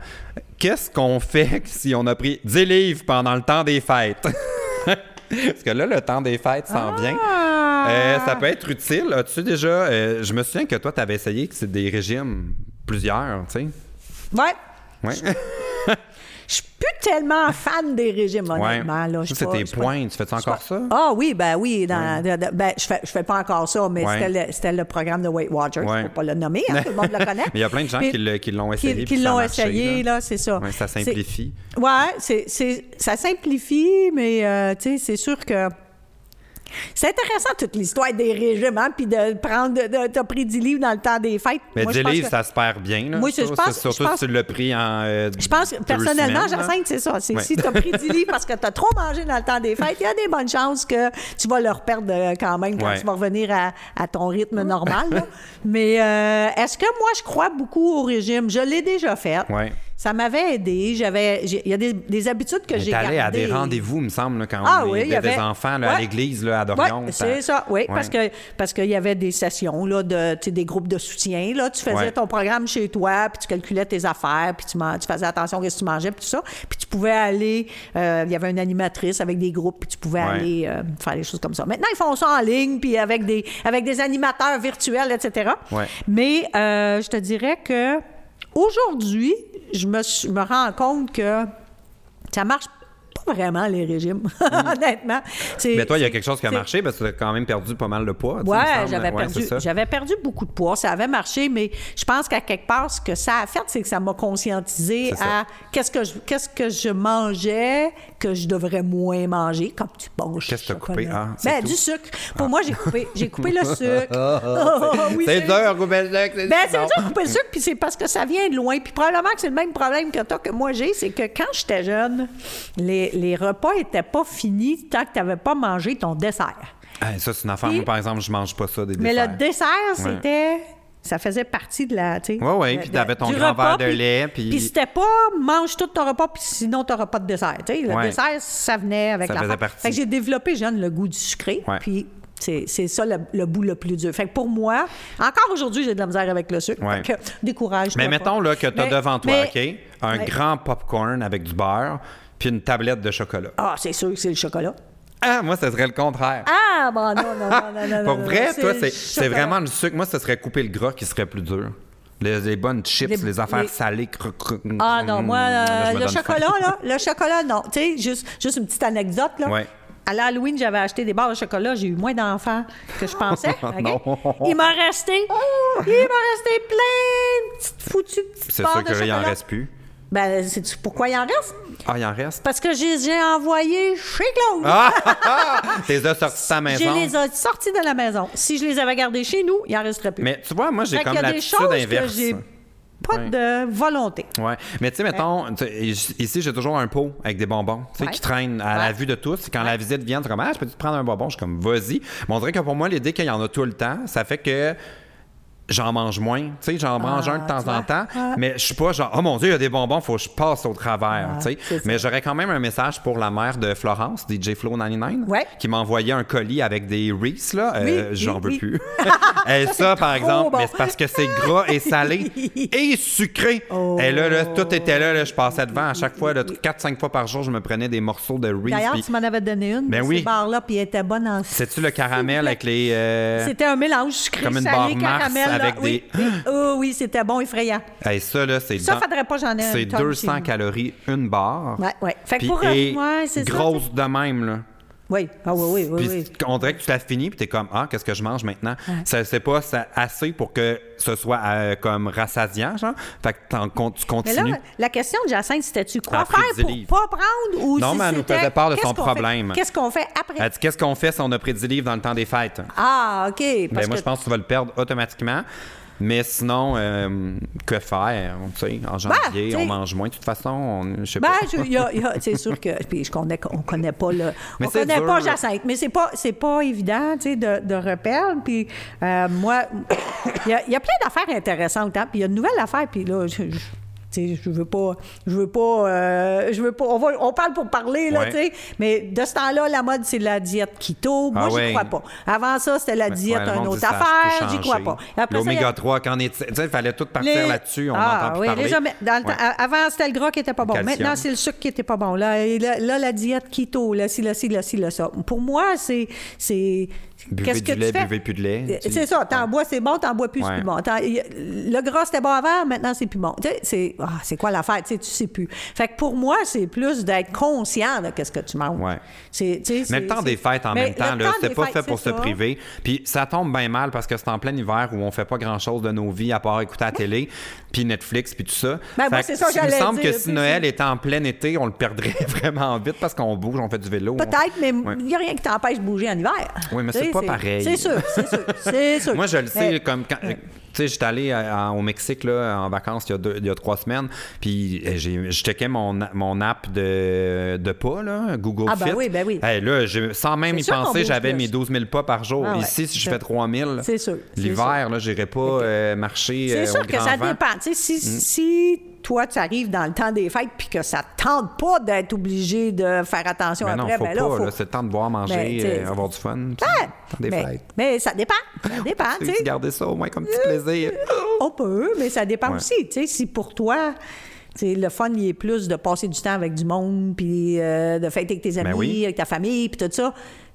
Speaker 1: Qu'est-ce qu'on fait si on a pris 10 livres pendant le temps des fêtes? Parce que là, le temps des fêtes s'en vient.
Speaker 3: Ah.
Speaker 1: Euh, ça peut être utile. As-tu déjà... euh, je me souviens que toi, tu avais essayé que c'est des régimes, plusieurs, tu sais.
Speaker 3: Ouais.
Speaker 1: Ouais.
Speaker 3: Je suis plus tellement fan des régimes, honnêtement. là. Je suis
Speaker 1: Ça, c'est
Speaker 3: pas-
Speaker 1: tes
Speaker 3: je suis pas-
Speaker 1: points. Tu fais-tu encore ça?
Speaker 3: Ah oui, ben oui. Dans, de- de- ben, je fais, je fais pas encore ça, mais
Speaker 1: Ouais.
Speaker 3: c'était le- c'était le, programme de Weight Watchers.
Speaker 1: Ouais.
Speaker 3: Faut pas le nommer, hein, tout le monde le connaît.
Speaker 1: Mais il y a plein de gens
Speaker 3: Puis-
Speaker 1: qui le- qui l'ont
Speaker 3: qui-
Speaker 1: essayé,
Speaker 3: Qui
Speaker 1: puis ça a
Speaker 3: l'ont
Speaker 1: marché,
Speaker 3: essayé,
Speaker 1: là.
Speaker 3: là, c'est ça.
Speaker 1: Ouais, ça
Speaker 3: C'est-
Speaker 1: simplifie.
Speaker 3: Ouais, c'est, c'est- ça simplifie, mais euh, tu sais, c'est sûr que. C'est intéressant toute l'histoire des régimes, hein, puis de prendre. De, de- t'as pris 10 livres dans le temps des fêtes.
Speaker 1: Mais
Speaker 3: Moi, je
Speaker 1: du
Speaker 3: pense
Speaker 1: livre,
Speaker 3: que-
Speaker 1: ça se perd bien. Là,
Speaker 3: Moi, je
Speaker 1: Ça,
Speaker 3: pense-
Speaker 1: c'est Surtout
Speaker 3: je pense-
Speaker 1: si tu l'as pris en. euh,
Speaker 3: Je pense,
Speaker 1: deux
Speaker 3: personnellement,
Speaker 1: semaines, là.
Speaker 3: Jacinthe, c'est ça. C'est
Speaker 1: Ouais.
Speaker 3: si t'as pris 10 livres parce que t'as trop mangé dans le temps des fêtes, il y a des bonnes chances que tu vas le reperdre euh, quand même quand
Speaker 1: Ouais.
Speaker 3: tu vas revenir à, à ton rythme normal. là. Mais euh, est-ce que moi, je crois beaucoup au régime? Je l'ai déjà fait.
Speaker 1: Ouais.
Speaker 3: Ça m'avait aidé. J'avais, j'ai- il y a des, des habitudes que
Speaker 1: Mais
Speaker 3: j'ai
Speaker 1: t'allais
Speaker 3: gardées.
Speaker 1: à des rendez-vous, me semble, là, quand
Speaker 3: Ah
Speaker 1: on
Speaker 3: oui, il y
Speaker 1: était
Speaker 3: avait-
Speaker 1: des enfants là, à
Speaker 3: Ouais.
Speaker 1: l'église là, à
Speaker 3: Oui,
Speaker 1: Dorion.
Speaker 3: c'est ça. Oui, parce que parce qu'il y avait des sessions là, de, tu sais, des groupes de soutien. Là. Tu faisais
Speaker 1: Ouais.
Speaker 3: ton programme chez toi, puis tu calculais tes affaires, puis tu, man- tu faisais attention à ce que tu mangeais, puis tout ça. Puis tu pouvais aller... euh, il y avait une animatrice avec des groupes, puis tu pouvais
Speaker 1: Ouais.
Speaker 3: aller euh, faire des choses comme ça. Maintenant, ils font ça en ligne, puis avec des, avec des animateurs virtuels, etc.
Speaker 1: Ouais.
Speaker 3: Mais euh, je te dirais que aujourd'hui, je me, suis- je me rends compte que ça marche pas vraiment, les régimes, honnêtement. C'est-
Speaker 1: Mais toi, il y a quelque chose qui a
Speaker 3: c'est-
Speaker 1: marché parce que tu as quand même perdu pas mal de poids. tu sais, il
Speaker 3: Ouais,
Speaker 1: me semble.
Speaker 3: j'avais
Speaker 1: Ouais,
Speaker 3: perdu,
Speaker 1: c'est ça.
Speaker 3: j'avais perdu beaucoup de poids. Ça avait marché, mais je pense qu'à quelque part, ce que ça a fait, c'est que ça m'a conscientisé
Speaker 1: C'est ça.
Speaker 3: à qu'est-ce que je, qu'est-ce que je mangeais que je devrais moins manger, comme tu manges.
Speaker 1: Qu'est-ce que t'as coupé? Ah, c'est
Speaker 3: ben,
Speaker 1: tout. Ah,
Speaker 3: du sucre. Pour moi, j'ai coupé, j'ai coupé le sucre. Oh, oui,
Speaker 1: C'est
Speaker 3: c'est-
Speaker 1: dur, Goubelle Jacques, c'est
Speaker 3: ben, c'est
Speaker 1: bon.
Speaker 3: dur de couper le sucre, puis c'est parce que ça vient de loin. Puis probablement que c'est le même problème que toi, que moi j'ai, c'est que quand j'étais jeune, les, les repas étaient pas finis tant que tu n'avais pas mangé ton dessert.
Speaker 1: Ah, ça, c'est une affaire.
Speaker 3: Puis-
Speaker 1: Moi, par exemple, je mange pas ça des
Speaker 3: Mais
Speaker 1: desserts.
Speaker 3: le dessert, c'était. Ça faisait partie de la. tu sais,
Speaker 1: Ouais, ouais,
Speaker 3: de-
Speaker 1: puis
Speaker 3: de-
Speaker 1: t'avais ton
Speaker 3: du
Speaker 1: grand
Speaker 3: repas,
Speaker 1: verre de lait, puis-
Speaker 3: Puis c'était pas mange tout ton repas, puis sinon t'auras pas de dessert. tu sais. Le
Speaker 1: Ouais.
Speaker 3: dessert, ça venait avec
Speaker 1: Ça
Speaker 3: la.
Speaker 1: faisait
Speaker 3: fête.
Speaker 1: partie.
Speaker 3: Fait que j'ai développé, jeune, le goût du sucré.
Speaker 1: Ouais.
Speaker 3: Puis c'est c'est ça le, le bout le plus dur. Fait que pour moi, encore aujourd'hui, j'ai de la misère avec le sucre.
Speaker 1: Ouais.
Speaker 3: Fait que décourage.
Speaker 1: Mais mettons là, que t'as devant toi, OK, un
Speaker 3: mais-
Speaker 1: grand popcorn avec du beurre puis une tablette de chocolat.
Speaker 3: Ah, c'est sûr que c'est le chocolat.
Speaker 1: Ah, moi, ça serait le contraire.
Speaker 3: Ah, bon, non, non, non, non, non.
Speaker 1: Pour
Speaker 3: non,
Speaker 1: vrai,
Speaker 3: non,
Speaker 1: toi,
Speaker 3: le
Speaker 1: c'est- c'est
Speaker 3: chocolat.
Speaker 1: vraiment le sucre. Moi, ce serait couper le gras qui serait plus dur. Les, les bonnes chips, les,
Speaker 3: Les-
Speaker 1: affaires
Speaker 3: les-
Speaker 1: salées. cru- cru-
Speaker 3: Ah non,
Speaker 1: mm,
Speaker 3: moi, euh,
Speaker 1: là, je me
Speaker 3: le
Speaker 1: donne faim.
Speaker 3: chocolat, là, le chocolat, non. Tu sais, juste, juste une petite anecdote, là.
Speaker 1: Ouais.
Speaker 3: À l'Halloween, j'avais acheté des barres de chocolat. J'ai eu moins d'enfants que je pensais. ok?
Speaker 1: Non.
Speaker 3: Il m'a resté, il m'a resté plein de petites foutues petites
Speaker 1: C'est
Speaker 3: barres
Speaker 1: sûr
Speaker 3: de
Speaker 1: que là, il en
Speaker 3: chocolat.
Speaker 1: reste plus.
Speaker 3: Ben, sais-tu pourquoi il en reste?
Speaker 1: Ah, il en reste?
Speaker 3: Parce que j'ai j'ai envoyé chez Claude.
Speaker 1: Ah! ah, ah! T'es déjà sorti de ta maison.
Speaker 3: Je les ai sortis de la maison. Si je les avais gardés chez nous, il en resterait plus.
Speaker 1: Mais tu vois, moi, j'ai
Speaker 3: Fait
Speaker 1: comme
Speaker 3: qu'il y a des
Speaker 1: l'attitude
Speaker 3: choses
Speaker 1: inverse.
Speaker 3: que j'ai pas
Speaker 1: Ouais.
Speaker 3: de volonté.
Speaker 1: Ouais. Mais tu sais, mettons, tu sais, ici, j'ai toujours un pot avec des bonbons tu sais,
Speaker 3: Ouais.
Speaker 1: qui traînent à la vue de tous. Quand la visite vient, c'est comme, ah, je peux te prendre un bonbon? Je suis comme, vas-y. Mais on dirait que pour moi, l'idée qu'il y en a tout le temps, ça fait que. J'en mange moins, tu sais, j'en mange un de temps
Speaker 3: tu vois.
Speaker 1: en temps,
Speaker 3: Ah.
Speaker 1: mais je suis pas genre, oh mon Dieu, il y a des bonbons, faut que je passe au travers,
Speaker 3: Ah,
Speaker 1: tu sais.
Speaker 3: c'est ça.
Speaker 1: Mais j'aurais quand même un message pour la mère de Florence, DJ Flow 99,
Speaker 3: Ouais.
Speaker 1: qui m'a envoyé un colis avec des Reese, là.
Speaker 3: Oui,
Speaker 1: Euh,
Speaker 3: oui,
Speaker 1: J'en veux
Speaker 3: oui.
Speaker 1: plus. Et ça, par
Speaker 3: trop
Speaker 1: exemple,
Speaker 3: bon.
Speaker 1: mais c'est parce que c'est gras et salé et sucré.
Speaker 3: Oh.
Speaker 1: Et là, là, tout était là, là, je passais devant à chaque fois, 4-5 fois par jour, je me prenais des morceaux de
Speaker 3: D'ailleurs,
Speaker 1: Reese.
Speaker 3: tu m'en avais donné une
Speaker 1: Ben
Speaker 3: de
Speaker 1: oui.
Speaker 3: ces barres-là, puis elle était bonne en
Speaker 1: C'est-tu le caramel avec les. euh,
Speaker 3: C'était un mélange sucré
Speaker 1: Comme une
Speaker 3: salé,
Speaker 1: barre Mars
Speaker 3: caramel. là.
Speaker 1: avec
Speaker 3: oui,
Speaker 1: des-
Speaker 3: oui, oh, oui, c'était bon, effrayant.
Speaker 1: hey, ça, là, c'est.
Speaker 3: Ça,
Speaker 1: dans-
Speaker 3: faudrait pas que j'en ai un
Speaker 1: C'est
Speaker 3: tonne chez
Speaker 1: 200
Speaker 3: nous.
Speaker 1: calories, une barre.
Speaker 3: Ouais, ouais. Fait que
Speaker 1: Puis
Speaker 3: pour-
Speaker 1: est
Speaker 3: ouais, c'est ça,
Speaker 1: grosse de même, là.
Speaker 3: Oui, ah oui, oui, oui.
Speaker 1: Puis
Speaker 3: oui.
Speaker 1: on dirait que tu l'as fini, puis t'es comme, ah, qu'est-ce que je mange maintenant? Ça, c'est pas ça- assez pour que ce soit euh, comme rassasiant, genre. Fait que t'en con- tu
Speaker 3: Mais
Speaker 1: continues.
Speaker 3: là, la question de Jacinthe, c'était-tu
Speaker 1: Elle
Speaker 3: quoi
Speaker 1: a pris
Speaker 3: faire
Speaker 1: du
Speaker 3: pour
Speaker 1: livre.
Speaker 3: pas prendre ou
Speaker 1: Non,
Speaker 3: si
Speaker 1: mais elle nous
Speaker 3: c'était-
Speaker 1: faisait part de
Speaker 3: qu'est-ce
Speaker 1: son
Speaker 3: qu'on fait?
Speaker 1: problème.
Speaker 3: Qu'est-ce qu'on fait après?
Speaker 1: Elle dit, qu'est-ce qu'on fait si on a pris du livre dans le temps des fêtes?
Speaker 3: Ah, OK.
Speaker 1: Ben,
Speaker 3: parce
Speaker 1: moi,
Speaker 3: que-
Speaker 1: je pense que tu vas le perdre automatiquement. Mais sinon, euh, que faire? Tu sais, en janvier,
Speaker 3: Bah, tu sais-
Speaker 1: on mange moins. De toute façon, on- je sais
Speaker 3: Ben,
Speaker 1: pas.
Speaker 3: je- y a- y a- c'est sûr que puis je connais, on connaît pas le,
Speaker 1: Mais
Speaker 3: on
Speaker 1: c'est
Speaker 3: connaît
Speaker 1: dur.
Speaker 3: pas Jacinthe, mais c'est pas c'est pas évident, tu sais, de, de repères. Puis euh, moi, il y, a- il y a plein d'affaires intéressantes, hein, puis il y a une nouvelle affaire, puis là. Je, je- tu sais, je veux pas, je veux pas, euh, je veux pas. On, va- on parle pour parler là,
Speaker 1: Ouais.
Speaker 3: tu sais. Mais de ce temps-là, la mode c'est la diète keto. Moi,
Speaker 1: Ah
Speaker 3: j'y
Speaker 1: ouais. Ben,
Speaker 3: crois pas. Avant ça, c'était la
Speaker 1: Ouais,
Speaker 3: diète,
Speaker 1: le
Speaker 3: une
Speaker 1: monde dit,
Speaker 3: autre
Speaker 1: ça a tout
Speaker 3: affaire. J'y
Speaker 1: changé.
Speaker 3: crois pas. Après ça, il y a-
Speaker 1: L'oméga 3, qu'en est-il? Tu sais, il fallait tout partir
Speaker 3: les-
Speaker 1: là-dessus. On
Speaker 3: ah,
Speaker 1: n'entend plus
Speaker 3: oui,
Speaker 1: parler.
Speaker 3: déjà, mais dans le temps-
Speaker 1: Ouais.
Speaker 3: a- avant, c'était le gras qui était pas bon.
Speaker 1: Calcium.
Speaker 3: Maintenant, c'est le sucre qui était pas bon. Là, et là, là, la diète keto, là, ci, là, ci, là, ci, là, ça. Pour moi, c'est... c'est...
Speaker 1: Buvez
Speaker 3: Qu'est-ce
Speaker 1: du
Speaker 3: que tu
Speaker 1: lait,
Speaker 3: fais?
Speaker 1: buvez plus de lait.
Speaker 3: Euh,
Speaker 1: Tu-
Speaker 3: C'est ça. T'en bois, c'est bon. T'en bois plus, c'est
Speaker 1: Ouais.
Speaker 3: plus bon. T'en- y- Le gras, c'était bon avant. Maintenant, c'est plus bon. Tu sais, c'est... ah, c'est quoi l'affaire? Tu sais, tu sais plus. Fait que pour moi, c'est plus d'être conscient de qu'est-ce que tu manges.
Speaker 1: Ouais.
Speaker 3: C'est, tu sais,
Speaker 1: Mais
Speaker 3: c'est-
Speaker 1: le temps des
Speaker 3: c'est-
Speaker 1: fêtes en
Speaker 3: Mais
Speaker 1: même temps,
Speaker 3: le
Speaker 1: là,
Speaker 3: temps
Speaker 1: c'est
Speaker 3: des
Speaker 1: pas
Speaker 3: fêtes,
Speaker 1: fait pour
Speaker 3: c'est
Speaker 1: se
Speaker 3: ça.
Speaker 1: priver. Puis ça tombe bien mal parce que c'est en plein hiver où on fait pas grand-chose de nos vies à part écouter la télé, puis Netflix, puis tout ça.
Speaker 3: Ben, moi,
Speaker 1: Fait
Speaker 3: c'est
Speaker 1: que
Speaker 3: ça que
Speaker 1: Il me
Speaker 3: j'allais
Speaker 1: semble
Speaker 3: dire,
Speaker 1: que si
Speaker 3: puis
Speaker 1: Noël était en plein été, on le perdrait vraiment vite parce qu'on bouge, on fait du vélo. on-
Speaker 3: Peut-être, mais
Speaker 1: Ouais.
Speaker 3: il n'y a rien qui t'empêche de bouger en hiver.
Speaker 1: Oui, mais
Speaker 3: Tu sais,
Speaker 1: c'est pas pareil.
Speaker 3: C'est sûr, c'est sûr, c'est sûr.
Speaker 1: Moi, je le sais,
Speaker 3: Mais- euh,
Speaker 1: comme quand. Tu sais, j'étais allé à- à- au Mexique là, en vacances il y, a deux- il y a trois semaines, puis euh, j'ai- je checkais mon, a- mon app de, de pas, là, Google
Speaker 3: Ah, ben
Speaker 1: Fit.
Speaker 3: oui, ben oui.
Speaker 1: Hey, là, je- sans même
Speaker 3: C'est
Speaker 1: y
Speaker 3: sûr qu'on
Speaker 1: penser,
Speaker 3: bouge
Speaker 1: j'avais
Speaker 3: plus.
Speaker 1: mes 12 000 pas par jour.
Speaker 3: Ah ouais.
Speaker 1: Ici, si je
Speaker 3: C'est-
Speaker 1: fais 3 000,
Speaker 3: c'est sûr, c'est
Speaker 1: l'hiver, là, j'irai pas euh, marcher.
Speaker 3: C'est
Speaker 1: euh,
Speaker 3: sûr
Speaker 1: au
Speaker 3: que
Speaker 1: grand
Speaker 3: ça
Speaker 1: vent. Mm.
Speaker 3: dépend. Tu sais, si, si toi, tu arrives dans le temps des fêtes puis que ça te tente pas d'être obligé de faire attention
Speaker 1: Mais non,
Speaker 3: après,
Speaker 1: faut
Speaker 3: ben
Speaker 1: pas.
Speaker 3: là, faut...
Speaker 1: là, c'est le temps de boire,
Speaker 3: Ben,
Speaker 1: manger,
Speaker 3: tu sais,
Speaker 1: euh, avoir du fun.
Speaker 3: Ah!
Speaker 1: Temps des
Speaker 3: mais,
Speaker 1: fêtes.
Speaker 3: mais ça dépend. Ça dépend, tu sais.
Speaker 1: Garder ça au moins comme petit plaisir.
Speaker 3: On peut, mais ça dépend
Speaker 1: Ouais.
Speaker 3: aussi. Tu sais, si pour toi, tu sais, le fun, il est plus de passer du temps avec du monde, puis euh, de fêter avec tes amis,
Speaker 1: Ben oui.
Speaker 3: avec ta famille, puis tout ça.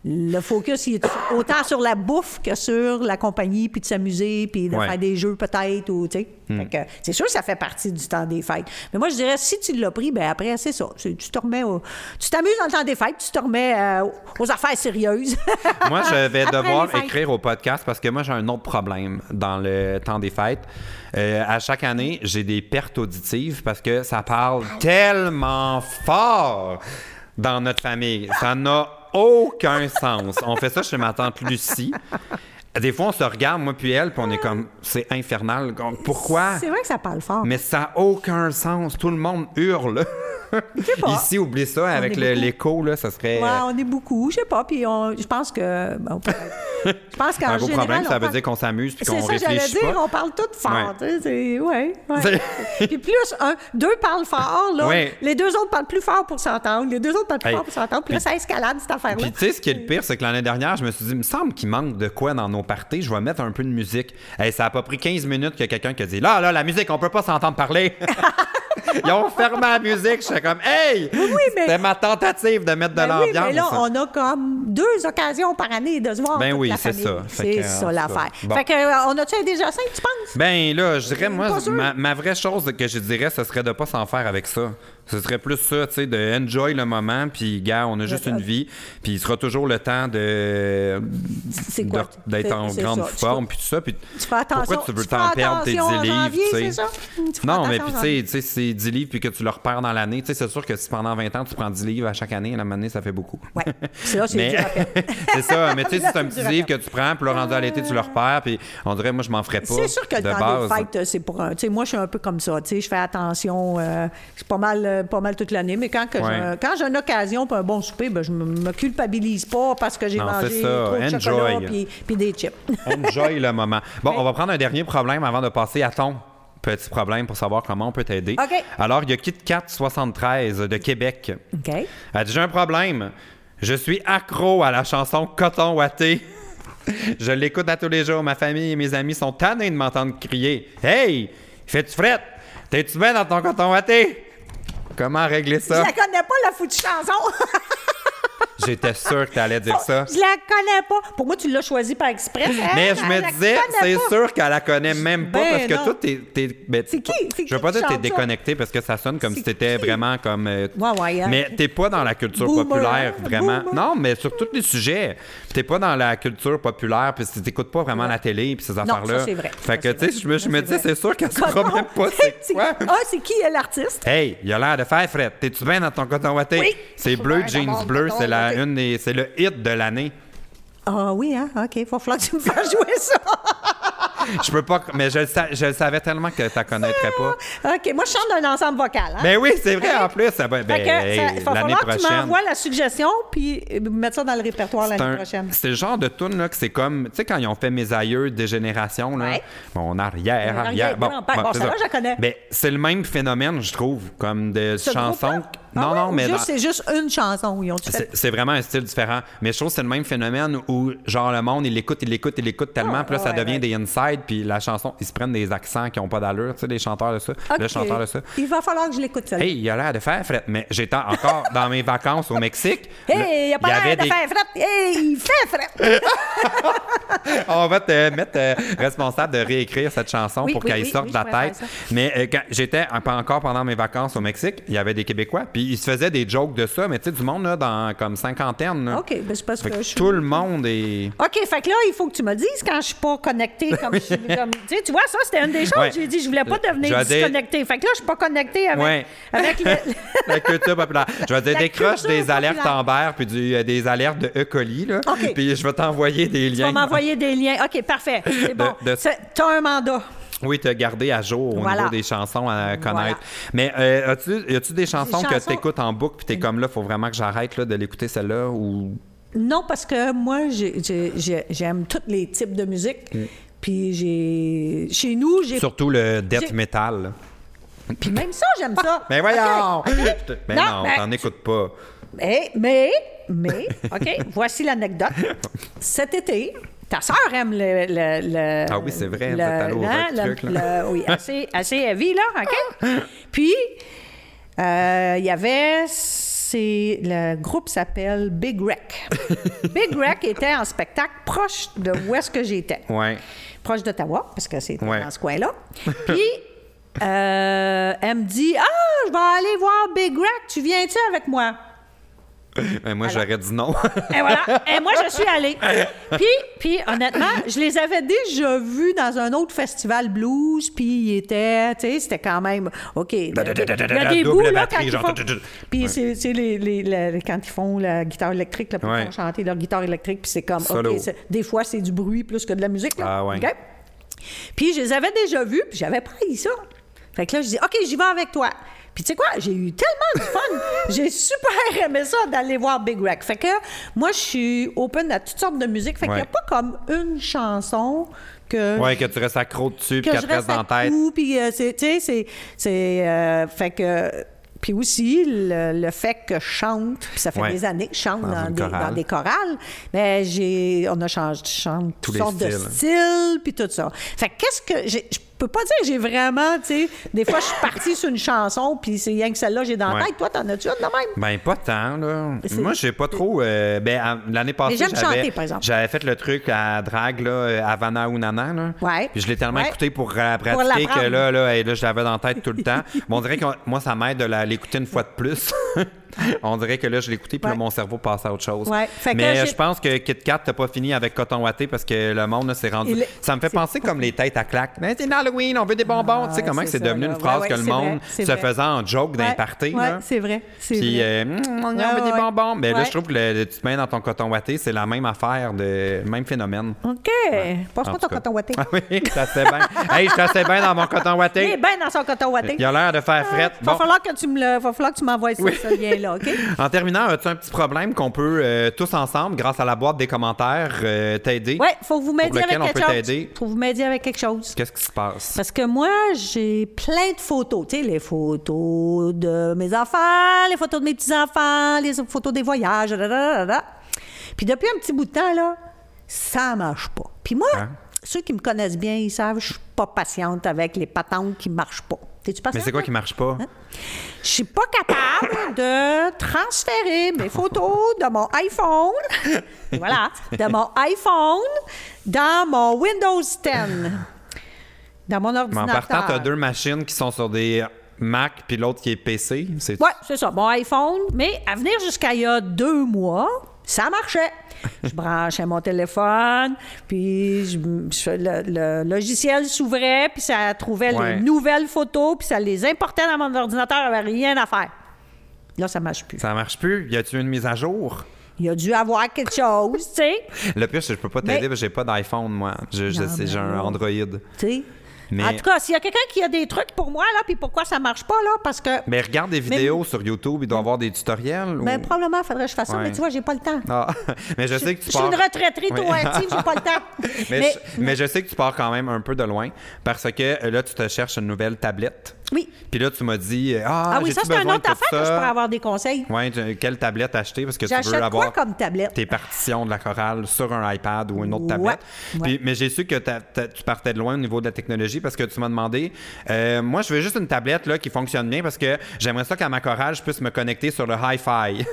Speaker 3: Le focus, il est autant sur la bouffe que sur la compagnie, puis de s'amuser, puis de
Speaker 1: Ouais. Hmm.
Speaker 3: faire des jeux peut-être, ou tu sais. Fait que, C'est sûr que ça fait partie du temps des fêtes. Mais moi, je dirais, si tu l'as pris, ben après, c'est ça. C'est- Tu te remets au- Tu t'amuses dans le temps des fêtes, tu te remets euh, aux affaires sérieuses.
Speaker 1: Moi, je vais
Speaker 3: Après
Speaker 1: devoir
Speaker 3: les fêtes.
Speaker 1: écrire au podcast parce que moi, j'ai un autre problème dans le temps des fêtes. Euh, à chaque année, j'ai des pertes auditives parce que ça parle tellement fort dans notre famille. Ça n'a aucun sens. On fait ça chez ma tante Lucie. Des fois, on se regarde, moi puis elle, puis on est comme, c'est infernal. Comme, Pourquoi?
Speaker 3: C'est vrai que ça parle fort.
Speaker 1: Mais ça n'a aucun sens. Tout le monde hurle.
Speaker 3: pas.
Speaker 1: Ici, oublie ça, avec
Speaker 3: est
Speaker 1: le-
Speaker 3: beaucoup.
Speaker 1: l'écho, là, ça serait...
Speaker 3: Ouais, on est beaucoup, je sais pas, puis on, je pense que... bon, peut-être. je pense qu'en
Speaker 1: un gros
Speaker 3: général,
Speaker 1: problème,
Speaker 3: on
Speaker 1: ça veut
Speaker 3: parle-
Speaker 1: dire qu'on s'amuse puis
Speaker 3: C'est
Speaker 1: qu'on
Speaker 3: ça, j'allais
Speaker 1: réfléchit
Speaker 3: dire,
Speaker 1: pas.
Speaker 3: on parle tout fort,
Speaker 1: Ouais.
Speaker 3: tu sais, c'est... Ouais, ouais.
Speaker 1: C'est-
Speaker 3: puis plus, un, deux parlent fort, là,
Speaker 1: Ouais.
Speaker 3: les deux autres parlent plus fort pour s'entendre, les deux autres parlent plus
Speaker 1: Hey,
Speaker 3: fort pour s'entendre, puis là,
Speaker 1: puis-
Speaker 3: ça escalade, cette affaire-là.
Speaker 1: Puis tu sais, ce qui est le pire, c'est que l'année dernière, je me suis dit, il me semble qu'il manque de quoi dans nos parties, je vais mettre un peu de musique. Hey, ça a pas pris 15 minutes qu'il y a quelqu'un qui a dit, là, là, la musique, on peut pas s'entendre parler. Ils ont fermé la musique, j'étais comme, hey!
Speaker 3: mais-
Speaker 1: C'était ma tentative de mettre de
Speaker 3: Ben oui,
Speaker 1: l'ambiance.
Speaker 3: mais là, on a comme deux occasions par année de se voir.
Speaker 1: Ben
Speaker 3: toute
Speaker 1: oui,
Speaker 3: la
Speaker 1: c'est
Speaker 3: famille.
Speaker 1: ça. Fait que,
Speaker 3: C'est
Speaker 1: euh,
Speaker 3: ça
Speaker 1: c'est
Speaker 3: l'affaire.
Speaker 1: ça. Bon.
Speaker 3: Fait que, euh, on a-tu un déjà cinq, tu penses?
Speaker 1: Ben là, je dirais, moi,
Speaker 3: Pas sûr.
Speaker 1: ma, ma vraie chose que je dirais, ce serait de pas s'en faire avec ça. Ce serait plus ça, tu sais, de enjoy le moment, puis gars, on a juste une vie, puis il sera toujours le temps de d'être en grande
Speaker 3: ça.
Speaker 1: forme, puis tout ça. Puis
Speaker 3: Tu fais attention.
Speaker 1: pourquoi tu veux
Speaker 3: tu fais
Speaker 1: t'en perdre tes 10
Speaker 3: attention en
Speaker 1: livres,
Speaker 3: janvier,
Speaker 1: tu
Speaker 3: c'est
Speaker 1: sais?
Speaker 3: ça? Tu fais
Speaker 1: Non, mais puis
Speaker 3: attention en
Speaker 1: tu sais, tu sais, c'est 10 livres, puis que tu le repères dans l'année, tu sais, c'est sûr que si pendant 20 ans, tu prends 10 livres à chaque année, à la année, ça fait beaucoup.
Speaker 3: Ouais. C'est là que c'est
Speaker 1: Mais-
Speaker 3: dur à perdre.
Speaker 1: c'est ça, mais tu sais,
Speaker 3: Là,
Speaker 1: c'est un
Speaker 3: c'est
Speaker 1: petit
Speaker 3: dur à
Speaker 1: livre que tu prends, puis là, rendu à l'été, tu le repères, puis on dirait, moi, je m'en ferais pas.
Speaker 3: C'est sûr que le
Speaker 1: de
Speaker 3: temps des
Speaker 1: base.
Speaker 3: fêtes, euh, c'est pour un. Tu sais, moi, je suis un peu comme ça. Tu sais, je fais attention. euh, c'est pas mal, euh, pas mal toute l'année, mais quand, que
Speaker 1: Ouais.
Speaker 3: je- quand j'ai une occasion pour un bon souper, ben, je me, me culpabilise pas parce que j'ai
Speaker 1: Non, c'est
Speaker 3: mangé
Speaker 1: ça.
Speaker 3: trop de
Speaker 1: Enjoy.
Speaker 3: chocolat puis- puis des chips.
Speaker 1: Enjoy le moment. Bon, on va prendre un dernier problème avant de passer à ton petit problème pour savoir comment on peut t'aider.
Speaker 3: OK.
Speaker 1: Alors, il y a KitKat73 de Québec.
Speaker 3: OK.
Speaker 1: Elle dit J'ai un problème. Je suis accro à la chanson Coton Watté. Je l'écoute à tous les jours. Ma famille et mes amis sont tannés de m'entendre crier Hey, fais-tu frette T'es-tu bien dans ton coton Watté Comment régler
Speaker 3: Je
Speaker 1: ça
Speaker 3: la connais pas, la foutue chanson.
Speaker 1: J'étais sûr que t'allais dire ça.
Speaker 3: Je la connais pas. Pour moi, tu l'as choisie par exprès.
Speaker 1: Mais
Speaker 3: Hein,
Speaker 1: je
Speaker 3: elle
Speaker 1: me
Speaker 3: la
Speaker 1: disais,
Speaker 3: connaît
Speaker 1: c'est
Speaker 3: pas.
Speaker 1: sûr qu'elle la connaît même pas
Speaker 3: Ben
Speaker 1: parce que
Speaker 3: non.
Speaker 1: toi, t'es. t'es- ben,
Speaker 3: C'est qui? C'est
Speaker 1: Je veux
Speaker 3: qui
Speaker 1: pas
Speaker 3: qui
Speaker 1: dire que t'es
Speaker 3: chante ça?
Speaker 1: déconnecté parce que ça sonne comme si
Speaker 3: C'est
Speaker 1: t'étais
Speaker 3: qui?
Speaker 1: vraiment comme. euh,
Speaker 3: Ouais, ouais, hein.
Speaker 1: Mais t'es pas dans la culture
Speaker 3: Boomer,
Speaker 1: populaire, vraiment.
Speaker 3: boomer.
Speaker 1: Non, mais sur tous les sujets, t'es pas dans la culture populaire puis tu t'écoutes pas vraiment la télé puis ces affaires-là.
Speaker 3: ça, c'est vrai.
Speaker 1: Fait
Speaker 3: Ça,
Speaker 1: que,
Speaker 3: c'est
Speaker 1: tu sais,
Speaker 3: vrai.
Speaker 1: je me, je
Speaker 3: Ça,
Speaker 1: me
Speaker 3: c'est
Speaker 1: disais,
Speaker 3: vrai.
Speaker 1: c'est sûr qu'elle se
Speaker 3: Coton.
Speaker 1: problème pas, c'est quoi?
Speaker 3: Ah, c'est qui euh, l'artiste?
Speaker 1: Hey, il a l'air de faire, Fred. T'es-tu bien dans ton coton watté?
Speaker 3: Oui.
Speaker 1: C'est bleu,
Speaker 3: Ouais, dans
Speaker 1: jeans
Speaker 3: mon
Speaker 1: bleu,
Speaker 3: coton
Speaker 1: c'est la,
Speaker 3: ouaté.
Speaker 1: une des- c'est le hit de l'année.
Speaker 3: Ah oui, hein? OK, il va falloir que tu me fasses jouer ça.
Speaker 1: Je peux pas, mais je le, sa- je le savais tellement que tu connaîtrais pas.
Speaker 3: Ah, OK, moi, je chante d'un ensemble vocal. Hein?
Speaker 1: Ben oui, c'est vrai, en plus. ça va- ben,
Speaker 3: Fait que ça-
Speaker 1: hey,
Speaker 3: il va
Speaker 1: l'année
Speaker 3: falloir que tu
Speaker 1: prochaine.
Speaker 3: m'envoies la suggestion puis euh, mettre ça dans le répertoire
Speaker 1: C'est
Speaker 3: l'année
Speaker 1: un-
Speaker 3: prochaine.
Speaker 1: C'est le genre de tune là que c'est comme, tu sais, quand ils ont fait mes aïeux des générations, là,
Speaker 3: Ouais.
Speaker 1: mon arrière,
Speaker 3: Mon
Speaker 1: arrière, bon,
Speaker 3: arrière-grand-père. Bon,
Speaker 1: c'est
Speaker 3: celle-là, je la connais.
Speaker 1: Ben, c'est le même phénomène, je trouve, comme des
Speaker 3: Ce
Speaker 1: chansons.
Speaker 3: groupe-là?
Speaker 1: que-
Speaker 3: Ah
Speaker 1: Non,
Speaker 3: ouais,
Speaker 1: non,
Speaker 3: ou
Speaker 1: mais
Speaker 3: juste-
Speaker 1: dans-
Speaker 3: C'est juste une chanson. Ils ont tout
Speaker 1: c'est
Speaker 3: fait.
Speaker 1: c'est vraiment un style différent. Mais je trouve que c'est le même phénomène où, genre, le monde, il l'écoute, il l'écoute, il l'écoute tellement,
Speaker 3: Ah,
Speaker 1: puis là, ça
Speaker 3: ouais,
Speaker 1: devient
Speaker 3: ouais.
Speaker 1: des inside, puis la chanson, ils se prennent des accents qui ont pas d'allure, tu sais, les chanteurs de ça, le
Speaker 3: OK.
Speaker 1: chanteur de ça.
Speaker 3: Il va falloir que je l'écoute, celle-là.
Speaker 1: Hey, il a l'air de faire frette, mais j'étais encore dans mes vacances au Mexique.
Speaker 3: Hey, il a
Speaker 1: y
Speaker 3: pas
Speaker 1: avait
Speaker 3: l'air de
Speaker 1: des-
Speaker 3: faire frette. Hey, il fait frette.
Speaker 1: On va te mettre euh, responsable de réécrire cette chanson
Speaker 3: Oui,
Speaker 1: pour
Speaker 3: oui,
Speaker 1: qu'elle
Speaker 3: oui,
Speaker 1: sorte
Speaker 3: oui,
Speaker 1: de la
Speaker 3: je pourrais
Speaker 1: tête.
Speaker 3: faire
Speaker 1: Mais euh, quand j'étais en- pas encore pendant mes vacances au Mexique, il y avait des Québécois, puis ils se faisaient des jokes de ça, mais tu sais, du monde, là, dans comme cinquantaine. là.
Speaker 3: OK, ben c'est parce
Speaker 1: Fait
Speaker 3: que
Speaker 1: que
Speaker 3: je suis...
Speaker 1: tout le monde est.
Speaker 3: OK, fait que là, il faut que tu me dises quand je suis pas connectée comme je suis. comme- tu sais, tu vois, ça, c'était une des choses.
Speaker 1: Ouais.
Speaker 3: J'ai dit, je voulais pas devenir
Speaker 1: Je vais dire-
Speaker 3: disconnectée. Fait que là, je suis pas connectée avec,
Speaker 1: Ouais.
Speaker 3: avec le-
Speaker 1: La culture populaire. Je vais te
Speaker 3: La
Speaker 1: décroche
Speaker 3: culture
Speaker 1: des alertes
Speaker 3: populaire.
Speaker 1: Amber puis du- euh, des alertes de E. coli, là.
Speaker 3: OK.
Speaker 1: Puis je vais t'envoyer des
Speaker 3: Tu vas
Speaker 1: liens.
Speaker 3: m'envoyer des liens. OK, parfait. C'est bon.
Speaker 1: de-
Speaker 3: C'est- T'as un mandat.
Speaker 1: Oui, te garder à jour au
Speaker 3: Voilà.
Speaker 1: niveau des chansons à connaître.
Speaker 3: Voilà.
Speaker 1: Mais euh, as-tu, y a-tu des chansons que
Speaker 3: chansons-
Speaker 1: tu écoutes en boucle puis t'es comme là, faut vraiment que j'arrête là, de l'écouter celle-là ou.
Speaker 3: Non, parce que moi, j'ai- j'ai- j'ai- j'aime tous les types de musique.
Speaker 1: Mm.
Speaker 3: Puis j'ai. Chez nous, j'ai.
Speaker 1: Surtout le death
Speaker 3: J'ai-
Speaker 1: metal. là.
Speaker 3: Puis même ça, j'aime ça.
Speaker 1: Mais Ben voyons!
Speaker 3: OK, OK.
Speaker 1: Mais
Speaker 3: Non,
Speaker 1: non,
Speaker 3: mais-
Speaker 1: t'en écoutes pas.
Speaker 3: Mais, Eh, mais, mais, OK, voici l'anecdote. Cet été, ta sœur aime le, le- le-
Speaker 1: Ah oui, c'est vrai,
Speaker 3: le-
Speaker 1: vous êtes allés au
Speaker 3: hein,
Speaker 1: rock truc,
Speaker 3: le-
Speaker 1: là.
Speaker 3: le- oui, assez, assez heavy, là, OK? Puis, euh, il y avait... c'est- le groupe s'appelle Big Wreck. Big Wreck était en spectacle proche de où est-ce que j'étais
Speaker 1: Ouais.
Speaker 3: proche d'Ottawa, parce que c'est
Speaker 1: Ouais.
Speaker 3: dans ce coin-là. Puis, euh, elle me dit Ah, je vais aller voir Big Rack, tu viens-tu avec moi?
Speaker 1: Mais Ben moi, j'aurais dit non.
Speaker 3: Et voilà. Et moi, je suis allée. Puis, puis, honnêtement, je les avais déjà vus dans un autre festival blues, puis ils étaient, tu sais, c'était quand même, OK. Il y a des- il y a des
Speaker 1: Double
Speaker 3: bouts, là, quand
Speaker 1: batterie,
Speaker 3: ils
Speaker 1: genre,
Speaker 3: font...
Speaker 1: tout, tout, tout.
Speaker 3: Puis, c'est, c'est les, les- la- quand ils font la guitare électrique, là, puis
Speaker 1: Ouais.
Speaker 3: ils font chanter leur guitare électrique, puis c'est comme,
Speaker 1: Solo.
Speaker 3: OK, c'est- des fois, c'est du bruit plus que de la musique, là.
Speaker 1: Ah ouais.
Speaker 3: OK? Puis, je les avais déjà vus, puis j'avais pas eu ça. Fait que là, je dis, OK, j'y vais avec toi. Puis tu sais quoi, j'ai eu tellement de fun. j'ai super aimé ça d'aller voir Big Rack. Fait que moi, je suis open à toutes sortes de musique. Fait qu'il
Speaker 1: Ouais.
Speaker 3: n'y a pas comme une chanson que...
Speaker 1: ouais, que tu restes accro dessus puis
Speaker 3: Que
Speaker 1: qu'elle
Speaker 3: je
Speaker 1: te reste
Speaker 3: reste
Speaker 1: dans la
Speaker 3: à
Speaker 1: tête.
Speaker 3: coup, puis euh, c'est, tu sais, c'est, c'est, euh, fait que, puis aussi le, le fait que je chante, puis ça fait
Speaker 1: Ouais.
Speaker 3: des années que je chante
Speaker 1: Dans
Speaker 3: dans,
Speaker 1: une
Speaker 3: des,
Speaker 1: chorale.
Speaker 3: dans des chorales, mais j'ai, on a changé, je chante toutes
Speaker 1: les
Speaker 3: sortes de
Speaker 1: styles.
Speaker 3: styles, puis tout ça. Fait que qu'est-ce que j'ai, je- peux pas dire j'ai vraiment, tu sais, des fois, je suis partie sur une chanson, puis c'est rien que celle-là, j'ai dans la
Speaker 1: Ouais.
Speaker 3: tête. Toi, t'en as-tu une de même?
Speaker 1: Ben, pas tant, là.
Speaker 3: C'est-
Speaker 1: Moi, j'ai pas trop. euh, ben, à- l'année passée,
Speaker 3: j'aime
Speaker 1: j'avais-
Speaker 3: chanter, par exemple.
Speaker 1: j'avais fait le truc à drague, là, euh, Havana ou Nana, là.
Speaker 3: Ouais.
Speaker 1: Puis je l'ai tellement
Speaker 3: Ouais.
Speaker 1: écouté pour la pratiquer que
Speaker 3: l'apprendre.
Speaker 1: là, là, hey, là, je l'avais dans la tête tout le temps. Mais on dirait que moi, ça m'aide de la- l'écouter une fois de plus. on dirait que là, je l'écoutais, puis là,
Speaker 3: Ouais.
Speaker 1: mon cerveau passe à autre chose.
Speaker 3: Ouais. Fait que
Speaker 1: Mais
Speaker 3: j'ai-
Speaker 1: je pense que Kit Kat, t'as pas fini avec Coton Watté parce que le monde, là, s'est rendu.
Speaker 3: Il est-
Speaker 1: Ça me fait
Speaker 3: c'est
Speaker 1: penser comme les têtes à claque. Mais c'est Halloween, on veut des bonbons.
Speaker 3: Ah,
Speaker 1: tu sais comment
Speaker 3: c'est
Speaker 1: que c'est
Speaker 3: ça,
Speaker 1: devenu
Speaker 3: là.
Speaker 1: une phrase
Speaker 3: Ouais,
Speaker 1: que
Speaker 3: ouais,
Speaker 1: le
Speaker 3: c'est vrai,
Speaker 1: monde
Speaker 3: c'est
Speaker 1: se
Speaker 3: vrai.
Speaker 1: faisait en joke d'un
Speaker 3: Ouais.
Speaker 1: party,
Speaker 3: Ouais,
Speaker 1: là.
Speaker 3: c'est vrai. C'est
Speaker 1: Puis,
Speaker 3: vrai.
Speaker 1: euh, Mm, on y
Speaker 3: Ouais,
Speaker 1: envoie
Speaker 3: ouais.
Speaker 1: des bonbons. Mais là,
Speaker 3: Ouais.
Speaker 1: je trouve que le, le- tu te mets dans ton coton ouaté, c'est la même affaire, de, le même phénomène.
Speaker 3: OK. Passe
Speaker 1: euh, En
Speaker 3: pas
Speaker 1: tout
Speaker 3: ton
Speaker 1: cas.
Speaker 3: coton ouaté.
Speaker 1: Ah oui, ça c'est bien. hey, je t'assais bien dans mon coton
Speaker 3: Il est
Speaker 1: ouaté.
Speaker 3: bien dans son coton ouaté.
Speaker 1: Il a l'air de faire fret.
Speaker 3: Va
Speaker 1: Bon,
Speaker 3: ben. Euh, falloir que tu me le- va falloir que tu m'envoies ça,
Speaker 1: Oui.
Speaker 3: ce lien-là, OK?
Speaker 1: en terminant, as-tu un petit problème qu'on peut euh, tous ensemble, grâce à la boîte des commentaires, euh, t'aider?
Speaker 3: Oui, faut que vous m'aidiez
Speaker 1: lequel
Speaker 3: avec
Speaker 1: on
Speaker 3: quelque
Speaker 1: peut
Speaker 3: chose.
Speaker 1: t'aider.
Speaker 3: Faut que vous m'aidiez avec quelque chose.
Speaker 1: Qu'est-ce qui se passe?
Speaker 3: Parce que moi, j'ai plein de photos. Tu sais, les photos de mes enfants, les photos de mes petits-enfants, les photos des voyages, da, da, da, da, da. Puis depuis un petit bout de temps, là, ça marche pas. Puis moi,
Speaker 1: Hein?
Speaker 3: ceux qui me connaissent bien, ils savent que je suis pas patiente avec les patentes qui marchent pas. T'es-tu patiente?
Speaker 1: Mais c'est quoi qui
Speaker 3: toi?
Speaker 1: marche pas?
Speaker 3: Je suis pas capable de transférer mes photos de mon iPhone, voilà, de mon iPhone dans mon Windows 10, dans mon
Speaker 1: Mais en
Speaker 3: ordinateur.
Speaker 1: partant, t'as deux machines qui sont sur des Mac, puis l'autre qui est PC. C'est
Speaker 3: Ouais, c'est ça, mon iPhone. Mais à venir jusqu'à il y a deux mois, ça marchait. Je branchais mon téléphone, puis je- je- le, le logiciel s'ouvrait, puis ça trouvait
Speaker 1: Ouais.
Speaker 3: les nouvelles photos, puis ça les importait dans mon ordinateur, il n'y avait rien à faire. Là, ça marche plus.
Speaker 1: Ça marche plus. Y a-tu une mise à jour?
Speaker 3: Il a dû avoir quelque chose, tu sais.
Speaker 1: Le pire, c'est que je peux pas t'aider
Speaker 3: Mais-
Speaker 1: parce que j'ai pas d'iPhone, moi. Je, je
Speaker 3: Ben, Non,
Speaker 1: sais,
Speaker 3: mais
Speaker 1: j'ai un
Speaker 3: non.
Speaker 1: Android.
Speaker 3: Tu sais.
Speaker 1: Mais-
Speaker 3: En tout cas, s'il y a quelqu'un qui a des trucs pour moi, là, puis pourquoi ça marche pas, là, parce que.
Speaker 1: Mais regarde des vidéos sur YouTube, il doit y avoir des tutoriels. ou-
Speaker 3: Ben, probablement, faudrait que je fasse ça,
Speaker 1: Ouais.
Speaker 3: mais tu vois, j'ai pas le temps.
Speaker 1: Ah, mais je sais que tu
Speaker 3: Je suis
Speaker 1: pars...
Speaker 3: une retraitée
Speaker 1: Oui.
Speaker 3: proactive, j'ai pas le temps.
Speaker 1: mais,
Speaker 3: Mais-
Speaker 1: je, mais je sais que tu pars quand même un peu de loin parce que euh, là, tu te cherches une nouvelle tablette.
Speaker 3: Oui.
Speaker 1: Puis là, tu m'as dit euh, Ah,
Speaker 3: Ah oui,
Speaker 1: j'ai-tu
Speaker 3: ça, c'est une
Speaker 1: besoin de
Speaker 3: autre
Speaker 1: tout
Speaker 3: affaire que je
Speaker 1: ça?
Speaker 3: pourrais avoir des conseils.
Speaker 1: Ouais, tu- quelle tablette acheter parce que tu
Speaker 3: J'achète
Speaker 1: veux
Speaker 3: quoi
Speaker 1: avoir
Speaker 3: comme tablette?
Speaker 1: tes partitions de la chorale sur un iPad ou une autre
Speaker 3: Ouais,
Speaker 1: tablette.
Speaker 3: ouais.
Speaker 1: Puis- mais j'ai su que t'as- t'as- tu partais de loin au niveau de la technologie parce que tu m'as demandé euh, moi je veux juste une tablette là, qui fonctionne bien parce que j'aimerais ça qu'à ma chorale je puisse me connecter sur le Hi-Fi.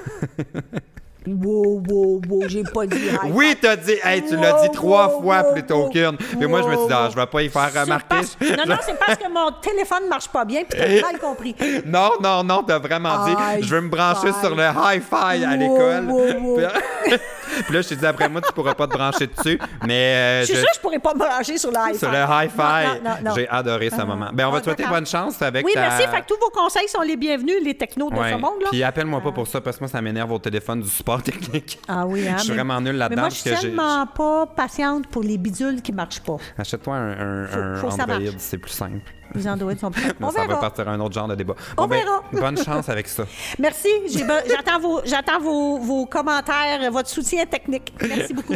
Speaker 3: Wow, wow, wow, j'ai pas dit. hi-fi.
Speaker 1: oui, t'as dit hey, tu l'as
Speaker 3: Wow,
Speaker 1: dit trois
Speaker 3: wow,
Speaker 1: fois
Speaker 3: wow,
Speaker 1: plutôt
Speaker 3: wow,
Speaker 1: qu'une. Mais moi je me suis dit ah,
Speaker 3: wow.
Speaker 1: je vais pas y faire
Speaker 3: C'est
Speaker 1: remarquer.
Speaker 3: parce- Non, non, c'est parce que mon téléphone marche pas bien, puis t'as mal compris.
Speaker 1: Non, non, non, t'as vraiment dit, je veux me brancher
Speaker 3: Hi-Fi.
Speaker 1: sur le hi-fi à
Speaker 3: Wow,
Speaker 1: l'école.
Speaker 3: wow, wow.
Speaker 1: Puis- Puis là, je t'ai dit, après moi, tu pourras pas te brancher dessus. Mais euh,
Speaker 3: Je suis
Speaker 1: je-
Speaker 3: sûre que je pourrais pas me brancher sur le hi-fi.
Speaker 1: sur le hi-fi,
Speaker 3: Non, non, non, non.
Speaker 1: j'ai adoré ce moment. Ben, on va
Speaker 3: Ah,
Speaker 1: te souhaiter
Speaker 3: d'accord.
Speaker 1: bonne chance avec
Speaker 3: Oui,
Speaker 1: ta...
Speaker 3: merci. Fait que tous vos conseils sont les bienvenus, les technos de
Speaker 1: Ouais.
Speaker 3: ce monde. Là. Euh.
Speaker 1: Puis ah, appelle-moi pas pour ça, parce que moi, ça m'énerve au téléphone du support technique.
Speaker 3: Ah oui, hein,
Speaker 1: Je suis
Speaker 3: mais-
Speaker 1: vraiment nul là-dedans.
Speaker 3: Mais moi, je hein. suis
Speaker 1: parce que j'ai-
Speaker 3: tellement pas patiente pour les bidules qui marchent pas.
Speaker 1: j'ai- Achète-toi un, un-
Speaker 3: Faut-
Speaker 1: un
Speaker 3: faut que ça
Speaker 1: Android,
Speaker 3: marche.
Speaker 1: c'est plus simple.
Speaker 3: Les Android sont pas.
Speaker 1: Non,
Speaker 3: On
Speaker 1: ça va
Speaker 3: verra.
Speaker 1: partir à un autre genre de débat.
Speaker 3: On
Speaker 1: ben,
Speaker 3: verra.
Speaker 1: bonne chance avec ça.
Speaker 3: Merci. j'ai be- J'attends vos, j'attends vos, vos commentaires, votre soutien technique. Merci beaucoup.